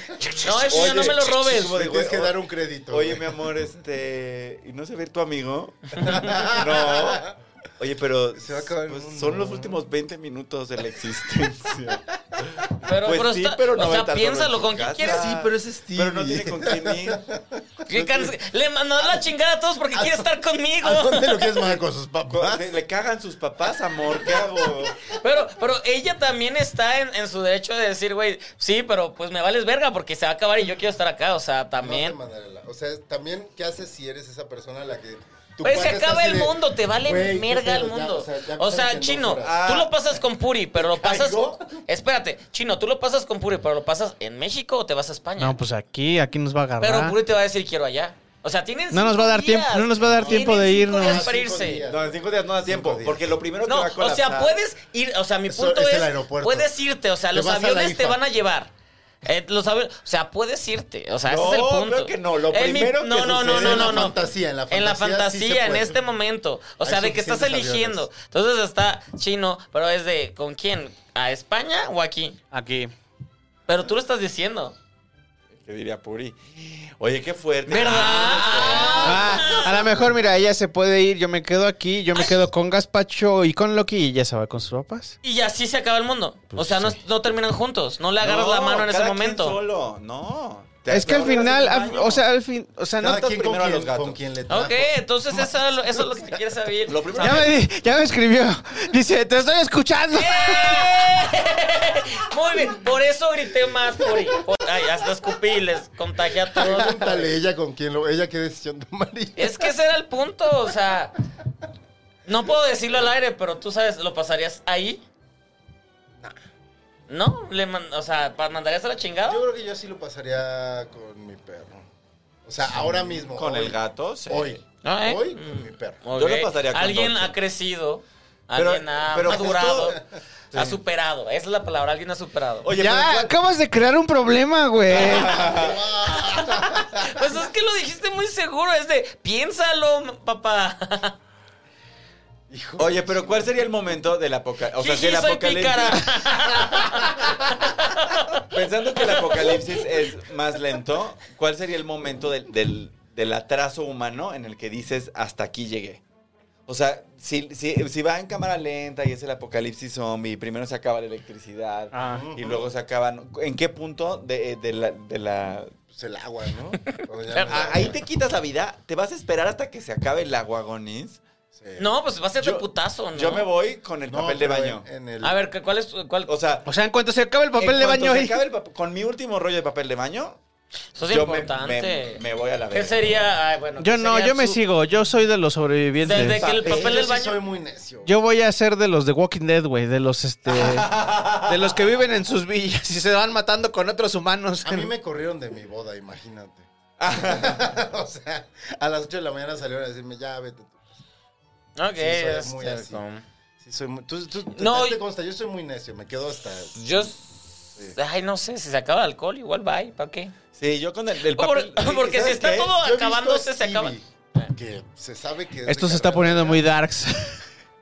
Speaker 1: No, eso ya no me lo robes.
Speaker 4: como de,
Speaker 2: Le tienes que
Speaker 4: güey,
Speaker 2: dar un crédito.
Speaker 4: Oye,
Speaker 2: güey.
Speaker 4: mi amor, este. ¿Y no se ve tu amigo? *laughs* no. Oye, pero.
Speaker 2: Se va a acabar el
Speaker 4: pues,
Speaker 2: mundo.
Speaker 4: Son los últimos 20 minutos de la existencia.
Speaker 1: *laughs* Pero,
Speaker 4: Pues
Speaker 1: pero
Speaker 4: sí,
Speaker 1: está-
Speaker 4: pero no
Speaker 1: o
Speaker 4: va a
Speaker 1: sea,
Speaker 4: estar
Speaker 1: piénsalo,
Speaker 4: solo en
Speaker 1: ¿con
Speaker 4: su
Speaker 1: quién
Speaker 4: casa.
Speaker 1: quieres?
Speaker 4: Sí,
Speaker 2: pero ese es
Speaker 4: pero no
Speaker 2: Stevie.
Speaker 4: tiene con quién ir.
Speaker 2: *laughs*
Speaker 1: ¿Qué canse- Le mandó la chingada a todos porque quiere estar conmigo.
Speaker 2: ¿A dónde lo quieres mandar con sus papás?
Speaker 4: Le cagan sus papás, amor. ¿Qué hago?
Speaker 1: Pero, pero ella también está en, en su derecho de decir, güey, sí, pero pues me vales verga porque se va a acabar y yo quiero estar acá. O sea,
Speaker 2: No te
Speaker 1: también.
Speaker 2: mandaré la- O sea, también, ¿qué haces si eres esa persona a la que. tu
Speaker 1: Pues se
Speaker 2: cuate está
Speaker 1: acaba
Speaker 2: así
Speaker 1: el
Speaker 2: de,
Speaker 1: mundo, te vale
Speaker 2: "Güey, qué
Speaker 1: merga el
Speaker 2: pedo, ya,
Speaker 1: mundo.
Speaker 2: ya
Speaker 1: o
Speaker 2: pasaron
Speaker 1: sea,
Speaker 2: dos
Speaker 1: chino,
Speaker 2: horas".
Speaker 1: tú lo pasas con Puri, pero lo pasas.
Speaker 2: caigo?
Speaker 1: Espérate, chino, tú lo pasas con Puri, pero lo pasas en México o te vas a España.
Speaker 3: No, pues aquí, aquí nos va a agarrar.
Speaker 1: Pero Puri te va a decir quiero allá. O sea, tienes.
Speaker 3: No nos va a dar tiempo- no nos va a dar tiempo de irnos.
Speaker 1: No, para
Speaker 2: Cinco
Speaker 1: irse.
Speaker 2: días.
Speaker 4: No, en cinco días no da tiempo.
Speaker 2: días.
Speaker 4: Porque lo primero que
Speaker 1: No,
Speaker 4: va a
Speaker 1: o
Speaker 4: colapsar.
Speaker 1: sea, puedes ir. O sea, mi
Speaker 2: Eso
Speaker 1: punto
Speaker 2: es
Speaker 1: es.
Speaker 2: el aeropuerto.
Speaker 1: Puedes irte, o sea,
Speaker 2: Te
Speaker 1: los
Speaker 2: vas a la
Speaker 1: aviones te
Speaker 2: IFA.
Speaker 1: van a llevar. Eh, los aviones, o sea, puedes irte. O sea, ese
Speaker 4: No,
Speaker 1: es el punto.
Speaker 4: creo que no, lo
Speaker 1: En
Speaker 4: primero que
Speaker 1: no, no, no,
Speaker 4: sucede
Speaker 1: no,
Speaker 2: en la
Speaker 1: no, no.
Speaker 2: fantasía, en la
Speaker 1: En la
Speaker 2: fantasía sí se
Speaker 1: fantasía, en
Speaker 2: puede.
Speaker 1: este momento. O
Speaker 2: Hay
Speaker 1: sea, de que estás
Speaker 2: suficientes
Speaker 1: eligiendo.
Speaker 2: aviones.
Speaker 1: Entonces está chino, pero es de ¿con quién? ¿A España o aquí?
Speaker 3: Aquí.
Speaker 1: Pero tú lo estás diciendo.
Speaker 4: ¿Qué diría Puri? Oye, qué fuerte.
Speaker 1: ¿Verdad?
Speaker 3: Ah, a lo mejor, mira, ella se puede ir, yo me quedo aquí, yo me quedo con Gaspacho y con Loki y ella se va con sus papás.
Speaker 1: Y así se acaba el mundo. o sea, no, no terminan juntos. No le Ah, agarras
Speaker 4: No,
Speaker 1: la mano en ese
Speaker 4: cada quien
Speaker 1: momento.
Speaker 4: solo, no. Te-
Speaker 3: Es que
Speaker 4: te
Speaker 3: al
Speaker 4: ahorras
Speaker 3: final,
Speaker 4: el
Speaker 3: al-
Speaker 4: baño.
Speaker 3: o sea, al fin, o sea, no
Speaker 2: Cada
Speaker 3: te-
Speaker 2: quien con
Speaker 4: primero a los
Speaker 2: quien,
Speaker 4: gatos.
Speaker 2: con quien le trajo.
Speaker 1: Ok, entonces eso, es lo- eso es lo que quieres saber.
Speaker 4: Ah, pues. Lo primero-
Speaker 3: ya me, di- ya me escribió. Dice, te estoy escuchando.
Speaker 1: ¡Eh! Muy bien, por eso grité más, Puri. Por- Ay, hasta escupí y les contagié a todos. *laughs*
Speaker 2: Pregúntale ella con quién lo. Ella qué decisión tomaría.
Speaker 1: Es que ese era el punto, o sea. No puedo decirlo al aire, pero tú sabes, ¿lo pasarías ahí? No, le man- o sea, ¿pa- ¿mandarías a la chingada?
Speaker 2: Yo creo que yo sí lo pasaría con mi perro. O sea, ahora mismo.
Speaker 4: Con
Speaker 2: hoy.
Speaker 4: el gato, sí.
Speaker 2: Hoy.
Speaker 1: Ah, ¿eh?
Speaker 2: Hoy con mi perro.
Speaker 1: Ok.
Speaker 4: yo lo pasaría con
Speaker 1: Alguien
Speaker 4: Donkey.
Speaker 1: ha crecido,
Speaker 4: Pero-
Speaker 1: alguien ha
Speaker 2: *laughs*
Speaker 4: pero
Speaker 1: madurado,
Speaker 4: justo-
Speaker 1: ha superado. Esa es la palabra, alguien ha superado.
Speaker 4: Oye,
Speaker 3: ya
Speaker 4: pero ¿cuál-
Speaker 3: acabas de crear un problema,
Speaker 4: *laughs*
Speaker 3: güey.
Speaker 1: *laughs* Pues es que lo dijiste muy seguro, es de piénsalo, papá.
Speaker 4: Oye, pero ¿cuál sería el momento del apocalipsis?
Speaker 1: *laughs*
Speaker 4: *laughs* O sea, si
Speaker 1: Jiji,
Speaker 4: el
Speaker 1: soy
Speaker 4: apocalipsis. *laughs*
Speaker 1: pícara.
Speaker 4: Pensando que el apocalipsis es más lento, ¿cuál sería el momento del, del- del atraso humano en el que dices hasta aquí llegué? O sea, si, si- si va en cámara lenta y es el apocalipsis zombie, primero se acaba la electricidad
Speaker 2: Ah.
Speaker 4: y luego se acaban. ¿En qué punto de, eh, de la- de la
Speaker 2: Pues el agua,
Speaker 1: *laughs*
Speaker 2: ¿no? O sea,
Speaker 4: Ah, Ahí te quitas la vida. Te vas a esperar hasta que se acabe el agua, Gonis.
Speaker 2: sí.
Speaker 1: No, pues va a ser de
Speaker 4: Yo-
Speaker 1: putazo, ¿no?
Speaker 4: Yo me voy con el
Speaker 2: No,
Speaker 4: papel de
Speaker 2: pero
Speaker 4: baño.
Speaker 2: En, en el,
Speaker 1: A ver, ¿cu- ¿cuál es tu- cuál?
Speaker 4: O sea,
Speaker 3: O sea, en cuanto se acabe el papel
Speaker 4: en
Speaker 3: de
Speaker 4: cuanto
Speaker 3: baño
Speaker 4: se
Speaker 3: ahí.
Speaker 4: acabe el pap- con mi último rollo de papel de baño,
Speaker 1: Eso es
Speaker 4: yo me-
Speaker 1: importante.
Speaker 4: Me, me voy a la
Speaker 1: ¿Qué
Speaker 4: verga.
Speaker 1: sería? Ay, bueno,
Speaker 3: *laughs* Yo
Speaker 1: ¿qué
Speaker 3: no,
Speaker 1: sería
Speaker 3: yo me
Speaker 1: su-
Speaker 3: sigo, yo soy de los sobrevivientes.
Speaker 1: Desde que el
Speaker 2: Es que
Speaker 1: papel
Speaker 2: yo
Speaker 1: del
Speaker 2: sí
Speaker 1: baño.
Speaker 2: soy muy necio.
Speaker 3: Yo voy a ser de los de Walking Dead, güey, de los
Speaker 4: *laughs*
Speaker 3: este de los que viven en sus villas y se van matando con otros humanos.
Speaker 2: A mí me corrieron de mi boda, imagínate. *laughs* o sea, a las 8 de la mañana salieron a decirme, ya vete tú.
Speaker 1: Ok,
Speaker 2: Sí, soy
Speaker 1: es-
Speaker 2: muy
Speaker 1: es
Speaker 2: así.
Speaker 1: como-
Speaker 2: Sí, Sí, soy muy- tú, tú-
Speaker 1: No,
Speaker 2: a ti te
Speaker 1: y-
Speaker 2: consta, yo soy muy necio, me quedo hasta...
Speaker 1: Yo. Ay, no sé, si se acaba el alcohol, igual bye, ¿para qué?
Speaker 4: Sí, yo con el, el
Speaker 1: Por-
Speaker 4: papel. *laughs*
Speaker 1: porque si
Speaker 2: ¿Sabes
Speaker 1: está
Speaker 2: qué?
Speaker 1: todo
Speaker 2: Yo he visto
Speaker 1: acabándose,
Speaker 2: a
Speaker 1: se acaba. Eh.
Speaker 2: Stevie, Que se sabe que... es de
Speaker 3: Esto se está
Speaker 2: carrera.
Speaker 3: poniendo muy darks.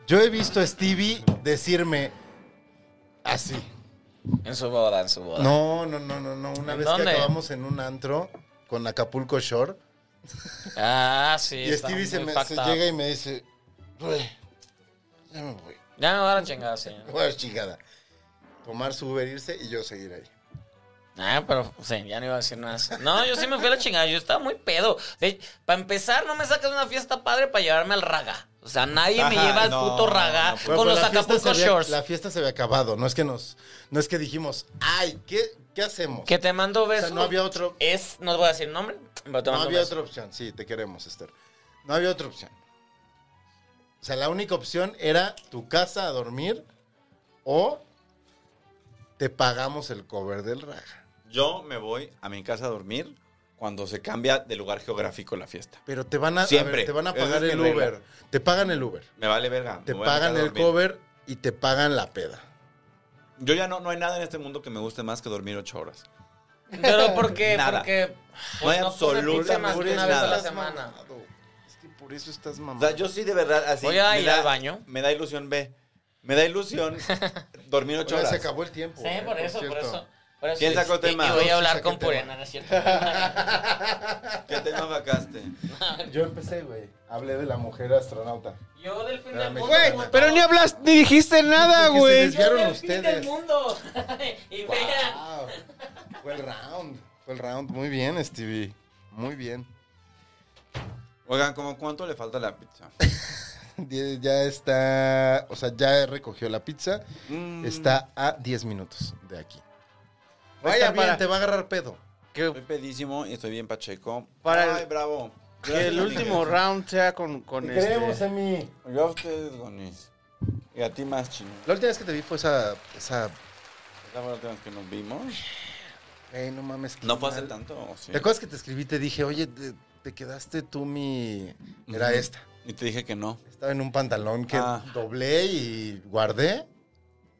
Speaker 2: Yo he visto a Stevie decirme así.
Speaker 1: En su boda, en su boda.
Speaker 2: No, no, no, no, no. Una
Speaker 1: ¿En
Speaker 2: vez
Speaker 1: dónde?
Speaker 2: que acabamos en un antro con Acapulco Shore
Speaker 1: Ah, sí.
Speaker 2: y
Speaker 1: está
Speaker 2: Stevie se,
Speaker 1: muy
Speaker 2: me,
Speaker 1: fucked
Speaker 2: se
Speaker 1: up.
Speaker 2: llega y me dice, "Güey, ya me voy,
Speaker 1: Ya me va a dar chingada, sí.
Speaker 2: me voy a la chingada. Tomar su Uber, irse y yo seguir ahí.
Speaker 1: Ah, pero sí, ya no iba a decir nada. No, yo sí me fui a la chingada. Yo estaba muy pedo. para empezar, no me sacas de una fiesta padre para llevarme al raga. O sea, nadie me
Speaker 4: Ajá,
Speaker 1: lleva al
Speaker 4: no,
Speaker 1: puto raga
Speaker 4: no, pues,
Speaker 1: con
Speaker 2: Bueno,
Speaker 1: los
Speaker 2: pero la fiesta
Speaker 1: Acapulco
Speaker 2: se había-
Speaker 1: Shorts.
Speaker 2: La fiesta se había acabado. No es que nos, no es que dijimos, ay, ¿qué, qué hacemos?
Speaker 1: Que te mando
Speaker 2: o
Speaker 1: besos.
Speaker 4: Pues,
Speaker 2: sea, no había otro,
Speaker 1: Es, no voy a decir nombre, pero te
Speaker 2: no
Speaker 1: mando
Speaker 2: había
Speaker 1: beso.
Speaker 2: otra opción. Sí, te queremos, Esther. No había otra opción. O sea, la única opción era tu casa a dormir o te pagamos el cover del raja.
Speaker 4: Yo me voy a mi casa a dormir cuando se cambia de lugar geográfico la fiesta.
Speaker 2: Pero te van a, a
Speaker 4: Siempre.
Speaker 2: ver, te van a
Speaker 4: Esa
Speaker 2: pagar
Speaker 4: es mi
Speaker 2: el Uber.
Speaker 4: regla.
Speaker 2: Te pagan el Uber.
Speaker 4: Me vale verga. me
Speaker 2: Te
Speaker 4: voy a mi
Speaker 2: pagan
Speaker 4: casa a
Speaker 2: el
Speaker 4: dormir.
Speaker 2: cover y te pagan la peda.
Speaker 4: Yo ya no, no hay nada en este mundo que me guste más que dormir ocho horas.
Speaker 1: Pero ¿por qué?
Speaker 4: Nada.
Speaker 1: Porque
Speaker 4: No
Speaker 1: pues, puse
Speaker 4: hay absolutamente
Speaker 1: pizza más que una vez a la
Speaker 4: nada.
Speaker 1: semana.
Speaker 2: mamado. Es que por eso estás
Speaker 4: O
Speaker 2: mamado.
Speaker 4: sea, yo sí de verdad así.
Speaker 1: Voy a
Speaker 4: me
Speaker 1: ir
Speaker 4: da-
Speaker 1: al baño.
Speaker 4: Me da ilusión, ve. Me da
Speaker 1: *laughs*
Speaker 4: ilusión dormir ocho
Speaker 2: Oye,
Speaker 4: horas.
Speaker 2: se acabó el tiempo.
Speaker 1: Sí,
Speaker 2: eh,
Speaker 1: por eso, por
Speaker 2: cierto.
Speaker 1: eso. Por eso.
Speaker 4: ¿Quién sacó
Speaker 1: Y-
Speaker 4: tema?
Speaker 1: Y voy
Speaker 4: Sí,
Speaker 1: a hablar
Speaker 2: saqué
Speaker 1: con
Speaker 2: tema.
Speaker 1: Puriana, ¿no es
Speaker 2: *laughs*
Speaker 1: cierto?
Speaker 4: ¿Qué tema vacaste?
Speaker 2: Yo empecé, güey. Hablé de la mujer astronauta.
Speaker 1: Yo del fin del
Speaker 2: Espérame,
Speaker 1: mundo.
Speaker 2: Güey,
Speaker 1: como
Speaker 3: Pero ni
Speaker 1: todo.
Speaker 3: hablas, ni dijiste
Speaker 4: Ah,
Speaker 3: nada,
Speaker 2: Porque se
Speaker 3: güey.
Speaker 2: desvió. desviaron
Speaker 1: Yo del fin del
Speaker 2: ustedes.
Speaker 1: mundo. *laughs* Y vea.
Speaker 2: Wow. Fue el round. Fue el round. Muy bien, Stevie. Muy bien. *laughs*
Speaker 4: Oigan, ¿cómo cuánto le falta a la pizza?
Speaker 2: Die- Ya está. O sea, ya recogió la pizza.
Speaker 4: Mm,
Speaker 2: Está a 10 minutos de aquí.
Speaker 3: Vaya,
Speaker 2: Vaya, bien,
Speaker 3: para-
Speaker 2: te va a agarrar pedo.
Speaker 4: Estoy pedísimo y estoy bien pacheco.
Speaker 3: Para el-
Speaker 4: Ay, bravo.
Speaker 3: Que el último round sea con, con este.
Speaker 2: Emi.
Speaker 4: Yo a ustedes, Gonis. Y a ti más, chino.
Speaker 2: La última vez que te vi fue esa. esa
Speaker 4: ¿Esa fue la última vez que nos vimos?
Speaker 2: Ey, eh, no mames. qué
Speaker 4: No fue hace
Speaker 2: mal.
Speaker 4: tanto, ¿o sí?
Speaker 2: ¿Te acuerdas que te escribí y te dije, oye, te, te quedaste tú mi. Era
Speaker 4: Ujú.
Speaker 2: esta.
Speaker 4: Y te dije que no.
Speaker 2: Estaba en un pantalón que
Speaker 4: Ah.
Speaker 2: doblé y guardé.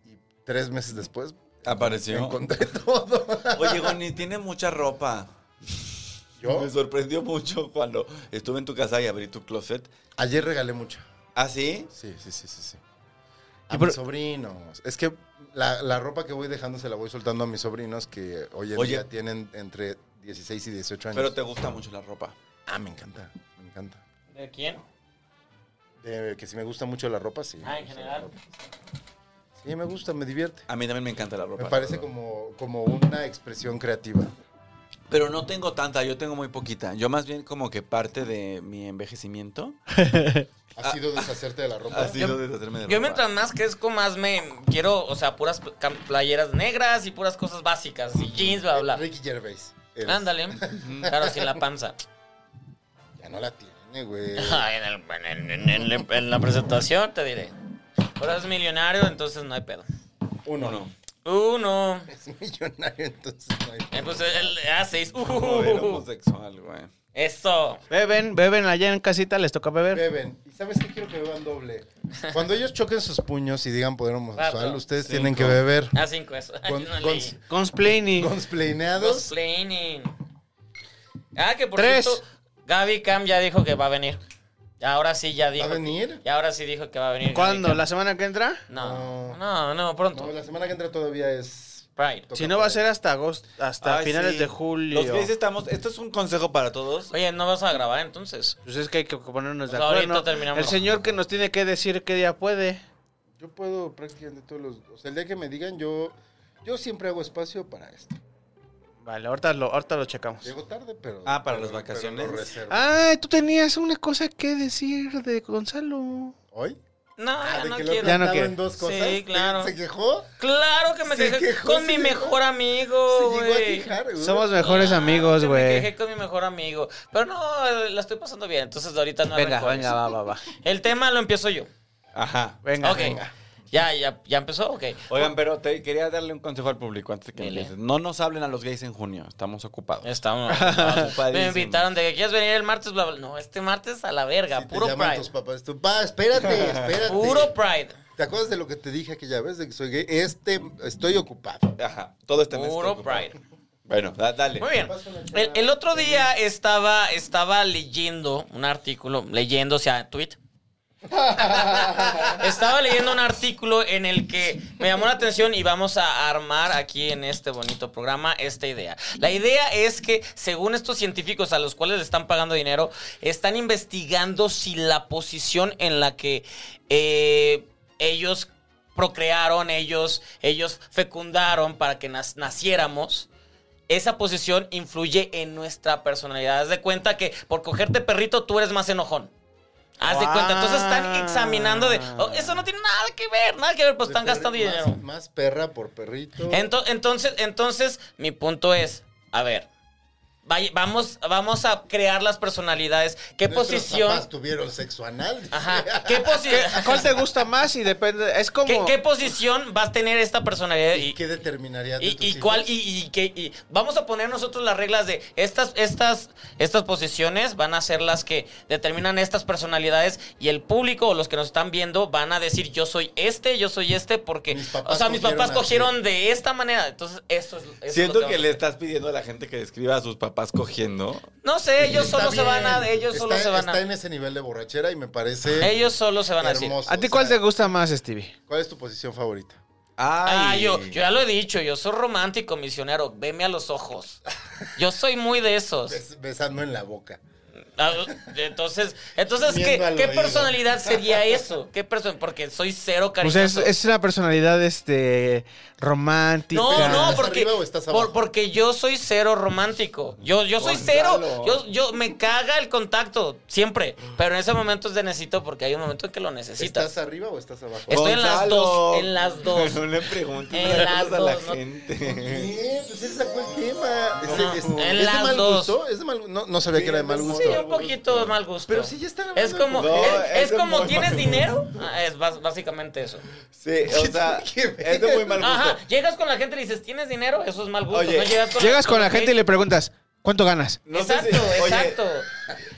Speaker 2: Y tres meses después
Speaker 4: Apareció.
Speaker 2: encontré *laughs* todo.
Speaker 4: Oye, Gonis, tiene mucha ropa.
Speaker 2: Yo
Speaker 4: Me sorprendió mucho cuando estuve en tu casa y abrí tu closet.
Speaker 2: ayer regalé mucho.
Speaker 4: ¿Ah, sí?
Speaker 2: Sí, sí, sí, sí. sí. A
Speaker 3: Y
Speaker 2: mis
Speaker 3: por-
Speaker 2: sobrinos. Es que la, la ropa que voy dejando se la voy soltando a mis sobrinos que hoy en
Speaker 4: Oye.
Speaker 2: día tienen entre 16 y 18 años.
Speaker 4: Pero te gusta mucho la ropa.
Speaker 2: Ah, me encanta, me encanta.
Speaker 1: ¿De quién?
Speaker 2: De- que si me gusta mucho la ropa, sí.
Speaker 1: Ah, en general.
Speaker 2: Sí, me gusta, me divierte.
Speaker 4: A mí también me encanta la ropa.
Speaker 2: Me parece
Speaker 4: la verdad.
Speaker 2: como, como una expresión creativa.
Speaker 4: Pero no tengo tanta, yo tengo muy poquita. Yo más bien como que parte de mi envejecimiento
Speaker 2: Ha sido deshacerte de la ropa.
Speaker 4: Ah. ha sido deshacerme de ropa.
Speaker 1: Yo mientras más crezco, más me quiero, o sea, puras cam- playeras negras y puras cosas básicas. Y jeans, bla, bla.
Speaker 2: Ricky Gervais. eres. *laughs*
Speaker 1: Ándale. Claro, sin la panza.
Speaker 2: Ya no la tiene,
Speaker 4: *laughs*
Speaker 2: güey.
Speaker 1: Ay, en, el- en- en- en- en- en la presentación te diré. Ahora es millonario, entonces no hay pedo.
Speaker 2: Uno. *laughs*
Speaker 4: Uno.
Speaker 1: Uno.
Speaker 2: Es millonario, entonces
Speaker 1: *laughs*
Speaker 2: no hay
Speaker 1: Eh, pues el A6.
Speaker 4: Joder,
Speaker 2: pues,
Speaker 4: homosexual, güey.
Speaker 1: eso.
Speaker 3: Beben, beben allá en casita, les toca beber.
Speaker 2: Beben. ¿Y sabes qué quiero que beban doble? Cuando ellos choquen sus puños y digan poder homosexual,
Speaker 1: Cuatro,
Speaker 2: ustedes
Speaker 4: cinco.
Speaker 2: tienen que beber.
Speaker 1: A5 eso. Ay,
Speaker 2: Con-
Speaker 1: no
Speaker 2: con-
Speaker 1: leí.
Speaker 3: Consplaining.
Speaker 2: Consplainados.
Speaker 1: Cosplaining. Ah, que por
Speaker 3: Tres.
Speaker 1: cierto, Gaby Cam ya dijo que va a venir. Ahora sí ya
Speaker 2: ¿Va
Speaker 1: dijo.
Speaker 2: a venir?
Speaker 1: Y ahora sí dijo que va a venir.
Speaker 3: ¿Cuándo?
Speaker 1: Gaby
Speaker 3: ¿La semana que entra?
Speaker 1: Cam. No, no, no, pronto.
Speaker 2: No, la semana que entra todavía es.
Speaker 1: Pride.
Speaker 2: toca
Speaker 3: Si no va a
Speaker 2: por
Speaker 3: ser hasta agosto, hasta
Speaker 4: Ay,
Speaker 3: finales
Speaker 4: sí.
Speaker 3: de julio.
Speaker 4: Los gays estamos, esto es un consejo para todos.
Speaker 1: Oye, ¿no vas a grabar entonces?
Speaker 3: Pues es que hay que ponernos de
Speaker 1: O sea, ahorita
Speaker 3: acuerdo.
Speaker 1: terminamos.
Speaker 3: El señor que nos tiene que decir qué día puede.
Speaker 2: ahí. Yo puedo prácticamente todos los. O sea, el día que me digan, yo. Yo siempre hago espacio para esto.
Speaker 3: Vale, ahorita lo, ahorita lo checamos.
Speaker 2: Llego tarde, pero.
Speaker 4: Ah, para las
Speaker 2: pero- pero
Speaker 4: vacaciones. Ah.
Speaker 2: lo reservo.
Speaker 3: Ay, tú tenías una cosa que decir de Gonzalo.
Speaker 2: ¿Hoy?
Speaker 1: No, ya
Speaker 2: Ah, de
Speaker 1: Ah, no
Speaker 2: que lo he
Speaker 1: quiero.
Speaker 3: Ya no
Speaker 2: tratado
Speaker 3: quiere.
Speaker 2: en dos
Speaker 1: Sí,
Speaker 2: cosas. ¿Se-
Speaker 1: claro.
Speaker 2: ¿Se quejó?
Speaker 1: Claro que me
Speaker 2: Se
Speaker 1: quejé
Speaker 2: quejó,
Speaker 1: con
Speaker 2: se
Speaker 1: mi
Speaker 2: quejó.
Speaker 1: mejor amigo,
Speaker 2: se llegó a
Speaker 1: güey.
Speaker 2: quejar, güey.
Speaker 3: Somos mejores
Speaker 1: Claro
Speaker 3: amigos,
Speaker 1: Ah, que Me quejé
Speaker 3: güey.
Speaker 1: con mi mejor amigo. Pero no, la estoy pasando bien, entonces ahorita no hay
Speaker 3: Venga,
Speaker 1: rencores.
Speaker 3: venga, va, va, va.
Speaker 1: El tema lo empiezo yo.
Speaker 4: Ajá.
Speaker 3: Venga,
Speaker 1: ok.
Speaker 3: venga.
Speaker 1: Ya, ya, ya empezó, ok.
Speaker 4: Oigan, pero te quería darle un consejo al público antes que
Speaker 1: Dile.
Speaker 4: empieces. No nos hablen a los gays en junio, estamos ocupados.
Speaker 1: *laughs* Estamos. Me
Speaker 4: Ocupadísimos.
Speaker 1: invitaron de que quieres venir el martes, bla, bla. No, este martes a la verga,
Speaker 2: Si te
Speaker 1: puro
Speaker 2: llaman
Speaker 1: Pride.
Speaker 4: *laughs*
Speaker 2: tus papás, tú, pa, espérate, espérate.
Speaker 1: Puro Pride.
Speaker 2: ¿Te acuerdas de lo que te dije aquella vez de que soy gay? Este, estoy ocupado.
Speaker 4: Ajá, todo está en este
Speaker 1: Puro
Speaker 4: ocupado.
Speaker 1: Pride.
Speaker 4: Bueno, da- dale.
Speaker 1: Muy bien. El, el otro día estaba, estaba leyendo un artículo, leyendo, o sea, tweet. estaba leyendo un artículo en el que me llamó la atención y vamos a armar aquí en este bonito programa esta idea. La idea es que, según estos científicos a los cuales le están pagando dinero, están investigando si la posición en la que eh, ellos procrearon, ellos, ellos fecundaron para que nas- naciéramos esa posición influye en nuestra personalidad. Haz de cuenta que por cogerte perrito tú eres más enojón. Haz de cuenta. Entonces están examinando de. "Oh, eso no tiene nada que ver, nada que ver, pues están
Speaker 2: De perri-
Speaker 1: gastando
Speaker 2: más-
Speaker 1: dinero.
Speaker 2: Más perra por perrito.
Speaker 1: Ento- entonces, entonces, mi punto es: a ver, vaya- vamos, vamos a crear las personalidades. ¿Qué
Speaker 2: Nuestros
Speaker 1: posición?
Speaker 2: papás tuvieron sexo anal. dice. *laughs*
Speaker 1: Ajá. ¿Qué
Speaker 3: ¿Qué-
Speaker 1: posición?
Speaker 3: a ¿Cuál te gusta más? Y depende. Es como.
Speaker 1: ¿Qué, qué posición va a tener esta personalidad?
Speaker 2: ¿Y
Speaker 1: Y-
Speaker 2: qué determinaría de
Speaker 1: ¿Y,
Speaker 2: tus
Speaker 1: y
Speaker 2: hijos?
Speaker 1: cuál? Y, y, que- y vamos a poner nosotros las reglas de estas, estas, estas posiciones van a ser las que determinan estas personalidades y el público o los que nos están viendo van a decir yo soy este, yo soy este porque,
Speaker 2: Mis papás
Speaker 1: o sea, mis
Speaker 2: cogieron
Speaker 1: papás
Speaker 2: así.
Speaker 1: cogieron de esta manera. Entonces, esto es... esto es
Speaker 4: Siento
Speaker 1: lo
Speaker 4: que
Speaker 1: vamos
Speaker 4: le
Speaker 1: a hacer.
Speaker 4: estás pidiendo a la gente que describa a sus papás cogiendo.
Speaker 1: No sé, ellos
Speaker 2: Está
Speaker 1: solo se van a...
Speaker 2: bien.
Speaker 1: Ellos solo
Speaker 2: Está-
Speaker 1: se van
Speaker 2: Está
Speaker 1: a...
Speaker 2: en ese nivel de borrachera y me parece
Speaker 1: Ellos solo se van a decir.
Speaker 2: hermoso.
Speaker 3: ¿A ti
Speaker 2: O
Speaker 3: cuál
Speaker 2: sea,
Speaker 3: te gusta más, Stevie?
Speaker 2: ¿Cuál es tu posición favorita?
Speaker 1: Ah, yo, yo ya lo he dicho, yo soy romántico, misionero, veme a los ojos. Yo soy muy de esos.
Speaker 2: Bes- besando en la boca.
Speaker 1: Ah, Entonces, entonces ¿qué,
Speaker 2: Viendo al
Speaker 1: qué
Speaker 2: oído.
Speaker 1: personalidad sería eso? ¿Qué persona? Porque soy cero
Speaker 3: Pues
Speaker 1: cariñoso.
Speaker 3: es, es una personalidad este romántica.
Speaker 1: no, no,
Speaker 2: ¿Estás
Speaker 1: porque,
Speaker 2: arriba o estás
Speaker 1: por-
Speaker 2: abajo? Pues
Speaker 1: porque yo soy cero romántico. Yo, yo soy cero.
Speaker 4: Gonzalo.
Speaker 1: Yo, yo me caga el contacto, siempre. Pero en ese momento es de necesito porque hay un momento en que lo necesitas.
Speaker 2: ¿Estás arriba o estás abajo?
Speaker 1: Estoy en las
Speaker 4: Gonzalo.
Speaker 1: dos, en las dos.
Speaker 4: *laughs* No le preguntes
Speaker 1: En
Speaker 4: esas
Speaker 1: las
Speaker 4: cosas a la
Speaker 1: dos, ¿no?
Speaker 4: gente.
Speaker 2: ¿Qué? Pues él sacó el tema. ¿Es,
Speaker 1: No,
Speaker 2: es-
Speaker 1: en
Speaker 2: es de
Speaker 1: las
Speaker 2: mal
Speaker 1: dos.
Speaker 2: gusto? ¿Es de mal gu- no, no sabía que era de mal gusto.
Speaker 1: Sí, un poquito de mal gusto.
Speaker 2: Pero si ya están hablando
Speaker 1: es
Speaker 2: de
Speaker 1: como,
Speaker 4: No,
Speaker 1: es, es
Speaker 4: es de
Speaker 1: como
Speaker 4: muy
Speaker 1: tienes
Speaker 4: mal
Speaker 1: dinero. Ah, es bas- básicamente eso.
Speaker 4: Sí, o sea,
Speaker 2: Qué
Speaker 4: es de muy mal gusto.
Speaker 1: Ajá, llegas con la gente y le dices, ¿tienes dinero? Eso es mal gusto.
Speaker 4: Oye,
Speaker 1: no llegas con
Speaker 3: Llegas con la
Speaker 1: gente
Speaker 3: gente y le preguntas, ¿cuánto ganas?
Speaker 4: No sé
Speaker 1: exacto,
Speaker 4: si- oye,
Speaker 1: exacto.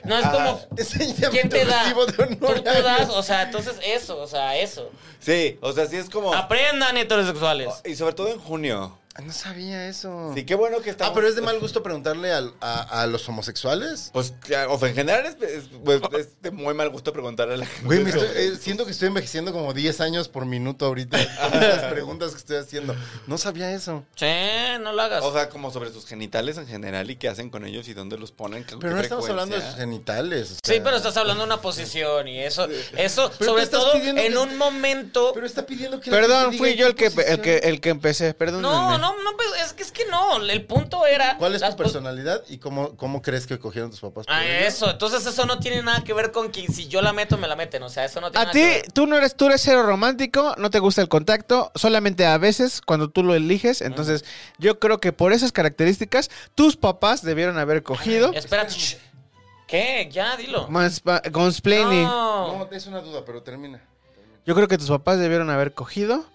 Speaker 1: No es
Speaker 4: ah,
Speaker 1: como
Speaker 2: Enséñame
Speaker 1: quién te
Speaker 2: tu
Speaker 1: da.
Speaker 2: recibo de
Speaker 1: Tú, tú
Speaker 2: honorarios.
Speaker 1: das, o sea, entonces eso, o sea, eso.
Speaker 4: Sí, o sea, sí es como.
Speaker 1: Aprendan heterosexuales.
Speaker 4: Y sobre todo en junio.
Speaker 3: Ah,
Speaker 2: No sabía eso.
Speaker 4: Sí, qué bueno que está.
Speaker 2: Ah, pero es de mal gusto preguntarle al- a, a los homosexuales.
Speaker 4: Pues, claro, o sea, en general es, es- pues,
Speaker 1: Ah.
Speaker 4: es de muy mal gusto preguntarle a la gente.
Speaker 2: Güey, me estoy- eh, siento que estoy envejeciendo como 10 años por minuto *laughs* ahorita. con las preguntas que estoy haciendo. No sabía eso.
Speaker 1: Che, no lo hagas.
Speaker 4: O sea, como sobre sus genitales en general y qué hacen con ellos y dónde los ponen. qué-
Speaker 2: Pero
Speaker 4: qué
Speaker 2: no estamos
Speaker 4: frecuencia.
Speaker 2: hablando de sus genitales. o
Speaker 1: Sí,
Speaker 2: sea.
Speaker 1: pero estás hablando de una posición y eso, eso,
Speaker 2: eh. Pero
Speaker 1: sobre
Speaker 2: te estás
Speaker 1: todo
Speaker 2: pidiendo
Speaker 1: en
Speaker 2: que-
Speaker 1: un momento.
Speaker 2: Pero está pidiendo que. la
Speaker 3: Perdón,
Speaker 2: gente
Speaker 3: fui
Speaker 2: diga
Speaker 3: yo
Speaker 2: qué
Speaker 3: el que, el
Speaker 2: posición.
Speaker 3: que el que empecé, perdón.
Speaker 1: No, no, no, pues, es que es que no. El punto era.
Speaker 2: ¿Cuál es
Speaker 1: las
Speaker 2: tu
Speaker 1: pos-
Speaker 2: personalidad y cómo, cómo crees que cogieron tus papás? por
Speaker 1: Ah,
Speaker 2: ello?
Speaker 1: eso. Entonces eso no tiene nada que ver con que si yo la meto, me la meten. O sea, eso no tiene
Speaker 3: A
Speaker 1: nada
Speaker 3: ti,
Speaker 1: que ver.
Speaker 3: tú no eres, tú eres cero romántico, no te gusta el contacto, solamente a veces cuando tú lo eliges. Entonces, yo creo que por esas características, tus papás debieron haber cogido.
Speaker 1: Espérate. shh. ¿Qué? Ya, dilo.
Speaker 3: manspa- Consplaining.
Speaker 1: No.
Speaker 2: No, es una duda, pero termina.
Speaker 3: Yo creo que tus papás debieron haber cogido.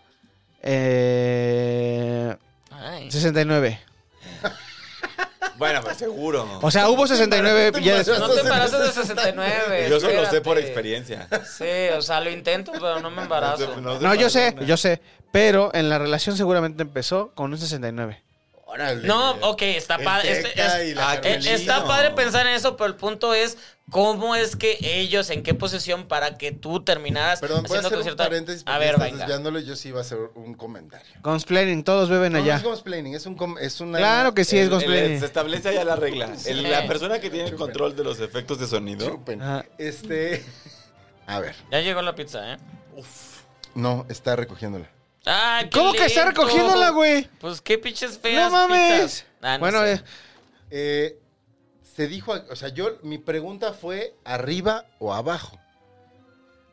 Speaker 3: eh,
Speaker 1: Ay.
Speaker 3: 69.
Speaker 4: Bueno, pues seguro.
Speaker 3: O sea, hubo 69 ya después.
Speaker 1: No te paraste de 69.
Speaker 4: Yo solo sé
Speaker 1: espérate. *laughs*
Speaker 4: por experiencia.
Speaker 1: Sí, o sea, lo intento, pero
Speaker 2: *laughs*
Speaker 1: no me embarazo.
Speaker 4: No sé
Speaker 3: No, yo
Speaker 4: para
Speaker 3: sé,
Speaker 4: dónde.
Speaker 3: yo sé. Pero en la relación seguramente empezó con un 69.
Speaker 2: Órale.
Speaker 1: No, ok, está
Speaker 2: El
Speaker 1: padre. este-
Speaker 2: Teca
Speaker 1: es-
Speaker 2: y la
Speaker 1: eh,
Speaker 2: Carmelina.
Speaker 1: está padre pensar en eso, pero el punto es cómo es que ellos, en qué posición para que tú terminaras
Speaker 2: Perdón, voy a
Speaker 1: haciendo
Speaker 2: hacer
Speaker 1: tu
Speaker 2: un
Speaker 1: cierta-
Speaker 2: paréntesis porque
Speaker 1: A ver,
Speaker 2: estás
Speaker 1: venga.
Speaker 2: desviándolo y yo sí iba a hacer un comentario.
Speaker 3: Consplaining, todos beben
Speaker 2: No, no
Speaker 3: allá.
Speaker 2: es complaining, es, un com- es una...
Speaker 3: Claro que sí,
Speaker 2: el-
Speaker 3: es
Speaker 4: El- el-
Speaker 3: consplaining.
Speaker 4: se establece ya la regla. El- la persona que tiene el control de los efectos de sonido.
Speaker 2: Chupen.
Speaker 3: Ajá.
Speaker 2: Este... *laughs* A ver.
Speaker 1: Ya llegó la pizza, ¿eh?
Speaker 2: No, está recogiéndola.
Speaker 1: Ay, qué
Speaker 3: ¿Cómo que está
Speaker 1: lento.
Speaker 3: recogiéndola, güey?
Speaker 1: Pues qué pinches feas
Speaker 3: No mames.
Speaker 1: pizzas. Ah, no
Speaker 3: bueno,
Speaker 1: sé.
Speaker 3: eh,
Speaker 2: Eh, se dijo... O sea, yo... Mi pregunta fue arriba o abajo.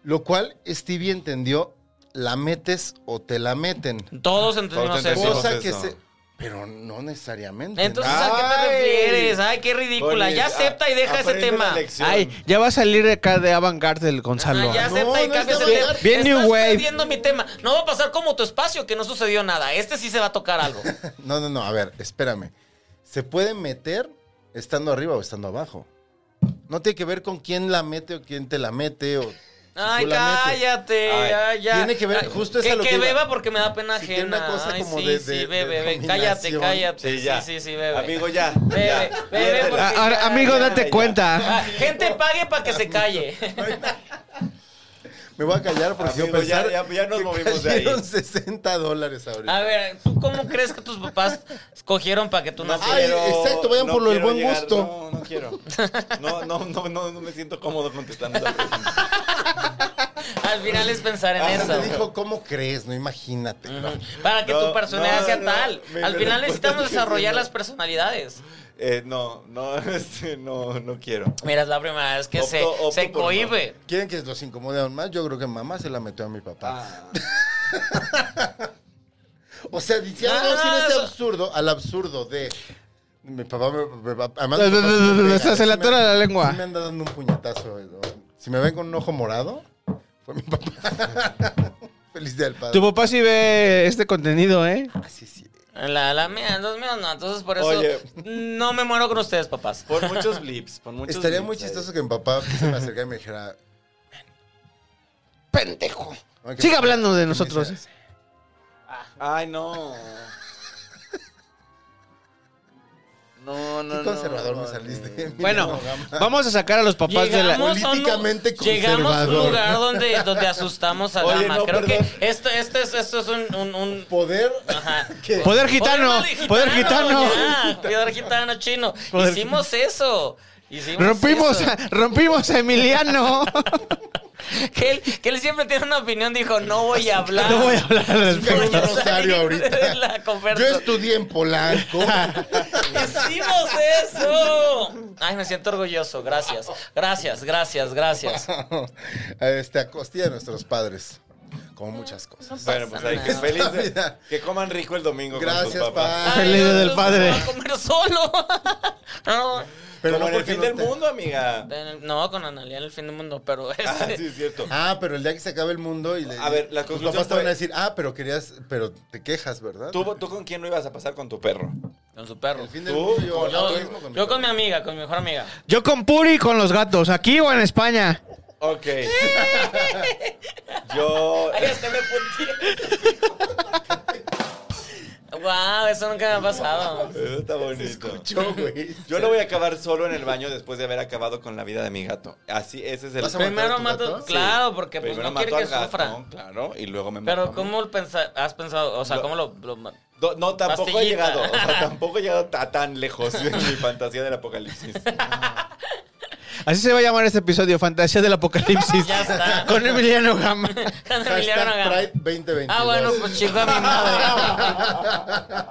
Speaker 2: Lo cual Stevie entendió la metes o te la meten.
Speaker 1: Todos entendimos
Speaker 4: Todos
Speaker 1: eso.
Speaker 4: entendimos.
Speaker 2: Cosa
Speaker 4: eso.
Speaker 2: que se... Pero no necesariamente.
Speaker 1: Entonces,
Speaker 2: ¿no?
Speaker 1: ¿a qué te
Speaker 4: Ay.
Speaker 1: refieres? Ay, qué ridícula.
Speaker 4: Oye,
Speaker 1: ya
Speaker 4: a-
Speaker 1: acepta y
Speaker 2: ah,
Speaker 1: deja ese
Speaker 4: aprende
Speaker 1: tema.
Speaker 4: una lección.
Speaker 3: ay, eh, ya va a salir acá de avant-garde el Gonzalo.
Speaker 1: Ah, ya
Speaker 3: ¿no?
Speaker 1: acepta y
Speaker 2: no
Speaker 1: cambia
Speaker 2: está
Speaker 1: ese tema.
Speaker 2: mal.
Speaker 3: Bien
Speaker 1: Estás
Speaker 3: New Wave.
Speaker 1: perdiendo mi tema. No va a pasar como tu espacio, que no sucedió nada. Este sí se va a tocar algo.
Speaker 2: No, no, no, a ver, espérame. ¿Se puede meter estando arriba o estando abajo? No tiene que ver con quién la mete o quién te la mete o
Speaker 1: Ay,
Speaker 2: tú la metes.
Speaker 1: cállate.
Speaker 4: Ay,
Speaker 1: ay, ya.
Speaker 2: tiene que ver-
Speaker 1: Ay,
Speaker 2: justo es a
Speaker 1: que,
Speaker 2: lo
Speaker 1: que
Speaker 2: que iba.
Speaker 1: beba porque me da pena
Speaker 2: Sí,
Speaker 1: ajena.
Speaker 2: tiene una cosa
Speaker 1: Ay,
Speaker 2: como
Speaker 1: sí,
Speaker 2: de-
Speaker 1: sí,
Speaker 2: de-
Speaker 1: bebe,
Speaker 2: de
Speaker 1: bebe. Cállate,
Speaker 2: dominación.
Speaker 1: cállate.
Speaker 4: Sí, ya.
Speaker 1: Sí, sí, sí, bebe.
Speaker 4: Amigo, ya.
Speaker 1: Bebe,
Speaker 4: ya.
Speaker 1: bebe. porque
Speaker 3: Ah, ahora,
Speaker 1: ya,
Speaker 3: amigo,
Speaker 1: ya.
Speaker 3: date cuenta.
Speaker 1: Ah, gente pague para que se calle.
Speaker 2: Me voy a callar porque
Speaker 4: Amigo,
Speaker 2: quiero pensar
Speaker 4: ya- ya- ya nos
Speaker 2: que
Speaker 4: movimos de ahí.
Speaker 2: cayeron 60 dólares ahorita.
Speaker 1: A ver, ¿tú cómo crees que tus papás escogieron para que tú
Speaker 4: No
Speaker 1: nacieras?
Speaker 2: Ay, exacto, vayan por lo del
Speaker 4: quiero
Speaker 2: buen gusto.
Speaker 4: No, no quiero. No, no, no, no, no me siento cómodo contestando esa pregunta.
Speaker 1: Al final es pensar en
Speaker 2: Ah,
Speaker 1: eso.
Speaker 2: me dijo, ¿cómo crees? No, imagínate.
Speaker 1: Ujú. Para que
Speaker 4: No,
Speaker 1: tu personalidad
Speaker 4: no,
Speaker 1: sea
Speaker 4: no,
Speaker 1: tal.
Speaker 4: me-
Speaker 1: Al
Speaker 4: me
Speaker 1: final
Speaker 4: respuesta
Speaker 1: necesitamos
Speaker 4: dije,
Speaker 1: desarrollar
Speaker 4: no.
Speaker 1: las personalidades.
Speaker 4: Eh, no, no, *laughs* este, no, no quiero.
Speaker 1: Mira, es la primera vez que
Speaker 4: Opto-
Speaker 1: se,
Speaker 4: opto
Speaker 1: se
Speaker 4: por no.
Speaker 1: cohibe.
Speaker 2: ¿Quieren que los incomode aún más? Yo creo que mamá se la metió a mi papá. *laughs* O sea, dice algo
Speaker 1: Ah,
Speaker 2: así en ese
Speaker 1: eso-
Speaker 2: absurdo, al absurdo de. Mi papá me. me- me- además,
Speaker 3: Se-
Speaker 2: mi papá
Speaker 3: se-
Speaker 2: sí me
Speaker 3: se-
Speaker 2: pega.
Speaker 3: se- se
Speaker 2: Sí
Speaker 3: le
Speaker 2: me-
Speaker 3: atora la lengua.
Speaker 2: sí me anda dando un puñetazo. eh, ¿no? Si me ven con un ojo morado, fue mi papá. *laughs* Feliz día del padre.
Speaker 3: Tu papá sí ve este contenido, ¿eh?
Speaker 2: Sí, sí.
Speaker 1: La, la mía, los míos no. Entonces, por eso
Speaker 4: Oye.
Speaker 1: no me muero con ustedes, papás.
Speaker 4: Por muchos blips, por muchos
Speaker 2: Estaría
Speaker 4: blips
Speaker 2: muy
Speaker 4: ahí.
Speaker 2: chistoso que mi papá se me acercara y me dijera.
Speaker 3: Pendejo.
Speaker 2: ¿no? Que-
Speaker 3: Sigue hablando de
Speaker 2: que me
Speaker 3: nosotros.
Speaker 2: hiciera-
Speaker 4: Ay, no. No, no,
Speaker 2: Qué
Speaker 4: no.
Speaker 2: conservador me
Speaker 4: no,
Speaker 2: saliste.
Speaker 4: no.
Speaker 3: Bueno,
Speaker 2: Mira, no, gama.
Speaker 3: vamos a sacar a los papás de la.
Speaker 1: Llegamos a un,
Speaker 2: políticamente
Speaker 1: llegamos a un
Speaker 2: conservador.
Speaker 1: lugar donde, donde asustamos a
Speaker 4: Oye,
Speaker 1: Dama.
Speaker 4: no,
Speaker 1: Creo
Speaker 4: perdón.
Speaker 1: que esto, esto es, esto es un... un- un-
Speaker 2: Poder.
Speaker 1: ajá.
Speaker 2: que-
Speaker 3: Poder gitano, poder gitano.
Speaker 1: ya, poder gitano chino.
Speaker 3: Poder
Speaker 1: Hicimos eso. Hicimos
Speaker 3: Rompimos,
Speaker 1: eso.
Speaker 3: a- rompimos a
Speaker 1: *laughs*
Speaker 3: Emiliano.
Speaker 1: Que él, que él siempre tiene una opinión, dijo, no voy a hablar.
Speaker 3: *laughs* No voy a hablar al
Speaker 1: Voy a
Speaker 3: respecto.
Speaker 2: Pero-
Speaker 1: *laughs*
Speaker 2: Rosario
Speaker 1: salir de
Speaker 2: ahorita.
Speaker 1: la
Speaker 2: Yo
Speaker 1: conversación.
Speaker 2: estudié en Polanco.
Speaker 1: *laughs*
Speaker 2: *laughs*
Speaker 1: ¡Hicimos eso! Ay, me siento orgulloso. Gracias. Gracias, gracias, gracias.
Speaker 2: este, a costilla de nuestros padres. Como muchas cosas.
Speaker 4: Bueno, pues ahí que
Speaker 1: Nada.
Speaker 4: feliz. de- que coman rico el domingo. con
Speaker 2: Gracias,
Speaker 4: sus papás.
Speaker 2: pa.
Speaker 3: Feliz Día del
Speaker 1: no
Speaker 3: Padre.
Speaker 1: voy a comer solo. *laughs* No,
Speaker 2: Pero
Speaker 4: Como
Speaker 2: no
Speaker 4: en el
Speaker 2: porque
Speaker 4: fin
Speaker 2: no
Speaker 4: del
Speaker 2: te-
Speaker 4: mundo,
Speaker 2: *laughs*
Speaker 4: amiga.
Speaker 1: no, con Analia en el fin del mundo, pero este,
Speaker 4: Ah, sí, es cierto.
Speaker 2: Ah, pero el día que se acabe el mundo y le-
Speaker 4: A ver, la
Speaker 2: tus
Speaker 4: conclusión
Speaker 2: papás te van a
Speaker 4: fue-
Speaker 2: decir, ah, pero querías, pero te quejas, ¿verdad?
Speaker 4: ¿Tú, ¿Tú con quién no ibas a pasar con tu perro?
Speaker 1: con su perro.
Speaker 2: el fin del
Speaker 4: tú,
Speaker 2: mundo yo,
Speaker 4: con-
Speaker 2: yo
Speaker 1: Yo,
Speaker 2: mismo
Speaker 1: yo con mi
Speaker 2: papá.
Speaker 1: amiga, con mi mejor
Speaker 2: *laughs*
Speaker 1: amiga.
Speaker 3: Yo con Puri y con los gatos, aquí o en España.
Speaker 4: Ok. Yo.
Speaker 1: Ay,
Speaker 2: este
Speaker 1: hasta me Wow, eso nunca me ha pasado.
Speaker 4: Eso está bonito.
Speaker 2: Escuchó, güey.
Speaker 4: Yo lo voy a acabar solo en el baño después de haber acabado con la vida de mi gato. Así, ese es el.
Speaker 2: ¿Vas a matar a
Speaker 1: Primero
Speaker 2: tu
Speaker 1: mato,
Speaker 2: gato?
Speaker 1: claro, porque pues,
Speaker 4: Primero
Speaker 1: no quiere que sufra.
Speaker 4: claro, y luego me
Speaker 1: Pero
Speaker 4: mato a mí.
Speaker 1: ¿cómo pensa- has pensado? O sea,
Speaker 4: Lo-
Speaker 1: ¿cómo lo, lo ma- *laughs*
Speaker 4: Do- no, tampoco he
Speaker 1: Pastillita.
Speaker 4: llegado. O sea, tampoco he llegado a tan lejos de mi fantasía del apocalipsis.
Speaker 3: Así se va a llamar este episodio, Fantasía del
Speaker 1: *laughs*
Speaker 3: Apocalipsis.
Speaker 1: Ya está.
Speaker 3: Con Emiliano Gama.
Speaker 1: Cuando me
Speaker 2: Hashtag
Speaker 1: liaron acá.
Speaker 2: Pride 2022.
Speaker 1: Ah, bueno, pues chico a mi madre.
Speaker 2: *laughs*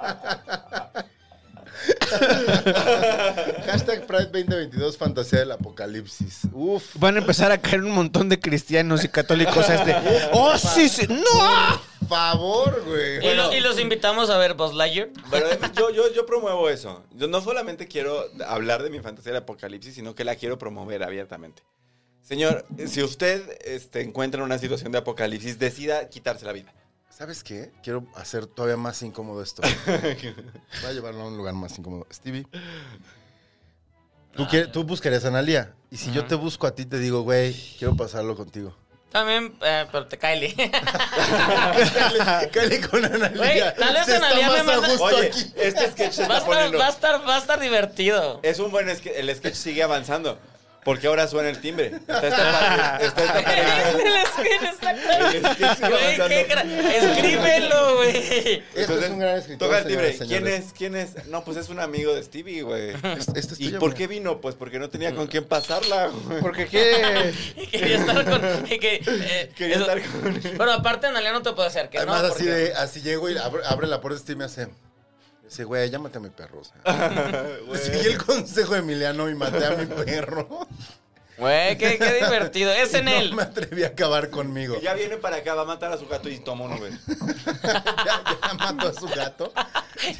Speaker 2: Hashtag Pride 2022, fantasía del apocalipsis. Uf.
Speaker 3: Van a empezar a caer un montón de cristianos y católicos a este. ¡Oh, sí, sí! ¡No!
Speaker 2: Por favor, güey.
Speaker 1: y, lo- y los invitamos a ver Buzz Lightyear.
Speaker 4: Pero además, yo, yo, yo promuevo eso. Yo no solamente quiero hablar de mi fantasía del apocalipsis, sino que la quiero promover abiertamente. Señor, si usted este, encuentra una situación de apocalipsis, decida quitarse la vida.
Speaker 2: ¿Sabes qué? Quiero hacer todavía más incómodo *laughs* esto. Voy a llevarlo a un lugar más incómodo. Stevie.
Speaker 1: Ah.
Speaker 2: Tú, quie- tú buscarías a Analia. Y si yo te busco a ti, te digo, güey, quiero pasarlo contigo.
Speaker 1: También, eh, pero te Kylie.
Speaker 2: Cale con Analia.
Speaker 1: Güey, tal vez
Speaker 2: Se está
Speaker 1: Analia me
Speaker 2: más a
Speaker 1: manda-
Speaker 2: gusto
Speaker 4: Oye,
Speaker 2: aquí.
Speaker 4: este sketch *laughs* se
Speaker 1: va, a
Speaker 4: está
Speaker 1: estar,
Speaker 4: poniendo...
Speaker 1: va, a estar, va a estar
Speaker 4: *laughs*
Speaker 1: divertido.
Speaker 4: Es un buen sketch. El sketch sigue avanzando. Porque ahora suena el timbre. Está esta parte. Está esta parte.
Speaker 1: El skin está claro.
Speaker 4: El skin sigue
Speaker 1: Güey, qué
Speaker 4: avanzando.
Speaker 1: gra- Escríbelo, güey.
Speaker 2: Este es un gran escritor,
Speaker 4: Toca el timbre.
Speaker 2: señoras,
Speaker 4: ¿Quién
Speaker 2: señores.
Speaker 4: es? ¿Quién es? No, pues es un amigo de Stevie, güey.
Speaker 2: *laughs* esto es
Speaker 4: ¿Y
Speaker 2: tuyo,
Speaker 4: por
Speaker 2: güey.
Speaker 4: qué vino? Pues porque no tenía con quién pasarla, güey.
Speaker 3: Porque quiere.
Speaker 1: Y
Speaker 4: *laughs*
Speaker 1: Quería estar con. y que, eh,
Speaker 4: Quería
Speaker 1: eso-
Speaker 4: estar con él.
Speaker 1: Pero aparte, Analia no te puede hacer que
Speaker 2: Además,
Speaker 1: no.
Speaker 2: así,
Speaker 1: porque-
Speaker 2: de, así llego y abre, abre la puerta de Stevie y este me hace... Dice, güey, llámate a mi perro. o
Speaker 1: Ah,
Speaker 2: sea.
Speaker 4: *laughs*
Speaker 2: Seguí el consejo de Emiliano y maté a mi perro.
Speaker 1: Güey, qué, qué divertido. *laughs*
Speaker 4: *laughs*
Speaker 1: Es en
Speaker 2: no
Speaker 1: él.
Speaker 2: me atreví a acabar conmigo.
Speaker 4: Ya viene para acá, va a matar a su gato y toma uno, güey.
Speaker 2: *laughs* ya, ya mató a su gato.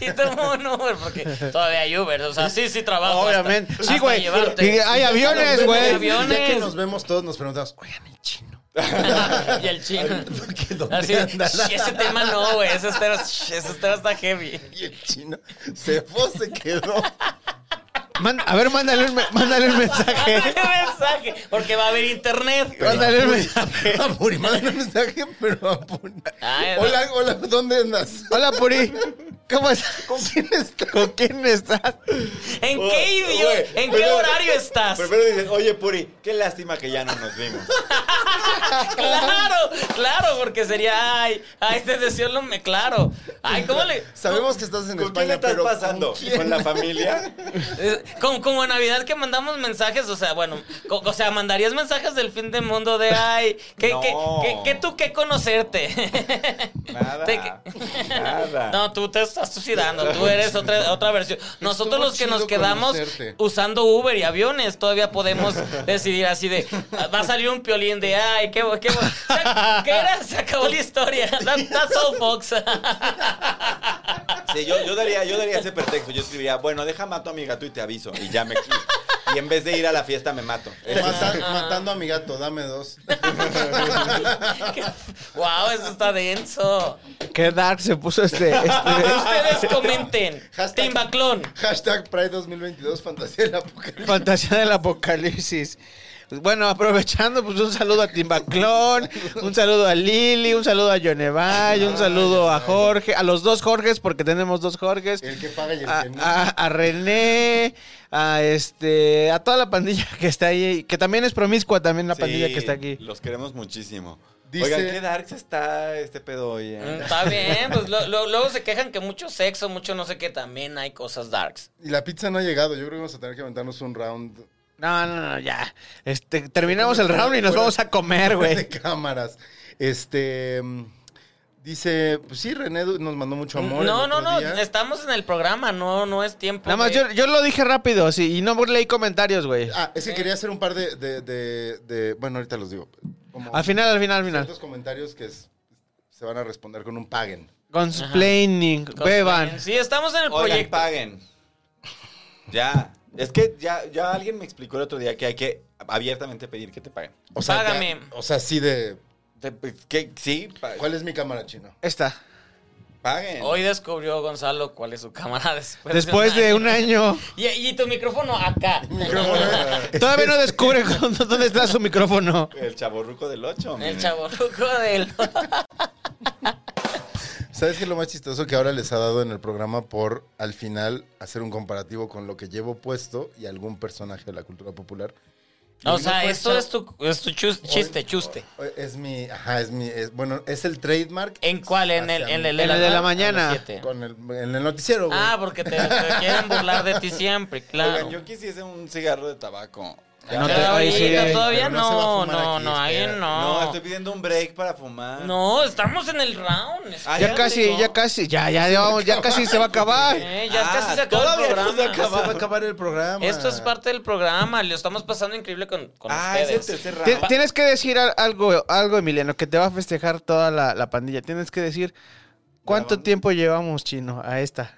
Speaker 1: Y tomo un Uber, porque todavía hay Uber. O sea, sí, sí trabajo. hasta-
Speaker 3: Obviamente.
Speaker 1: hasta
Speaker 3: Sí, güey.
Speaker 1: llevarte.
Speaker 3: Y Hay aviones,
Speaker 1: Hay
Speaker 3: güey.
Speaker 1: aviones.
Speaker 2: Ya que
Speaker 3: *laughs*
Speaker 2: nos vemos todos, nos preguntamos, oigan, el chino.
Speaker 1: *laughs* y el
Speaker 2: *laughs*
Speaker 1: chino.
Speaker 2: ¿Qué, ¿Dónde
Speaker 1: Así,
Speaker 2: anda?
Speaker 1: "Shh, ese tema
Speaker 2: *laughs*
Speaker 1: no, güey. Ese tema, shh, ese tema está heavy.
Speaker 2: Y el chino se fue, se quedó.
Speaker 3: Man- a ver, mándale un, me- mándale un mensaje.
Speaker 1: Mándale mensaje, porque va a haber internet.
Speaker 3: Mándale un mensaje.
Speaker 2: A Puri, mándale un mensaje, pero a Puri.
Speaker 1: Ay, no.
Speaker 2: Hola, hola, ¿dónde andas?
Speaker 3: Hola, Puri. ¿Cómo estás? ¿Con quién estás? ¿Con quién estás?
Speaker 1: ¿En
Speaker 4: Oh,
Speaker 1: qué idioma?
Speaker 4: güey,
Speaker 1: ¿En qué
Speaker 4: primero-
Speaker 1: horario estás?
Speaker 4: Primero dicen, oye, Puri, qué lástima que ya no nos vimos.
Speaker 1: Claro, claro, porque sería, ay, ay, este deseo lo me, claro. Ay, ¿cómo le?
Speaker 2: Sabemos que estás en
Speaker 4: ¿Con quién
Speaker 2: España,
Speaker 4: la estás
Speaker 2: pero
Speaker 4: pasando?
Speaker 2: ¿con quién? *laughs*
Speaker 4: ¿Con la familia?
Speaker 1: eh, Como, como en Navidad que mandamos mensajes, o sea, bueno, co- o sea, mandarías mensajes del fin del mundo de, ay, que,
Speaker 4: No.
Speaker 1: que, que- que tú qué conocerte.
Speaker 4: Nada.
Speaker 1: Te que-
Speaker 4: Nada.
Speaker 1: No, tú te estás suicidando,
Speaker 2: *laughs*
Speaker 1: tú eres otra, otra versión. Nosotros
Speaker 2: Estuvo
Speaker 1: los que nos
Speaker 2: chido
Speaker 1: quedamos
Speaker 2: conocerte.
Speaker 1: usando Uber y aviones, todavía podemos decidir así de, va a salir un piolín de, ay, qué, bo- qué, bo- se- ¿qué era? Se acabó la historia. *laughs* That- that's all, folks. *laughs*
Speaker 4: Sí, yo, yo daría, yo daría ese pretexto. Yo escribiría, bueno, deja mato a mi gato y te aviso. Y ya me. Y en vez de ir a la fiesta, me mato. Ese-
Speaker 2: Mata- matando a mi gato, dame dos. *laughs*
Speaker 1: wow, eso está denso.
Speaker 3: Qué dark se puso este. este
Speaker 1: Ustedes comenten.
Speaker 2: Hashtag-
Speaker 1: Timbaclón.
Speaker 2: Hashtag Pride 2022, fantasía del apocalipsis.
Speaker 3: fantasía del apocalipsis. Bueno, aprovechando, pues un saludo a Timbaclón, un saludo a Lili, un saludo a Yonevay, un saludo a Jorge, a los dos Jorges, porque tenemos dos Jorges.
Speaker 2: El que paga y el
Speaker 3: a,
Speaker 2: que no.
Speaker 3: a- a René, a este, a toda la pandilla *laughs* que está ahí, que también es promiscua también la pandilla
Speaker 4: Sí,
Speaker 3: que está aquí.
Speaker 4: Los queremos muchísimo.
Speaker 2: Dice-
Speaker 4: Oigan, qué darks está este pedo hoy. eh?
Speaker 1: Mm, Está bien, pues lo- lo- luego se quejan que mucho sexo, mucho no sé qué, también hay cosas darks.
Speaker 2: Y la pizza no ha llegado. Yo creo que vamos a tener que aventarnos un round
Speaker 3: No, no, no, ya. Este, terminamos el round y nos vamos a comer,
Speaker 2: de *laughs*
Speaker 3: güey.
Speaker 2: cámaras. Este. mm, Dice, pues sí, René du- nos mandó mucho amor.
Speaker 1: No,
Speaker 2: el
Speaker 1: no,
Speaker 2: otro
Speaker 1: no,
Speaker 2: día.
Speaker 1: estamos en el programa, no, no es tiempo.
Speaker 3: Nada más,
Speaker 1: de-
Speaker 3: yo, yo lo dije rápido, sí, y no leí comentarios, güey.
Speaker 2: Ah, es que quería hacer un par de. de- de- de- bueno, ahorita los digo. Como
Speaker 3: Al final, al final, al final.
Speaker 2: ciertos comentarios que es- se van a responder con un paguen.
Speaker 3: Consplaining,
Speaker 1: cosas
Speaker 3: beban.
Speaker 1: bien. Sí, estamos en el
Speaker 4: Oigan,
Speaker 1: Mm. proyecto.
Speaker 4: paguen. Ya. Es que ya, ya alguien me explicó el otro día que hay que abiertamente pedir que te paguen.
Speaker 2: O sea, ya-
Speaker 1: Págame.
Speaker 2: o sea, sí de.
Speaker 4: Te- pues, ¿Qué? Sí, pa-
Speaker 2: ¿Cuál es mi cámara chino? *laughs*
Speaker 3: Esta.
Speaker 4: paguen.
Speaker 1: Hoy descubrió Gonzalo cuál es su cámara *laughs* después,
Speaker 3: Después de un
Speaker 1: año.
Speaker 3: año.
Speaker 1: Y, y tu micrófono acá.
Speaker 2: Este
Speaker 3: Todavía no descubre *laughs* cuándo- dónde está su micrófono.
Speaker 4: El chaborruco del 8.
Speaker 1: El chaborruco del...
Speaker 2: *laughs* ¿Sabes qué es lo más chistoso que ahora les ha dado en el programa por al final hacer un comparativo con lo que llevo puesto y algún personaje de la cultura popular?
Speaker 1: O
Speaker 2: Y
Speaker 1: sea,
Speaker 2: no fue
Speaker 1: esto
Speaker 2: Chavo-
Speaker 1: es tu, es tu chus- chiste, chuste.
Speaker 2: Es mi, ajá, es mi, es- bueno, es el trademark.
Speaker 1: ¿En cuál? ¿En el,
Speaker 2: hacia
Speaker 1: en
Speaker 2: mí.
Speaker 1: el
Speaker 3: En el de la
Speaker 1: a las
Speaker 3: mañana.
Speaker 1: siete.
Speaker 2: Con el, en el noticiero, güey.
Speaker 1: Ah, porque te, te quieren burlar de ti siempre, claro.
Speaker 4: Oigan, yo quisiese un cigarro de tabaco.
Speaker 3: No te-
Speaker 1: Pero
Speaker 3: ahí sí,
Speaker 1: ahorita
Speaker 3: ahí.
Speaker 1: todavía
Speaker 2: Pero no se va a
Speaker 1: no,
Speaker 2: fumar
Speaker 1: no,
Speaker 2: aquí,
Speaker 1: no, ahí
Speaker 2: espera.
Speaker 4: No,
Speaker 1: no.
Speaker 4: estoy pidiendo un break para fumar.
Speaker 1: No, estamos en el round.
Speaker 4: Ah,
Speaker 3: Ya
Speaker 4: ya
Speaker 3: casi,
Speaker 4: llegó.
Speaker 3: ya casi, ya, ya, ya, vamos, ya casi se va
Speaker 1: *laughs*
Speaker 3: a acabar.
Speaker 1: Eh, ya
Speaker 4: Ah,
Speaker 1: casi se acabó el
Speaker 4: todavía no se
Speaker 1: programa.
Speaker 2: Ya se va a acabar el programa.
Speaker 1: Esto es parte del programa, lo estamos pasando increíble con, con
Speaker 4: Ah, es el
Speaker 1: ustedes.
Speaker 4: tercer
Speaker 3: Ti-
Speaker 4: round.
Speaker 3: Tienes que decir al- algo, algo, Emiliano, que te va a festejar toda la, la pandilla. Tienes que decir cuánto
Speaker 4: Grabando.
Speaker 3: tiempo llevamos, chino, a esta.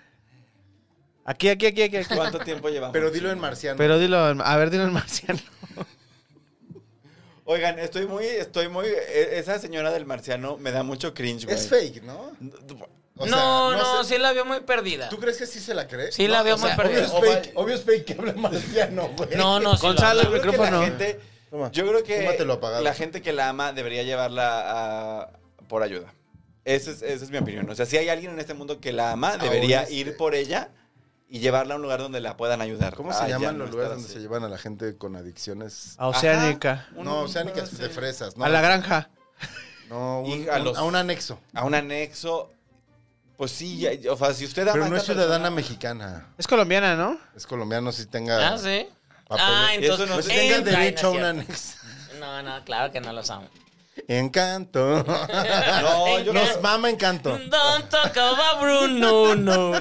Speaker 3: Aquí, aquí, aquí, aquí.
Speaker 4: *laughs*
Speaker 3: aquí.
Speaker 4: ¿Cuánto tiempo
Speaker 1: Eh,
Speaker 4: llevamos?
Speaker 2: Pero dilo en marciano.
Speaker 3: Pero dilo, a ver, dilo en marciano.
Speaker 4: Oigan, estoy muy, estoy muy. e- Esa señora del marciano me da mucho cringe, güey.
Speaker 2: es fake, ¿no? O sea,
Speaker 1: no, no,
Speaker 2: sé-
Speaker 1: sí la veo muy perdida.
Speaker 2: ¿Tú crees que sí se la cree?
Speaker 1: Sí la veo muy
Speaker 2: Obvio
Speaker 1: perdida.
Speaker 2: es, fake, obvio es fake que habla marciano, güey.
Speaker 1: No, no, sí la-
Speaker 3: Gonzalo,
Speaker 4: Yo
Speaker 3: el
Speaker 4: creo que la
Speaker 3: micrófono.
Speaker 4: gente.
Speaker 2: Toma.
Speaker 4: Yo creo que
Speaker 2: Fúmatelo apagado.
Speaker 4: la gente que la ama debería llevarla a- por ayuda. Esa es, esa es mi opinión. O sea, si hay alguien en este mundo que la ama, debería
Speaker 2: este.
Speaker 4: ir por ella y llevarla a un lugar donde la puedan ayudar.
Speaker 2: ¿Cómo se
Speaker 4: Ah, ya
Speaker 2: llaman
Speaker 4: no
Speaker 2: los lugares
Speaker 4: estar
Speaker 2: donde
Speaker 4: así.
Speaker 2: se llevan a la gente con adicciones?
Speaker 3: A Oceánica,
Speaker 4: Ajá. Un-
Speaker 2: No,
Speaker 4: un-
Speaker 2: o sea, ni que
Speaker 4: sí.
Speaker 2: de fresas, ¿no?
Speaker 3: a la granja.
Speaker 2: No,
Speaker 4: Y
Speaker 2: un-
Speaker 4: a
Speaker 2: un-
Speaker 4: los-
Speaker 2: a un anexo.
Speaker 4: A un anexo. Pues sí, ya- o sea, si usted ama
Speaker 2: Pero
Speaker 4: a
Speaker 2: no es
Speaker 4: esta
Speaker 2: ciudadana
Speaker 4: persona-
Speaker 2: mexicana.
Speaker 3: Es colombiana, ¿no?
Speaker 2: Es colombiano si tenga.
Speaker 1: Ah, sí.
Speaker 2: Papel.
Speaker 1: Ah, entonces
Speaker 4: Eso no
Speaker 2: Pues
Speaker 4: se-
Speaker 1: entra y no
Speaker 2: tenga
Speaker 1: es
Speaker 2: derecho a un
Speaker 1: cierto.
Speaker 2: anexo.
Speaker 1: No, no, claro que no lo saben. *laughs*
Speaker 2: Encanto.
Speaker 4: No,
Speaker 1: Eh,
Speaker 4: yo
Speaker 2: Nos mama encanto.
Speaker 1: Don't talk about Bruno, no, no.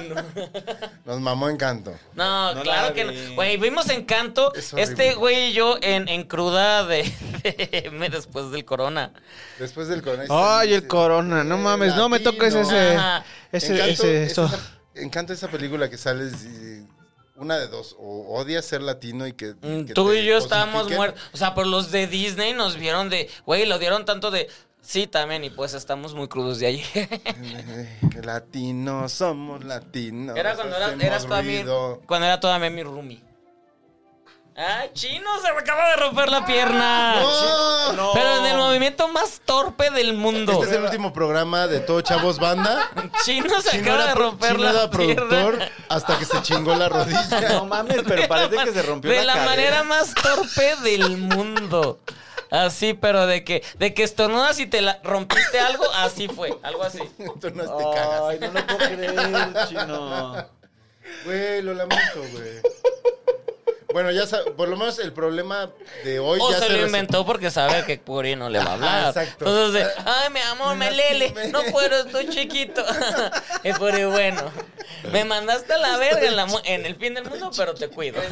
Speaker 2: Nos mamó encanto.
Speaker 1: No,
Speaker 4: No
Speaker 1: claro
Speaker 4: la
Speaker 1: que
Speaker 4: vi.
Speaker 1: no. Güey, vimos Encanto.
Speaker 2: Es horrible.
Speaker 1: Este güey y yo en, en cruda de, *laughs* de- después del corona.
Speaker 2: Después del corona.
Speaker 3: Ay, el corona, no mames, no me toques ese,
Speaker 1: Ajá.
Speaker 3: ese,
Speaker 2: Encanto,
Speaker 3: ese,
Speaker 2: es
Speaker 3: eso.
Speaker 2: esa- Encanto esa película que sales y una de dos, o odias ser latino y que,
Speaker 1: Mm,
Speaker 2: que
Speaker 1: Tú
Speaker 2: te
Speaker 1: y yo estábamos
Speaker 2: cosifiquen,
Speaker 1: muertos. O sea, por los de Disney nos vieron de. Güey, lo dieron tanto de. Sí, también, y pues estamos muy crudos de *laughs* allí.
Speaker 2: Eh, que Latinos somos latinos.
Speaker 1: era cuando era,
Speaker 2: hacemos
Speaker 1: eras toda mi,
Speaker 2: ruido.
Speaker 1: cuando era toda mi mi roomie. ¡Ah, chino! Se me acaba de romper la pierna.
Speaker 2: Ah,
Speaker 4: No.
Speaker 1: Pero en el movimiento más torpe del mundo.
Speaker 2: ¡Oh! Este es el último programa de todo
Speaker 1: *laughs*
Speaker 2: Chavos Banda.
Speaker 1: Chino se
Speaker 2: Chino
Speaker 1: acaba de
Speaker 2: era pro-
Speaker 1: romper
Speaker 2: Chino
Speaker 1: la
Speaker 2: era
Speaker 1: pierna.
Speaker 2: productor hasta que se chingó la rodilla.
Speaker 1: *laughs*
Speaker 4: No mames, pero parece que se rompió
Speaker 1: De la
Speaker 4: cadera.
Speaker 1: manera más torpe del mundo. Así, pero de que, de que estornudas y te la- rompiste algo, así fue. Algo así.
Speaker 2: Tú no te cagas.
Speaker 4: Ay, no lo puedo creer, chino.
Speaker 2: Güey, lo lamento, güey. Bueno, ya sabes, por lo menos el problema de hoy
Speaker 1: O
Speaker 2: ya
Speaker 1: se lo
Speaker 2: resolvió.
Speaker 1: inventó porque sabe que Puri no le va a hablar.
Speaker 2: Ah, exacto.
Speaker 1: Entonces, de, ay, mi amor, me
Speaker 2: Una
Speaker 1: lele.
Speaker 2: simple.
Speaker 1: No puedo, estoy chiquito. *laughs* es Puri, bueno. Me mandaste a la verga en, la mu- en el fin del mundo, pero te cuido.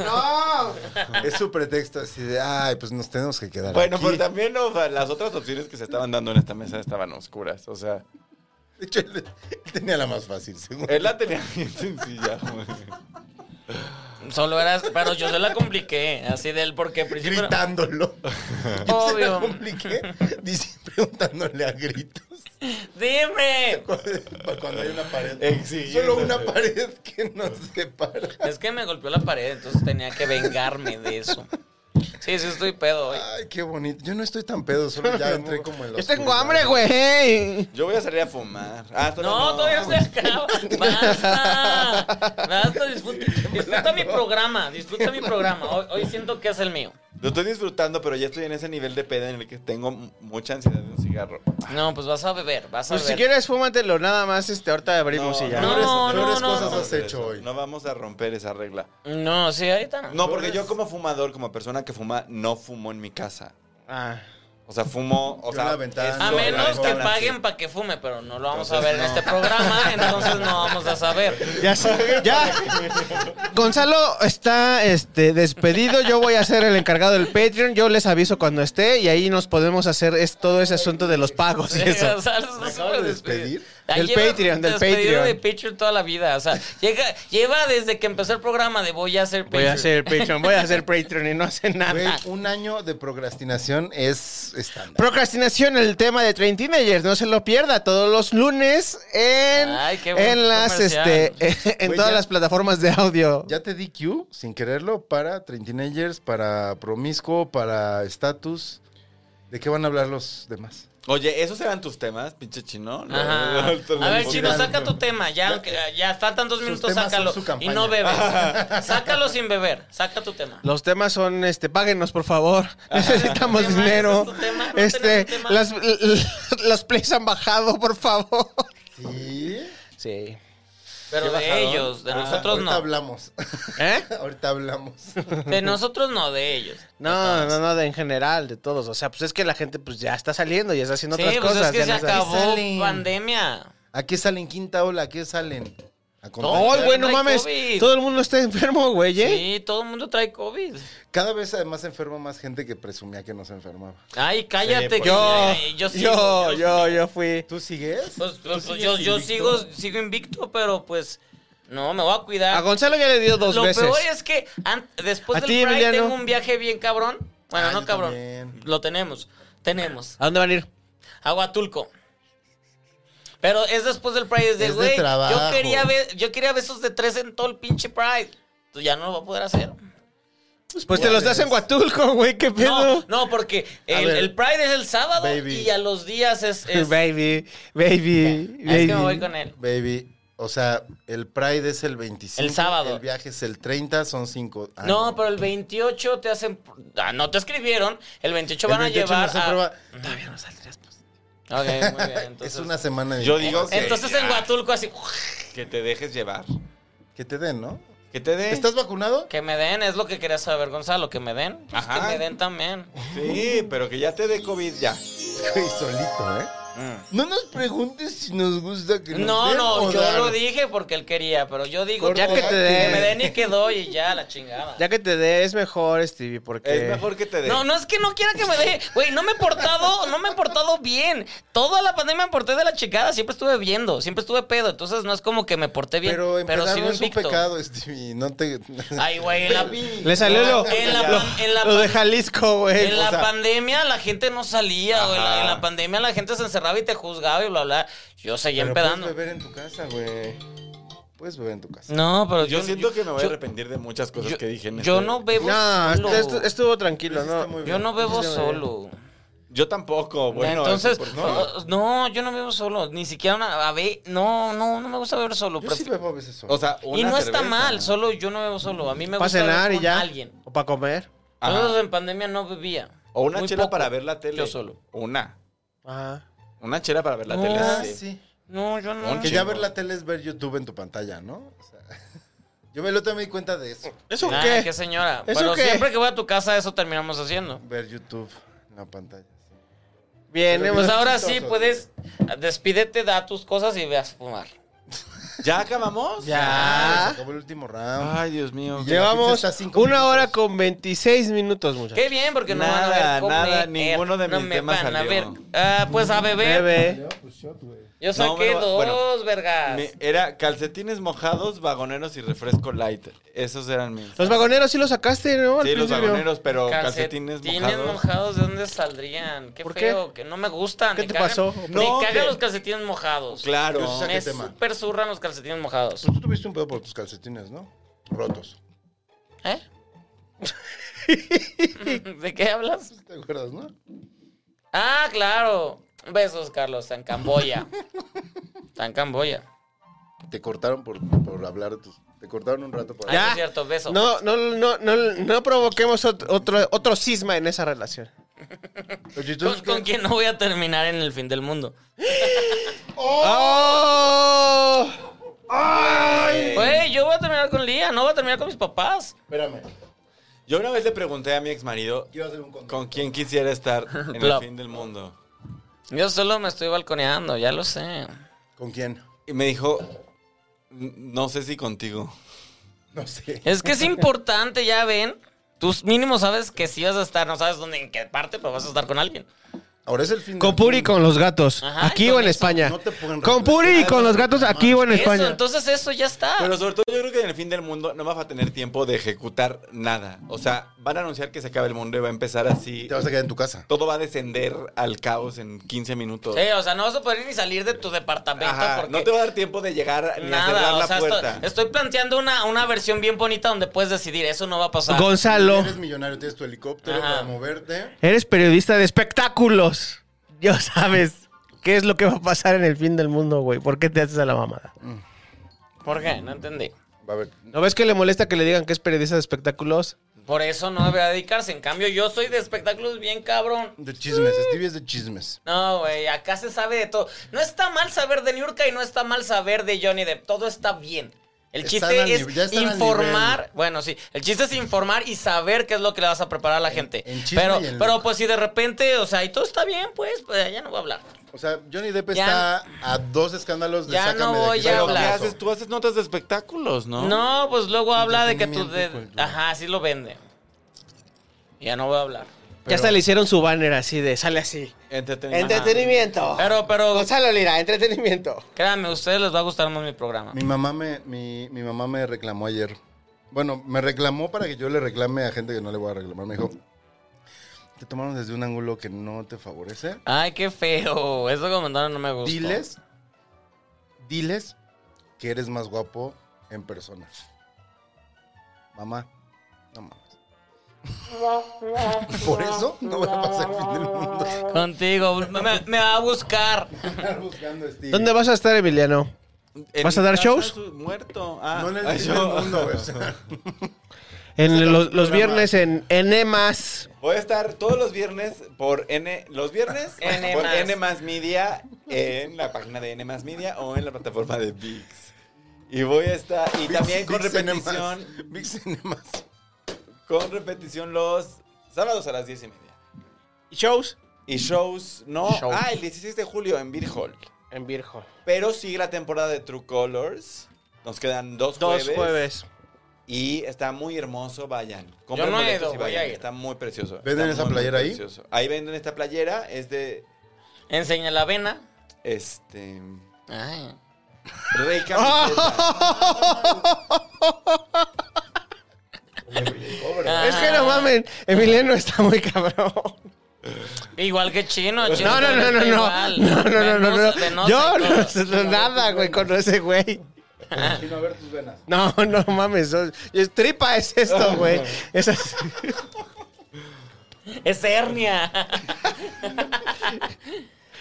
Speaker 2: *laughs* Es su pretexto así de, ay, pues nos tenemos que quedar
Speaker 4: Bueno,
Speaker 2: aquí.
Speaker 4: pero también o sea, las otras opciones que se estaban dando en esta mesa estaban oscuras. O sea,
Speaker 2: *laughs* De hecho, él tenía la más fácil, seguro.
Speaker 4: él la tenía bien sencilla, güey.
Speaker 1: Solo eras, pero yo se la compliqué. Así del porque al principio.
Speaker 2: Gritándolo. *laughs* Yo se
Speaker 1: Obvio.
Speaker 2: la compliqué dice, preguntándole a gritos *laughs*
Speaker 1: ¡Dime!
Speaker 2: para cuando hay una pared.
Speaker 4: Exigiendo.
Speaker 2: Solo una pared que nos separa.
Speaker 1: Es que me golpeó la pared, entonces tenía que vengarme de eso. Sí, sí, estoy pedo hoy.
Speaker 2: Ay, qué bonito. Yo no estoy tan pedo, solo ya entré como en los.
Speaker 3: Yo tengo hambre,
Speaker 4: *laughs*
Speaker 3: güey.
Speaker 4: Yo voy a salir a fumar. Ah,
Speaker 1: No, todavía se acaba. Basta. Basta, disfruta, disfruta mi programa. Disfruta mi programa. Hoy, hoy siento que es el mío.
Speaker 4: Lo estoy disfrutando, pero ya estoy en ese nivel de pedo en el que tengo m- mucha ansiedad de un cigarro.
Speaker 1: No, pues vas a beber. Vas a
Speaker 3: Pues si
Speaker 1: beber.
Speaker 3: quieres, fúmatelo nada más. Este, ahorita abrimos y ya.
Speaker 1: no,
Speaker 2: Peores-
Speaker 1: no,
Speaker 2: peores
Speaker 1: no,
Speaker 2: cosas
Speaker 1: no.
Speaker 2: has hecho hoy.
Speaker 4: No vamos a romper esa regla.
Speaker 1: No, sí, ahorita no.
Speaker 4: No, porque yo como fumador, como persona que fuma, no fumo en mi casa.
Speaker 3: Ah.
Speaker 4: O sea, fumo, o
Speaker 2: Yo
Speaker 4: sea,
Speaker 2: la ventana.
Speaker 4: es
Speaker 1: A
Speaker 4: lo-
Speaker 1: menos
Speaker 4: la
Speaker 1: que
Speaker 4: ventana, sí.
Speaker 1: paguen para que fume, pero no lo vamos a
Speaker 2: Entonces,
Speaker 1: ver en
Speaker 2: no.
Speaker 1: este programa, entonces no vamos a
Speaker 3: *laughs*
Speaker 1: saber.
Speaker 3: Ya, sé- ya. Gonzalo está este, despedido. Yo voy a ser el encargado del Patreon. Yo les aviso cuando esté y ahí nos podemos hacer es- todo ese asunto de los pagos y
Speaker 1: Sí, o
Speaker 3: eso.
Speaker 1: sea, eso es
Speaker 2: acabo
Speaker 1: súper despedido.
Speaker 2: de despedir.
Speaker 1: Ah,
Speaker 3: Del
Speaker 1: lleva
Speaker 3: Patreon, del
Speaker 1: despedido
Speaker 3: Patreon.
Speaker 1: de Patreon toda la vida. O sea, llega, lleva desde que empezó el programa de voy a hacer Patreon.
Speaker 3: Voy a hacer Patreon, voy a hacer Patreon y no hace
Speaker 2: Güey,
Speaker 3: nada.
Speaker 2: un año de procrastinación es estándar.
Speaker 3: Procrastinación, el tema de Train Teenagers. No se lo pierda todos los lunes en,
Speaker 1: Ay, qué buen
Speaker 3: en las
Speaker 1: comercial.
Speaker 3: este, *laughs* en
Speaker 2: Güey,
Speaker 3: todas
Speaker 2: ya-
Speaker 3: las plataformas de audio.
Speaker 2: Ya te di Q sin quererlo para Teenagers, para Promiscuo, para Status. ¿De qué van a hablar los demás?
Speaker 4: Oye, ¿esos eran tus temas, pinche chino?
Speaker 1: Ajá.
Speaker 4: *laughs*
Speaker 1: A ver, chino, saca tu tema. Ya, ya faltan dos
Speaker 2: Sus
Speaker 1: minutos,
Speaker 2: temas son
Speaker 1: sácalo.
Speaker 2: su
Speaker 1: Y
Speaker 2: campaña.
Speaker 1: no bebes. Sácalo sin beber. Saca tu tema.
Speaker 3: Los temas son, este, páguenos por favor. Necesitamos
Speaker 1: ¿Tema?
Speaker 3: dinero.
Speaker 1: ¿Ese es tu tema? ¿No
Speaker 3: Este,
Speaker 1: tenemos tema?
Speaker 3: las, *laughs* las plays han bajado, por favor.
Speaker 2: Sí.
Speaker 3: Sí.
Speaker 1: Pero de ellos, de nosotros
Speaker 2: Ah, Ahorita
Speaker 1: no.
Speaker 2: hablamos.
Speaker 3: ¿Eh?
Speaker 2: *laughs* Ahorita hablamos.
Speaker 1: De nosotros no, de ellos.
Speaker 3: No, no, no, de en general, de todos. O sea, pues es que la gente pues ya está saliendo, ya está haciendo
Speaker 1: sí,
Speaker 3: otras
Speaker 1: pues
Speaker 3: cosas.
Speaker 1: es que
Speaker 3: ya
Speaker 1: se
Speaker 3: no está-
Speaker 1: acabó
Speaker 2: salen.
Speaker 1: pandemia.
Speaker 2: ¿A qué salen quinta ola? ¿A qué salen? A contagiar.
Speaker 3: Ay, güey, no
Speaker 1: No hay
Speaker 3: mames.
Speaker 1: COVID.
Speaker 3: Todo el mundo está enfermo, güey, ¿eh?
Speaker 1: Sí, todo el mundo trae COVID.
Speaker 2: Cada vez además se enferma más gente que presumía que no se enfermaba.
Speaker 1: Ay, cállate.
Speaker 4: pues.
Speaker 1: que-
Speaker 3: Yo,
Speaker 1: ay,
Speaker 3: yo,
Speaker 1: sigo,
Speaker 3: yo, yo, fui.
Speaker 2: ¿Tú sigues?
Speaker 1: Pues, pues,
Speaker 2: ¿Tú
Speaker 1: pues,
Speaker 2: sigues
Speaker 1: yo, yo sigo,
Speaker 2: invicto?
Speaker 1: sigo invicto, pero pues no, me voy a cuidar.
Speaker 3: A Gonzalo ya le dio dos
Speaker 1: Lo
Speaker 3: veces.
Speaker 1: peor es que an- después
Speaker 3: ¿A
Speaker 1: del
Speaker 3: ti,
Speaker 1: Pride
Speaker 3: Emiliano?
Speaker 1: tengo un viaje bien cabrón. Bueno,
Speaker 2: Ah,
Speaker 1: no
Speaker 2: yo
Speaker 1: cabrón.
Speaker 2: también.
Speaker 1: Lo tenemos. Tenemos.
Speaker 3: ¿A dónde van a ir?
Speaker 1: Aguatulco. Pero es después del Pride. Es de,
Speaker 2: Es de
Speaker 1: güey, yo
Speaker 2: trabajo.
Speaker 1: quería, be- yo quería besos de tres en todo el pinche Pride. Entonces ya no lo voy a poder hacer.
Speaker 3: Pues te los das en Huatulco, güey, qué pedo.
Speaker 1: No, no, porque
Speaker 2: A
Speaker 1: el,
Speaker 2: ver.
Speaker 1: el Pride es el sábado
Speaker 2: Baby.
Speaker 1: y a los días es...
Speaker 2: *laughs*
Speaker 1: es-
Speaker 3: *laughs* Baby, baby, baby.
Speaker 1: es que me voy con él.
Speaker 2: Baby, o sea, el Pride es el 25.
Speaker 1: El sábado.
Speaker 2: El viaje es el 30, son Ah, 5.
Speaker 1: No, pero el 28 te hacen... Ah, no te escribieron. El 28 van a llevar a...
Speaker 2: Todavía no saldrías. *laughs*
Speaker 1: Ok, muy bien. Entonces,
Speaker 2: es una semana de
Speaker 4: Yo digo que,
Speaker 1: entonces en Huatulco así...
Speaker 4: que te dejes llevar.
Speaker 2: que te den, ¿no?
Speaker 4: Que te den.
Speaker 2: ¿Estás vacunado?
Speaker 1: Que me den, es lo que quería saber, Gonzalo. Que me den. Pues
Speaker 4: Ajá.
Speaker 1: Que me den también.
Speaker 4: Sí, pero que ya te dé COVID ya. Mm.
Speaker 2: Güey, solito, ¿eh? No nos preguntes si nos gusta que nos
Speaker 1: No,
Speaker 2: den
Speaker 1: no,
Speaker 2: o
Speaker 1: yo
Speaker 2: dar.
Speaker 1: lo dije porque él quería, pero yo digo,
Speaker 3: Ya
Speaker 1: no,
Speaker 3: que te den.
Speaker 1: me den y que doy y ya, la chingada.
Speaker 3: Ya que te dé, es mejor, Stevie, porque...
Speaker 4: Es mejor que te dé.
Speaker 1: No, no es que no quiera que me dé. Güey, no me he portado, no me he portado bien. Toda la pandemia me porté de la chingada, siempre estuve viendo, siempre estuve pedo, entonces no es como que me porté bien,
Speaker 2: Pero
Speaker 1: pero,
Speaker 2: empezar
Speaker 1: sí
Speaker 2: no es un
Speaker 1: invicto.
Speaker 2: pecado, Stevie. No te.
Speaker 1: Ay, güey, en la,
Speaker 3: Le salió lo,
Speaker 1: En la
Speaker 3: lo-
Speaker 1: pan- en la
Speaker 3: lo de
Speaker 1: pan-
Speaker 3: Jalisco, güey.
Speaker 1: En
Speaker 3: O
Speaker 1: la
Speaker 3: sea,
Speaker 1: pandemia la gente no salía, güey. La-
Speaker 4: Ajá.
Speaker 1: En la pandemia la gente se encerraba y te juzgaba y bla, bla. Yo seguía
Speaker 2: Pero pues,
Speaker 1: empedando.
Speaker 2: puedes beber en tu casa, güey. Puedes beber en tu casa.
Speaker 1: No, pero
Speaker 4: Yo siento que me voy a
Speaker 1: yo-
Speaker 4: arrepentir de muchas cosas
Speaker 1: yo-
Speaker 4: que dije en
Speaker 1: Yo
Speaker 4: este-
Speaker 1: no bebo
Speaker 3: No,
Speaker 1: solo.
Speaker 3: est- est- estuvo tranquilo,
Speaker 2: Pues Está muy
Speaker 3: ¿no?
Speaker 2: bien.
Speaker 1: yo no bebo
Speaker 3: Está muy bien.
Speaker 1: solo.
Speaker 4: Yo tampoco, bueno.
Speaker 1: Entonces,
Speaker 4: ¿por qué?
Speaker 1: no, no, yo no bebo solo. Ni siquiera una. A ver, no, no, no me gusta beber solo.
Speaker 2: Yo
Speaker 1: pref-
Speaker 2: sí bebo a veces solo.
Speaker 4: O sea, una
Speaker 1: y no está
Speaker 4: cerveza.
Speaker 1: mal, solo yo no bebo solo. A mí me
Speaker 3: Para
Speaker 1: gusta beber
Speaker 3: cenar y
Speaker 1: con
Speaker 3: ya.
Speaker 1: alguien.
Speaker 3: O para comer.
Speaker 4: Ajá.
Speaker 1: Nosotros en pandemia no bebía.
Speaker 4: O una
Speaker 1: Muy
Speaker 4: chela
Speaker 1: poco.
Speaker 4: para ver la tele.
Speaker 1: Yo solo.
Speaker 4: Una.
Speaker 3: Ajá.
Speaker 4: Una chela para ver la
Speaker 1: No.
Speaker 4: tele.
Speaker 2: Ah,
Speaker 4: sí.
Speaker 2: sí.
Speaker 1: No, yo no.
Speaker 4: Un
Speaker 2: Que ya
Speaker 4: chingo.
Speaker 2: ver la tele es ver YouTube en tu pantalla, ¿no? O sea, *laughs* yo me lo tomé cuenta de eso.
Speaker 3: ¿Eso
Speaker 1: Nah,
Speaker 3: qué?
Speaker 1: qué señora.
Speaker 3: ¿Eso
Speaker 1: Pero
Speaker 3: qué?
Speaker 1: siempre que voy a tu casa, eso terminamos haciendo.
Speaker 2: Ver YouTube en la pantalla. sí.
Speaker 3: Bien, eh,
Speaker 2: Pero
Speaker 3: hemos-
Speaker 1: Pues
Speaker 2: es
Speaker 1: ahora
Speaker 2: chistoso.
Speaker 1: sí puedes. Despídete, da tus cosas y veas fumar.
Speaker 4: ¿Ya acabamos?
Speaker 2: Ah,
Speaker 3: Ya.
Speaker 2: Se acabó el último round.
Speaker 4: Ay, Dios mío.
Speaker 2: Ya. La
Speaker 3: Llevamos
Speaker 2: pizza está cinco
Speaker 3: una
Speaker 2: minutos.
Speaker 3: hora con 26 minutos, muchachos.
Speaker 1: Qué bien, porque no
Speaker 4: Nada,
Speaker 1: van a ver comer.
Speaker 4: nada, ninguno de mis
Speaker 1: no me
Speaker 4: temas
Speaker 1: van a
Speaker 4: salió.
Speaker 1: ver. Ah, pues a beber.
Speaker 3: Bebe.
Speaker 1: Yo
Speaker 4: No,
Speaker 1: saqué
Speaker 4: bueno,
Speaker 1: dos,
Speaker 4: bueno,
Speaker 1: vergas.
Speaker 4: Me- era calcetines mojados, vagoneros y refresco light. Esos eran mis.
Speaker 3: Los vagoneros sí los sacaste, ¿no? Al
Speaker 4: Sí, los
Speaker 3: principio.
Speaker 4: vagoneros, pero calcetines,
Speaker 1: calcetines
Speaker 4: mojados.
Speaker 1: mojados, ¿de dónde saldrían? Qué
Speaker 3: ¿Por qué?
Speaker 1: feo, que no me gustan.
Speaker 3: ¿Qué
Speaker 1: me
Speaker 3: te
Speaker 1: cagan-
Speaker 3: pasó?
Speaker 1: Me
Speaker 4: No,
Speaker 1: cagan
Speaker 4: que-
Speaker 1: los calcetines mojados.
Speaker 4: Claro.
Speaker 2: Yo sí saqué
Speaker 1: Me
Speaker 2: tema.
Speaker 1: super zurran los calcetines mojados.
Speaker 2: Pues tú tuviste un pedo por tus calcetines, ¿no? Rotos.
Speaker 1: ¿Eh?
Speaker 4: Pues, *laughs*
Speaker 1: ¿De qué hablas?
Speaker 2: Pues, ¿Te acuerdas, no?
Speaker 1: Ah, claro. Besos, Carlos, en
Speaker 4: *laughs*
Speaker 1: Camboya. Tan Camboya.
Speaker 2: Te cortaron por, por hablar de tus. Te cortaron un rato por
Speaker 1: Ah,
Speaker 3: Ya.
Speaker 1: sí es cierto, beso.
Speaker 3: No, no, no, no, no provoquemos ot- otro, otro cisma en esa relación.
Speaker 2: Oye,
Speaker 1: Con,
Speaker 2: entonces,
Speaker 1: con
Speaker 2: ¿qué?
Speaker 1: quien no voy a terminar en el fin del mundo.
Speaker 3: *gasps* ¡Oh!
Speaker 1: Güey, yo voy a terminar con Lía, no voy a terminar con mis papás.
Speaker 2: Espérame.
Speaker 4: Yo una vez le pregunté a mi ex marido
Speaker 2: Quiero hacer un control.
Speaker 4: con quién quisiera estar en el
Speaker 1: Plop.
Speaker 4: fin del mundo.
Speaker 1: Yo solo me estoy balconeando, ya lo sé.
Speaker 2: ¿Con quién?
Speaker 4: Y me dijo, no sé si contigo.
Speaker 2: No sé.
Speaker 1: Es
Speaker 3: *laughs*
Speaker 1: que es importante, ya ven. Tú mínimo sabes que sí vas a estar, no sabes dónde, en qué parte, pero vas a estar con alguien.
Speaker 2: Ahora es el fin
Speaker 3: Con
Speaker 2: del
Speaker 3: Puri y
Speaker 2: mundo.
Speaker 3: con los gatos.
Speaker 1: Ajá,
Speaker 3: aquí
Speaker 1: con
Speaker 3: o en
Speaker 1: eso
Speaker 3: España.
Speaker 2: no te pueden
Speaker 3: con Puri y con los gatos aquí o en España.
Speaker 1: Eso, entonces eso ya está.
Speaker 4: Pero sobre todo yo creo que en el fin del mundo no vas a tener tiempo de ejecutar nada. O sea, van a anunciar que se acaba el mundo y va a empezar así.
Speaker 2: Te vas a quedar en tu casa.
Speaker 4: Todo va a descender al caos en 15 minutos.
Speaker 1: Sí, o sea, no vas a poder ni salir de tu departamento
Speaker 4: Ajá,
Speaker 1: porque
Speaker 4: No te va a dar tiempo de llegar ni a cerrar
Speaker 1: nada.
Speaker 4: la
Speaker 1: O sea,
Speaker 4: puerta.
Speaker 1: estoy, estoy planteando una, una versión bien bonita donde puedes decidir, eso no va a pasar.
Speaker 3: Gonzalo,
Speaker 2: Eres millonario, tienes tu helicóptero
Speaker 1: Ajá.
Speaker 2: para moverte.
Speaker 3: eres periodista de espectáculos. Ya sabes qué es lo que va a pasar en el fin del mundo, güey. ¿Por qué te haces a la mamada?
Speaker 1: ¿Por qué? No entendí.
Speaker 2: Va a ver.
Speaker 3: ¿No ves que le molesta que le digan que es periodista de espectáculos?
Speaker 1: Por eso no debería dedicarse. En cambio, yo soy de espectáculos bien cabrón.
Speaker 2: De chismes. Stevie es de chismes.
Speaker 1: No, güey, acá se sabe de todo. No está mal saber de Niurka y no está mal saber de Johnny Depp. Todo está bien. El
Speaker 2: Están
Speaker 1: chiste
Speaker 2: al
Speaker 1: es
Speaker 2: nivel- ya están al
Speaker 1: informar.
Speaker 2: nivel.
Speaker 1: Bueno, sí. El chiste es informar y saber qué es lo que le vas a preparar a la gente.
Speaker 2: en chisme
Speaker 1: pero,
Speaker 2: y en
Speaker 1: pero
Speaker 2: look.
Speaker 1: pues si de repente, o sea, y todo está bien, pues, pues ya no voy a hablar.
Speaker 2: O sea, Johnny Depp
Speaker 1: Ya-
Speaker 2: está a dos escándalos de
Speaker 1: Ya
Speaker 2: sácame
Speaker 1: no
Speaker 2: de aquí,
Speaker 1: voy a
Speaker 2: sácame
Speaker 4: Pero ¿qué
Speaker 2: de
Speaker 1: hablar.
Speaker 2: eso.
Speaker 4: haces? Tú haces notas de espectáculos, ¿no?
Speaker 1: No, pues luego habla de que tú. de-
Speaker 2: Entretenimiento y cultura.
Speaker 1: ajá, así lo vende. Ya no voy a hablar.
Speaker 3: ya hasta le hicieron su banner así de, sale así.
Speaker 4: Entretenimiento.
Speaker 3: Entretenimiento.
Speaker 1: Pero, pero,
Speaker 3: Gonzalo Lira, entretenimiento.
Speaker 1: créanme, a ustedes les va a gustar más mi programa.
Speaker 2: Mi mamá me, mi, mi mamá me reclamó ayer. Bueno, me reclamó para que yo le reclame a gente que no le voy a reclamar. Me dijo, te tomaron desde un ángulo que no te favorece.
Speaker 1: Ay, qué feo. Eso que mandaron no me gusta.
Speaker 2: Diles, diles que eres más guapo en persona. Mamá, no mames. *laughs* Por eso no voy a pasar el fin del mundo.
Speaker 1: Contigo, me, me va a buscar.
Speaker 2: Estar buscando a Steve.
Speaker 3: ¿Dónde vas a estar, Emiliano?
Speaker 4: En
Speaker 3: ¿Vas
Speaker 4: mi
Speaker 3: a dar
Speaker 4: casa
Speaker 3: shows?
Speaker 4: su- Muerto. Ah,
Speaker 2: No en el
Speaker 4: ay,
Speaker 2: fin del
Speaker 4: yo-
Speaker 2: mundo, güey, o sea.
Speaker 3: En los, los
Speaker 2: programa.
Speaker 3: viernes en E Enemas.
Speaker 4: *laughs* Voy a estar todos los viernes por N. Los viernes
Speaker 1: N+.
Speaker 4: por N más Media en la página de N más Media o en la plataforma de VIX. Y voy a estar. Y también con
Speaker 2: Big Cinemas.
Speaker 4: repetición.
Speaker 2: Big Cinemas.
Speaker 4: Con repetición los sábados a las 10 y media.
Speaker 3: ¿Shows?
Speaker 4: Y shows, no.
Speaker 3: Shows.
Speaker 4: Ah, el 16 de julio en Beer Hall.
Speaker 3: En Virgo.
Speaker 4: Pero sigue la temporada de True Colors. Nos quedan dos,
Speaker 3: Dos jueves.
Speaker 4: Y está muy hermoso, vayan. Compren
Speaker 1: no he
Speaker 4: boletos
Speaker 1: ido,
Speaker 4: y
Speaker 1: voy a ir.
Speaker 4: Está muy precioso.
Speaker 2: ¿Venden esa
Speaker 4: Está muy, muy
Speaker 2: playera ahí?
Speaker 4: precioso. Ahí venden esta playera, es de
Speaker 1: Enseña la vena.
Speaker 4: este
Speaker 1: Ay.
Speaker 2: *laughs*
Speaker 4: Rey Camiseta.
Speaker 1: Ah,
Speaker 3: Es que no mamen, Emiliano está muy cabrón.
Speaker 1: Igual que chino, chino.
Speaker 3: No, no, no,
Speaker 1: está
Speaker 3: no, no.
Speaker 1: igual.
Speaker 3: No, no, no, no,
Speaker 1: Venosa-
Speaker 3: no.
Speaker 1: venosa
Speaker 3: Yo
Speaker 1: y todo.
Speaker 3: no sé nada, güey, con ese güey.
Speaker 2: Chino, a ver tus venas.
Speaker 3: No, no mames. son- es- Tripa es esto, güey. Esas-
Speaker 1: Es hernia.
Speaker 3: *laughs*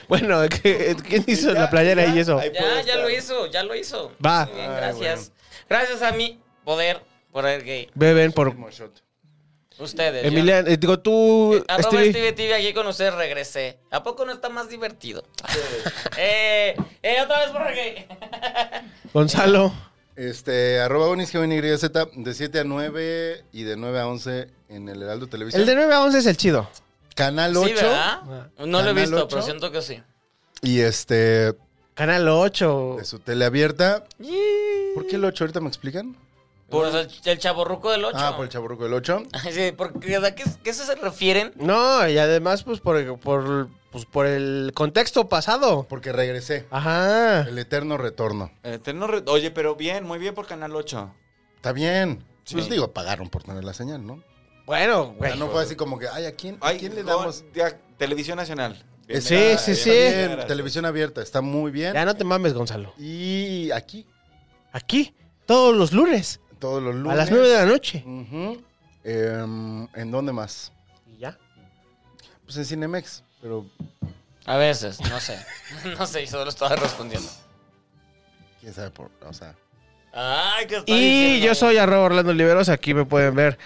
Speaker 3: Bueno, ¿qué- ¿quién hizo la playera y eso?
Speaker 2: Ahí puede
Speaker 1: ya, ya
Speaker 2: estar.
Speaker 1: lo hizo, ya lo hizo.
Speaker 3: Va. Ah,
Speaker 1: Muy bien,
Speaker 2: Ay,
Speaker 1: gracias. Gracias a mi poder, poder gay.
Speaker 3: Beben por.
Speaker 2: Como shot.
Speaker 1: Ustedes. yo-
Speaker 3: Emiliano, eh, digo tú,
Speaker 1: Arroba
Speaker 3: Stevie.
Speaker 1: Stevie TV, aquí con ustedes regresé. ¿A poco no está más divertido? *laughs* eh, eh, otra vez por gay.
Speaker 3: Gonzalo.
Speaker 2: Este, arroba Unis, GNYZ, de 7 a 9 y de 9 a 11 en el Heraldo Televisión.
Speaker 3: El de 9 a 11 es el chido.
Speaker 2: Canal 8.
Speaker 1: Sí, ¿verdad? No lo he
Speaker 2: Canal
Speaker 1: visto,
Speaker 2: ocho.
Speaker 1: pero siento que sí.
Speaker 2: y este,
Speaker 3: Canal 8.
Speaker 2: de su tele abierta. ¿Por qué el 8? ¿Ahorita me explican?
Speaker 1: Por el, el chaborruco del 8. *laughs*
Speaker 2: Ah, por el chaburruco del 8.
Speaker 1: Sí, porque, ¿a qué, qué se refieren?
Speaker 3: No, y además, pues por, por, pues, por el contexto pasado.
Speaker 2: Porque regresé.
Speaker 3: Ajá.
Speaker 2: El eterno retorno.
Speaker 4: El Eterno Eh, Re- Oye, pero bien, muy bien por Canal 8.
Speaker 2: Está bien. Pues digo, pagaron por tener la señal, ¿no?
Speaker 3: Bueno,
Speaker 2: O sea,
Speaker 3: güey.
Speaker 2: no fue así como que, ay, ¿a quién, a
Speaker 4: Ay,
Speaker 2: quién le
Speaker 4: con-
Speaker 2: damos?
Speaker 4: ya, Televisión Nacional.
Speaker 2: Eh,
Speaker 3: sí,
Speaker 4: Bienvenida,
Speaker 3: sí,
Speaker 2: Está
Speaker 3: sí.
Speaker 4: bienvenida,
Speaker 2: bien,
Speaker 4: gracias.
Speaker 2: Televisión abierta, está muy bien.
Speaker 3: Ya no te mames, Gonzalo.
Speaker 2: Y aquí,
Speaker 3: Aquí, todos los lunes,
Speaker 2: todos los lunes.
Speaker 3: a las 9 de la noche.
Speaker 2: Ujú. Em, ¿En dónde más?
Speaker 3: Y ya.
Speaker 2: Pues en Cinemex, pero
Speaker 1: A veces, no sé. *laughs* no sé, yo solo estaba respondiendo.
Speaker 2: quién sabe por, o sea.
Speaker 1: Ay, ¿qué está
Speaker 3: Y
Speaker 1: diciendo?
Speaker 3: yo soy arroba Orlando Oliveros, aquí me pueden ver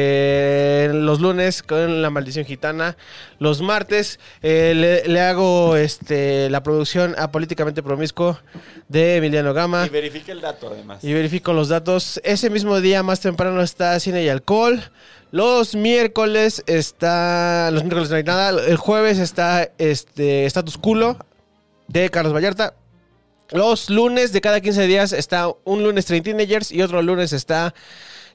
Speaker 3: eh, los lunes con La Maldición Gitana, los martes eh, le, le hago este la producción a Políticamente Promiscuo de Emiliano Gama
Speaker 4: Y verifique el dato, además.
Speaker 3: y verifico los datos. Ese mismo día más temprano está Cine y Alcohol, los miércoles está, los miércoles no hay nada, el jueves está este Status Culo de Carlos Vallarta, los lunes de cada 15 días está un lunes Train Teenagers y otro lunes está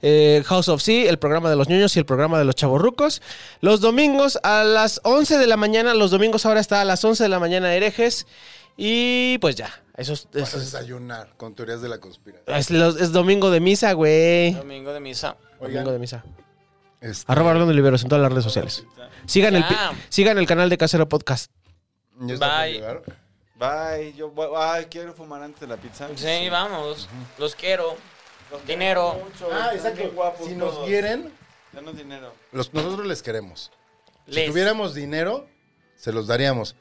Speaker 3: eh, House of Sea, el programa de los niños y el programa de los chavorrucos. Los domingos a las 11 de la mañana, los domingos ahora está a las 11 de la mañana herejes. Y pues ya, eso es,
Speaker 2: Para
Speaker 3: eso es-
Speaker 2: desayunar con teorías de la conspiración.
Speaker 3: es, los- es domingo de misa, güey.
Speaker 1: Domingo de misa.
Speaker 2: Oigan,
Speaker 3: Domingo de misa.
Speaker 2: este,
Speaker 3: Arroba Orlando Oliveros en todas las redes sociales. Sigan, el, pi-
Speaker 1: Ya.
Speaker 3: sigan el canal de Casero Podcast.
Speaker 2: ¿ya está por
Speaker 1: Bye.
Speaker 2: llegar?
Speaker 4: Bye, yo voy- ay, quiero fumar antes de la pizza.
Speaker 1: Sí, vamos. Los quiero. Dinero.
Speaker 2: Ah,
Speaker 4: Bien
Speaker 2: exacto.
Speaker 4: guapos
Speaker 2: Si nos
Speaker 4: todos.
Speaker 2: quieren,
Speaker 4: Danos dinero.
Speaker 2: los- nosotros les queremos. Si
Speaker 1: Les.
Speaker 2: tuviéramos dinero, se los daríamos.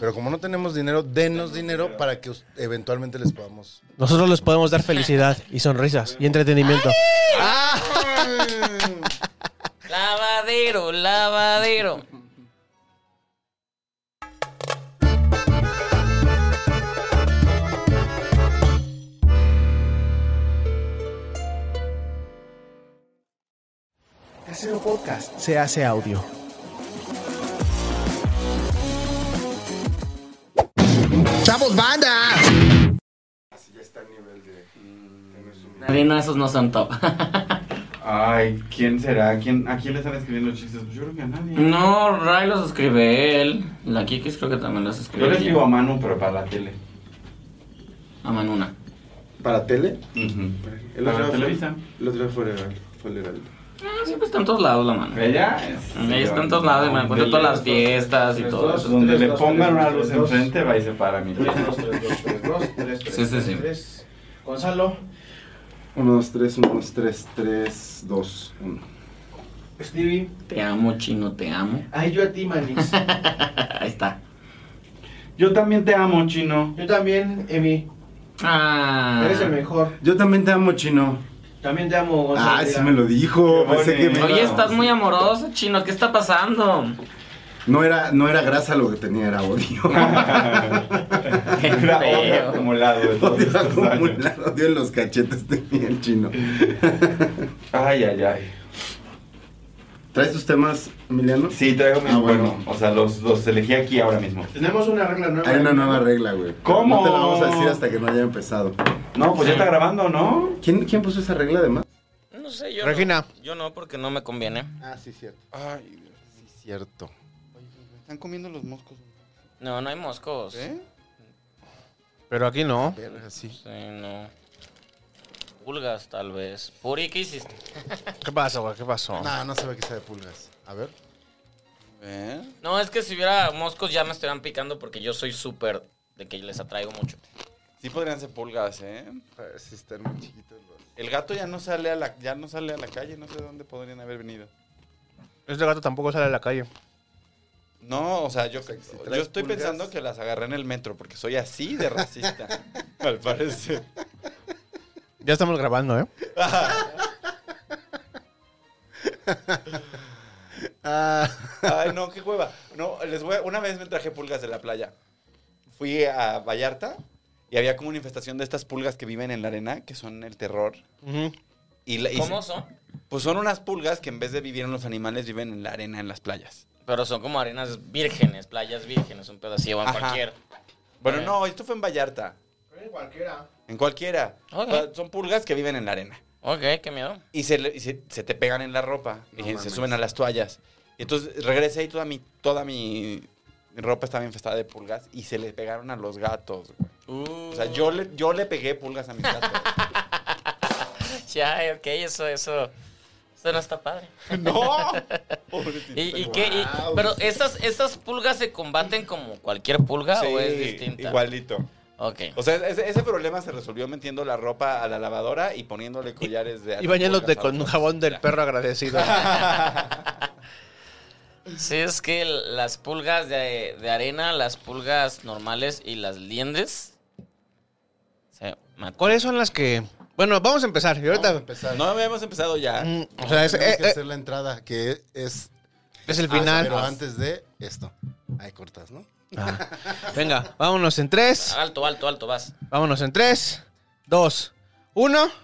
Speaker 2: Pero como no tenemos dinero, denos dinero para que us- eventualmente les podamos.
Speaker 3: Nosotros les podemos dar felicidad y sonrisas y entretenimiento.
Speaker 1: Lavadero, lavadero.
Speaker 6: Casero Podcast se hace audio.
Speaker 5: ¡Chavos, banda!
Speaker 1: No, esos no son top. *laughs*
Speaker 4: Ay, ¿quién será? ¿Quién, ¿A quién le están escribiendo chistes? Pues Yo creo que a nadie.
Speaker 1: Mm. No, Ray los escribe él. La Kikis creo que también los escribe.
Speaker 4: Yo le escribo a Manu, pero para la tele.
Speaker 1: a Manuna.
Speaker 7: ¿Para tele?
Speaker 4: El para la televisa.
Speaker 7: El otro fue legal. Fue legal.
Speaker 1: Ah, siempre está en todos lados la mano.
Speaker 4: Ella es.
Speaker 1: Ella Mm, está en todos lados y me encuentro en todas las fiestas y todo eso.
Speaker 4: Donde le
Speaker 7: Tres, dos,
Speaker 4: pongan
Speaker 7: tres,
Speaker 4: una
Speaker 7: tres,
Speaker 4: luz
Speaker 7: tres, dos.
Speaker 4: enfrente, va y se para mi
Speaker 7: 3,
Speaker 4: tele.
Speaker 7: 2, 3, 2, 3, 2, 3, 3.
Speaker 1: Sí, sí, sí.
Speaker 7: Gonzalo. 1, 2, 3, 1, 2, 3, 3, 2, 1. Stevie.
Speaker 1: Te amo, chino, te amo. *laughs*
Speaker 7: Ay, yo a ti, Manix.
Speaker 1: Ahí está.
Speaker 4: Yo también te amo, chino.
Speaker 7: yo también, Emi.
Speaker 1: Ah.
Speaker 7: Eres el mejor.
Speaker 4: Yo también te amo, chino.
Speaker 7: También te amo, Gonzalo.
Speaker 8: Ah, sí me lo dijo.
Speaker 4: Qué
Speaker 8: Pensé que
Speaker 4: bonito.
Speaker 8: me-
Speaker 1: Oye, estás muy amoroso, chino. ¿Qué está pasando?
Speaker 8: no era, no era grasa lo que tenía, era odio.
Speaker 1: *laughs*
Speaker 4: *laughs*
Speaker 1: Qué
Speaker 4: Era odio
Speaker 1: feo.
Speaker 4: acumulado de todos
Speaker 8: odio
Speaker 4: estos años.
Speaker 8: acumulado, odio en los cachetes tenía
Speaker 4: *laughs*
Speaker 8: el chino.
Speaker 4: Ay, ay, ay.
Speaker 8: ¿Traes tus temas, Emiliano?
Speaker 4: Sí, traigo mis
Speaker 8: Ah, bueno.
Speaker 4: bueno. O sea, los, los elegí aquí ahora mismo.
Speaker 7: Tenemos una regla nueva.
Speaker 8: Hay una nueva regla, güey.
Speaker 4: ¿Cómo?
Speaker 8: No te la vamos a decir hasta que no haya empezado.
Speaker 4: No, pues ya está grabando, ¿no?
Speaker 8: ¿Quién, quién puso esa regla además?
Speaker 1: No sé, yo.
Speaker 3: Regina.
Speaker 1: no. yo no, porque no me conviene.
Speaker 2: Ah, sí, cierto.
Speaker 4: Ay,
Speaker 2: Sí, cierto.
Speaker 4: están comiendo los moscos.
Speaker 1: No, no hay moscos.
Speaker 3: Pero aquí no.
Speaker 2: Verga, sí.
Speaker 1: Sí, no. Pulgas, tal vez. Puri, ¿qué hiciste?
Speaker 3: ¿Qué pasó, güey? ¿Qué pasó?
Speaker 2: No, no se ve que sea de pulgas. A ver.
Speaker 4: ¿Eh?
Speaker 1: No, es que si hubiera moscos ya me estarían picando porque yo soy súper de que les atraigo mucho.
Speaker 4: Sí podrían ser pulgas, ¿eh?
Speaker 2: Sí, están muy chiquitos los.
Speaker 4: El gato ya no sale a la, ya no sale a la calle, no sé de dónde podrían haber venido.
Speaker 3: Este gato tampoco sale a la calle.
Speaker 4: No, o sea, yo,
Speaker 2: si
Speaker 4: yo
Speaker 2: traes
Speaker 4: estoy
Speaker 2: pulgas-
Speaker 4: pensando que las agarré en el metro porque soy así de racista,
Speaker 2: *laughs*
Speaker 4: al parecer.
Speaker 3: Ya estamos grabando,
Speaker 2: *laughs*
Speaker 3: ¿eh?
Speaker 2: Ah.
Speaker 4: Ay, no, qué hueva. No, les voy a- una vez me traje pulgas de la playa. Fui a Vallarta y había como una infestación de estas pulgas que viven en la arena, que son el terror. Y la- y-
Speaker 1: ¿Cómo son?
Speaker 4: Pues son unas pulgas que en vez de vivir en los animales, viven en la arena, en las playas.
Speaker 1: Pero son como arenas vírgenes, playas vírgenes, un pedacito en
Speaker 4: Ajá.
Speaker 1: cualquier.
Speaker 4: Bueno,
Speaker 1: Eh.
Speaker 4: no, esto fue en Vallarta.
Speaker 7: Cualquiera.
Speaker 4: En cualquiera.
Speaker 1: Ok.
Speaker 4: Pa- Son pulgas que viven en la arena.
Speaker 1: Ok, qué miedo.
Speaker 4: Y se, le- y se, se te pegan en la ropa.
Speaker 2: No
Speaker 4: y se
Speaker 2: mames.
Speaker 4: suben a las toallas. Y entonces regresé y toda mi, toda mi ropa estaba infestada de pulgas. Y se le pegaron a los gatos. güey. O sea, yo le, yo le pegué pulgas a mis
Speaker 3: *laughs*
Speaker 4: gatos.
Speaker 1: Ya, ok, eso, eso. Eso no está padre.
Speaker 4: ¡No!
Speaker 1: *laughs* ¿Y, y
Speaker 2: Wow.
Speaker 1: qué? Y- pero estas, estas pulgas se combaten como cualquier pulga o es distinta.
Speaker 4: Igualito.
Speaker 1: Ok.
Speaker 4: O sea, ese, ese problema se resolvió metiendo la ropa a la lavadora y poniéndole collares de
Speaker 3: Y bañándote
Speaker 4: pulgas a
Speaker 3: con un
Speaker 4: los
Speaker 3: jabón del perro agradecido.
Speaker 1: Sí, es que las pulgas de, de arena, las pulgas normales y las liendres. Se matan.
Speaker 3: *laughs* ¿Cuáles son las que.? Bueno, vamos a empezar. Y
Speaker 2: Vamos a
Speaker 3: ahorita.
Speaker 2: empezar.
Speaker 4: No habíamos empezado ya.
Speaker 3: Mm, o sea, es,
Speaker 2: Tenemos
Speaker 3: eh,
Speaker 2: que
Speaker 3: eh,
Speaker 2: hacer la entrada, que es.
Speaker 3: es el
Speaker 2: Ah,
Speaker 3: final.
Speaker 2: Pero antes de esto. Ahí cortas, ¿no?
Speaker 3: Ah. Venga, vámonos en tres.
Speaker 1: Alto, alto, alto, vas.
Speaker 3: Vámonos en tres, dos, uno.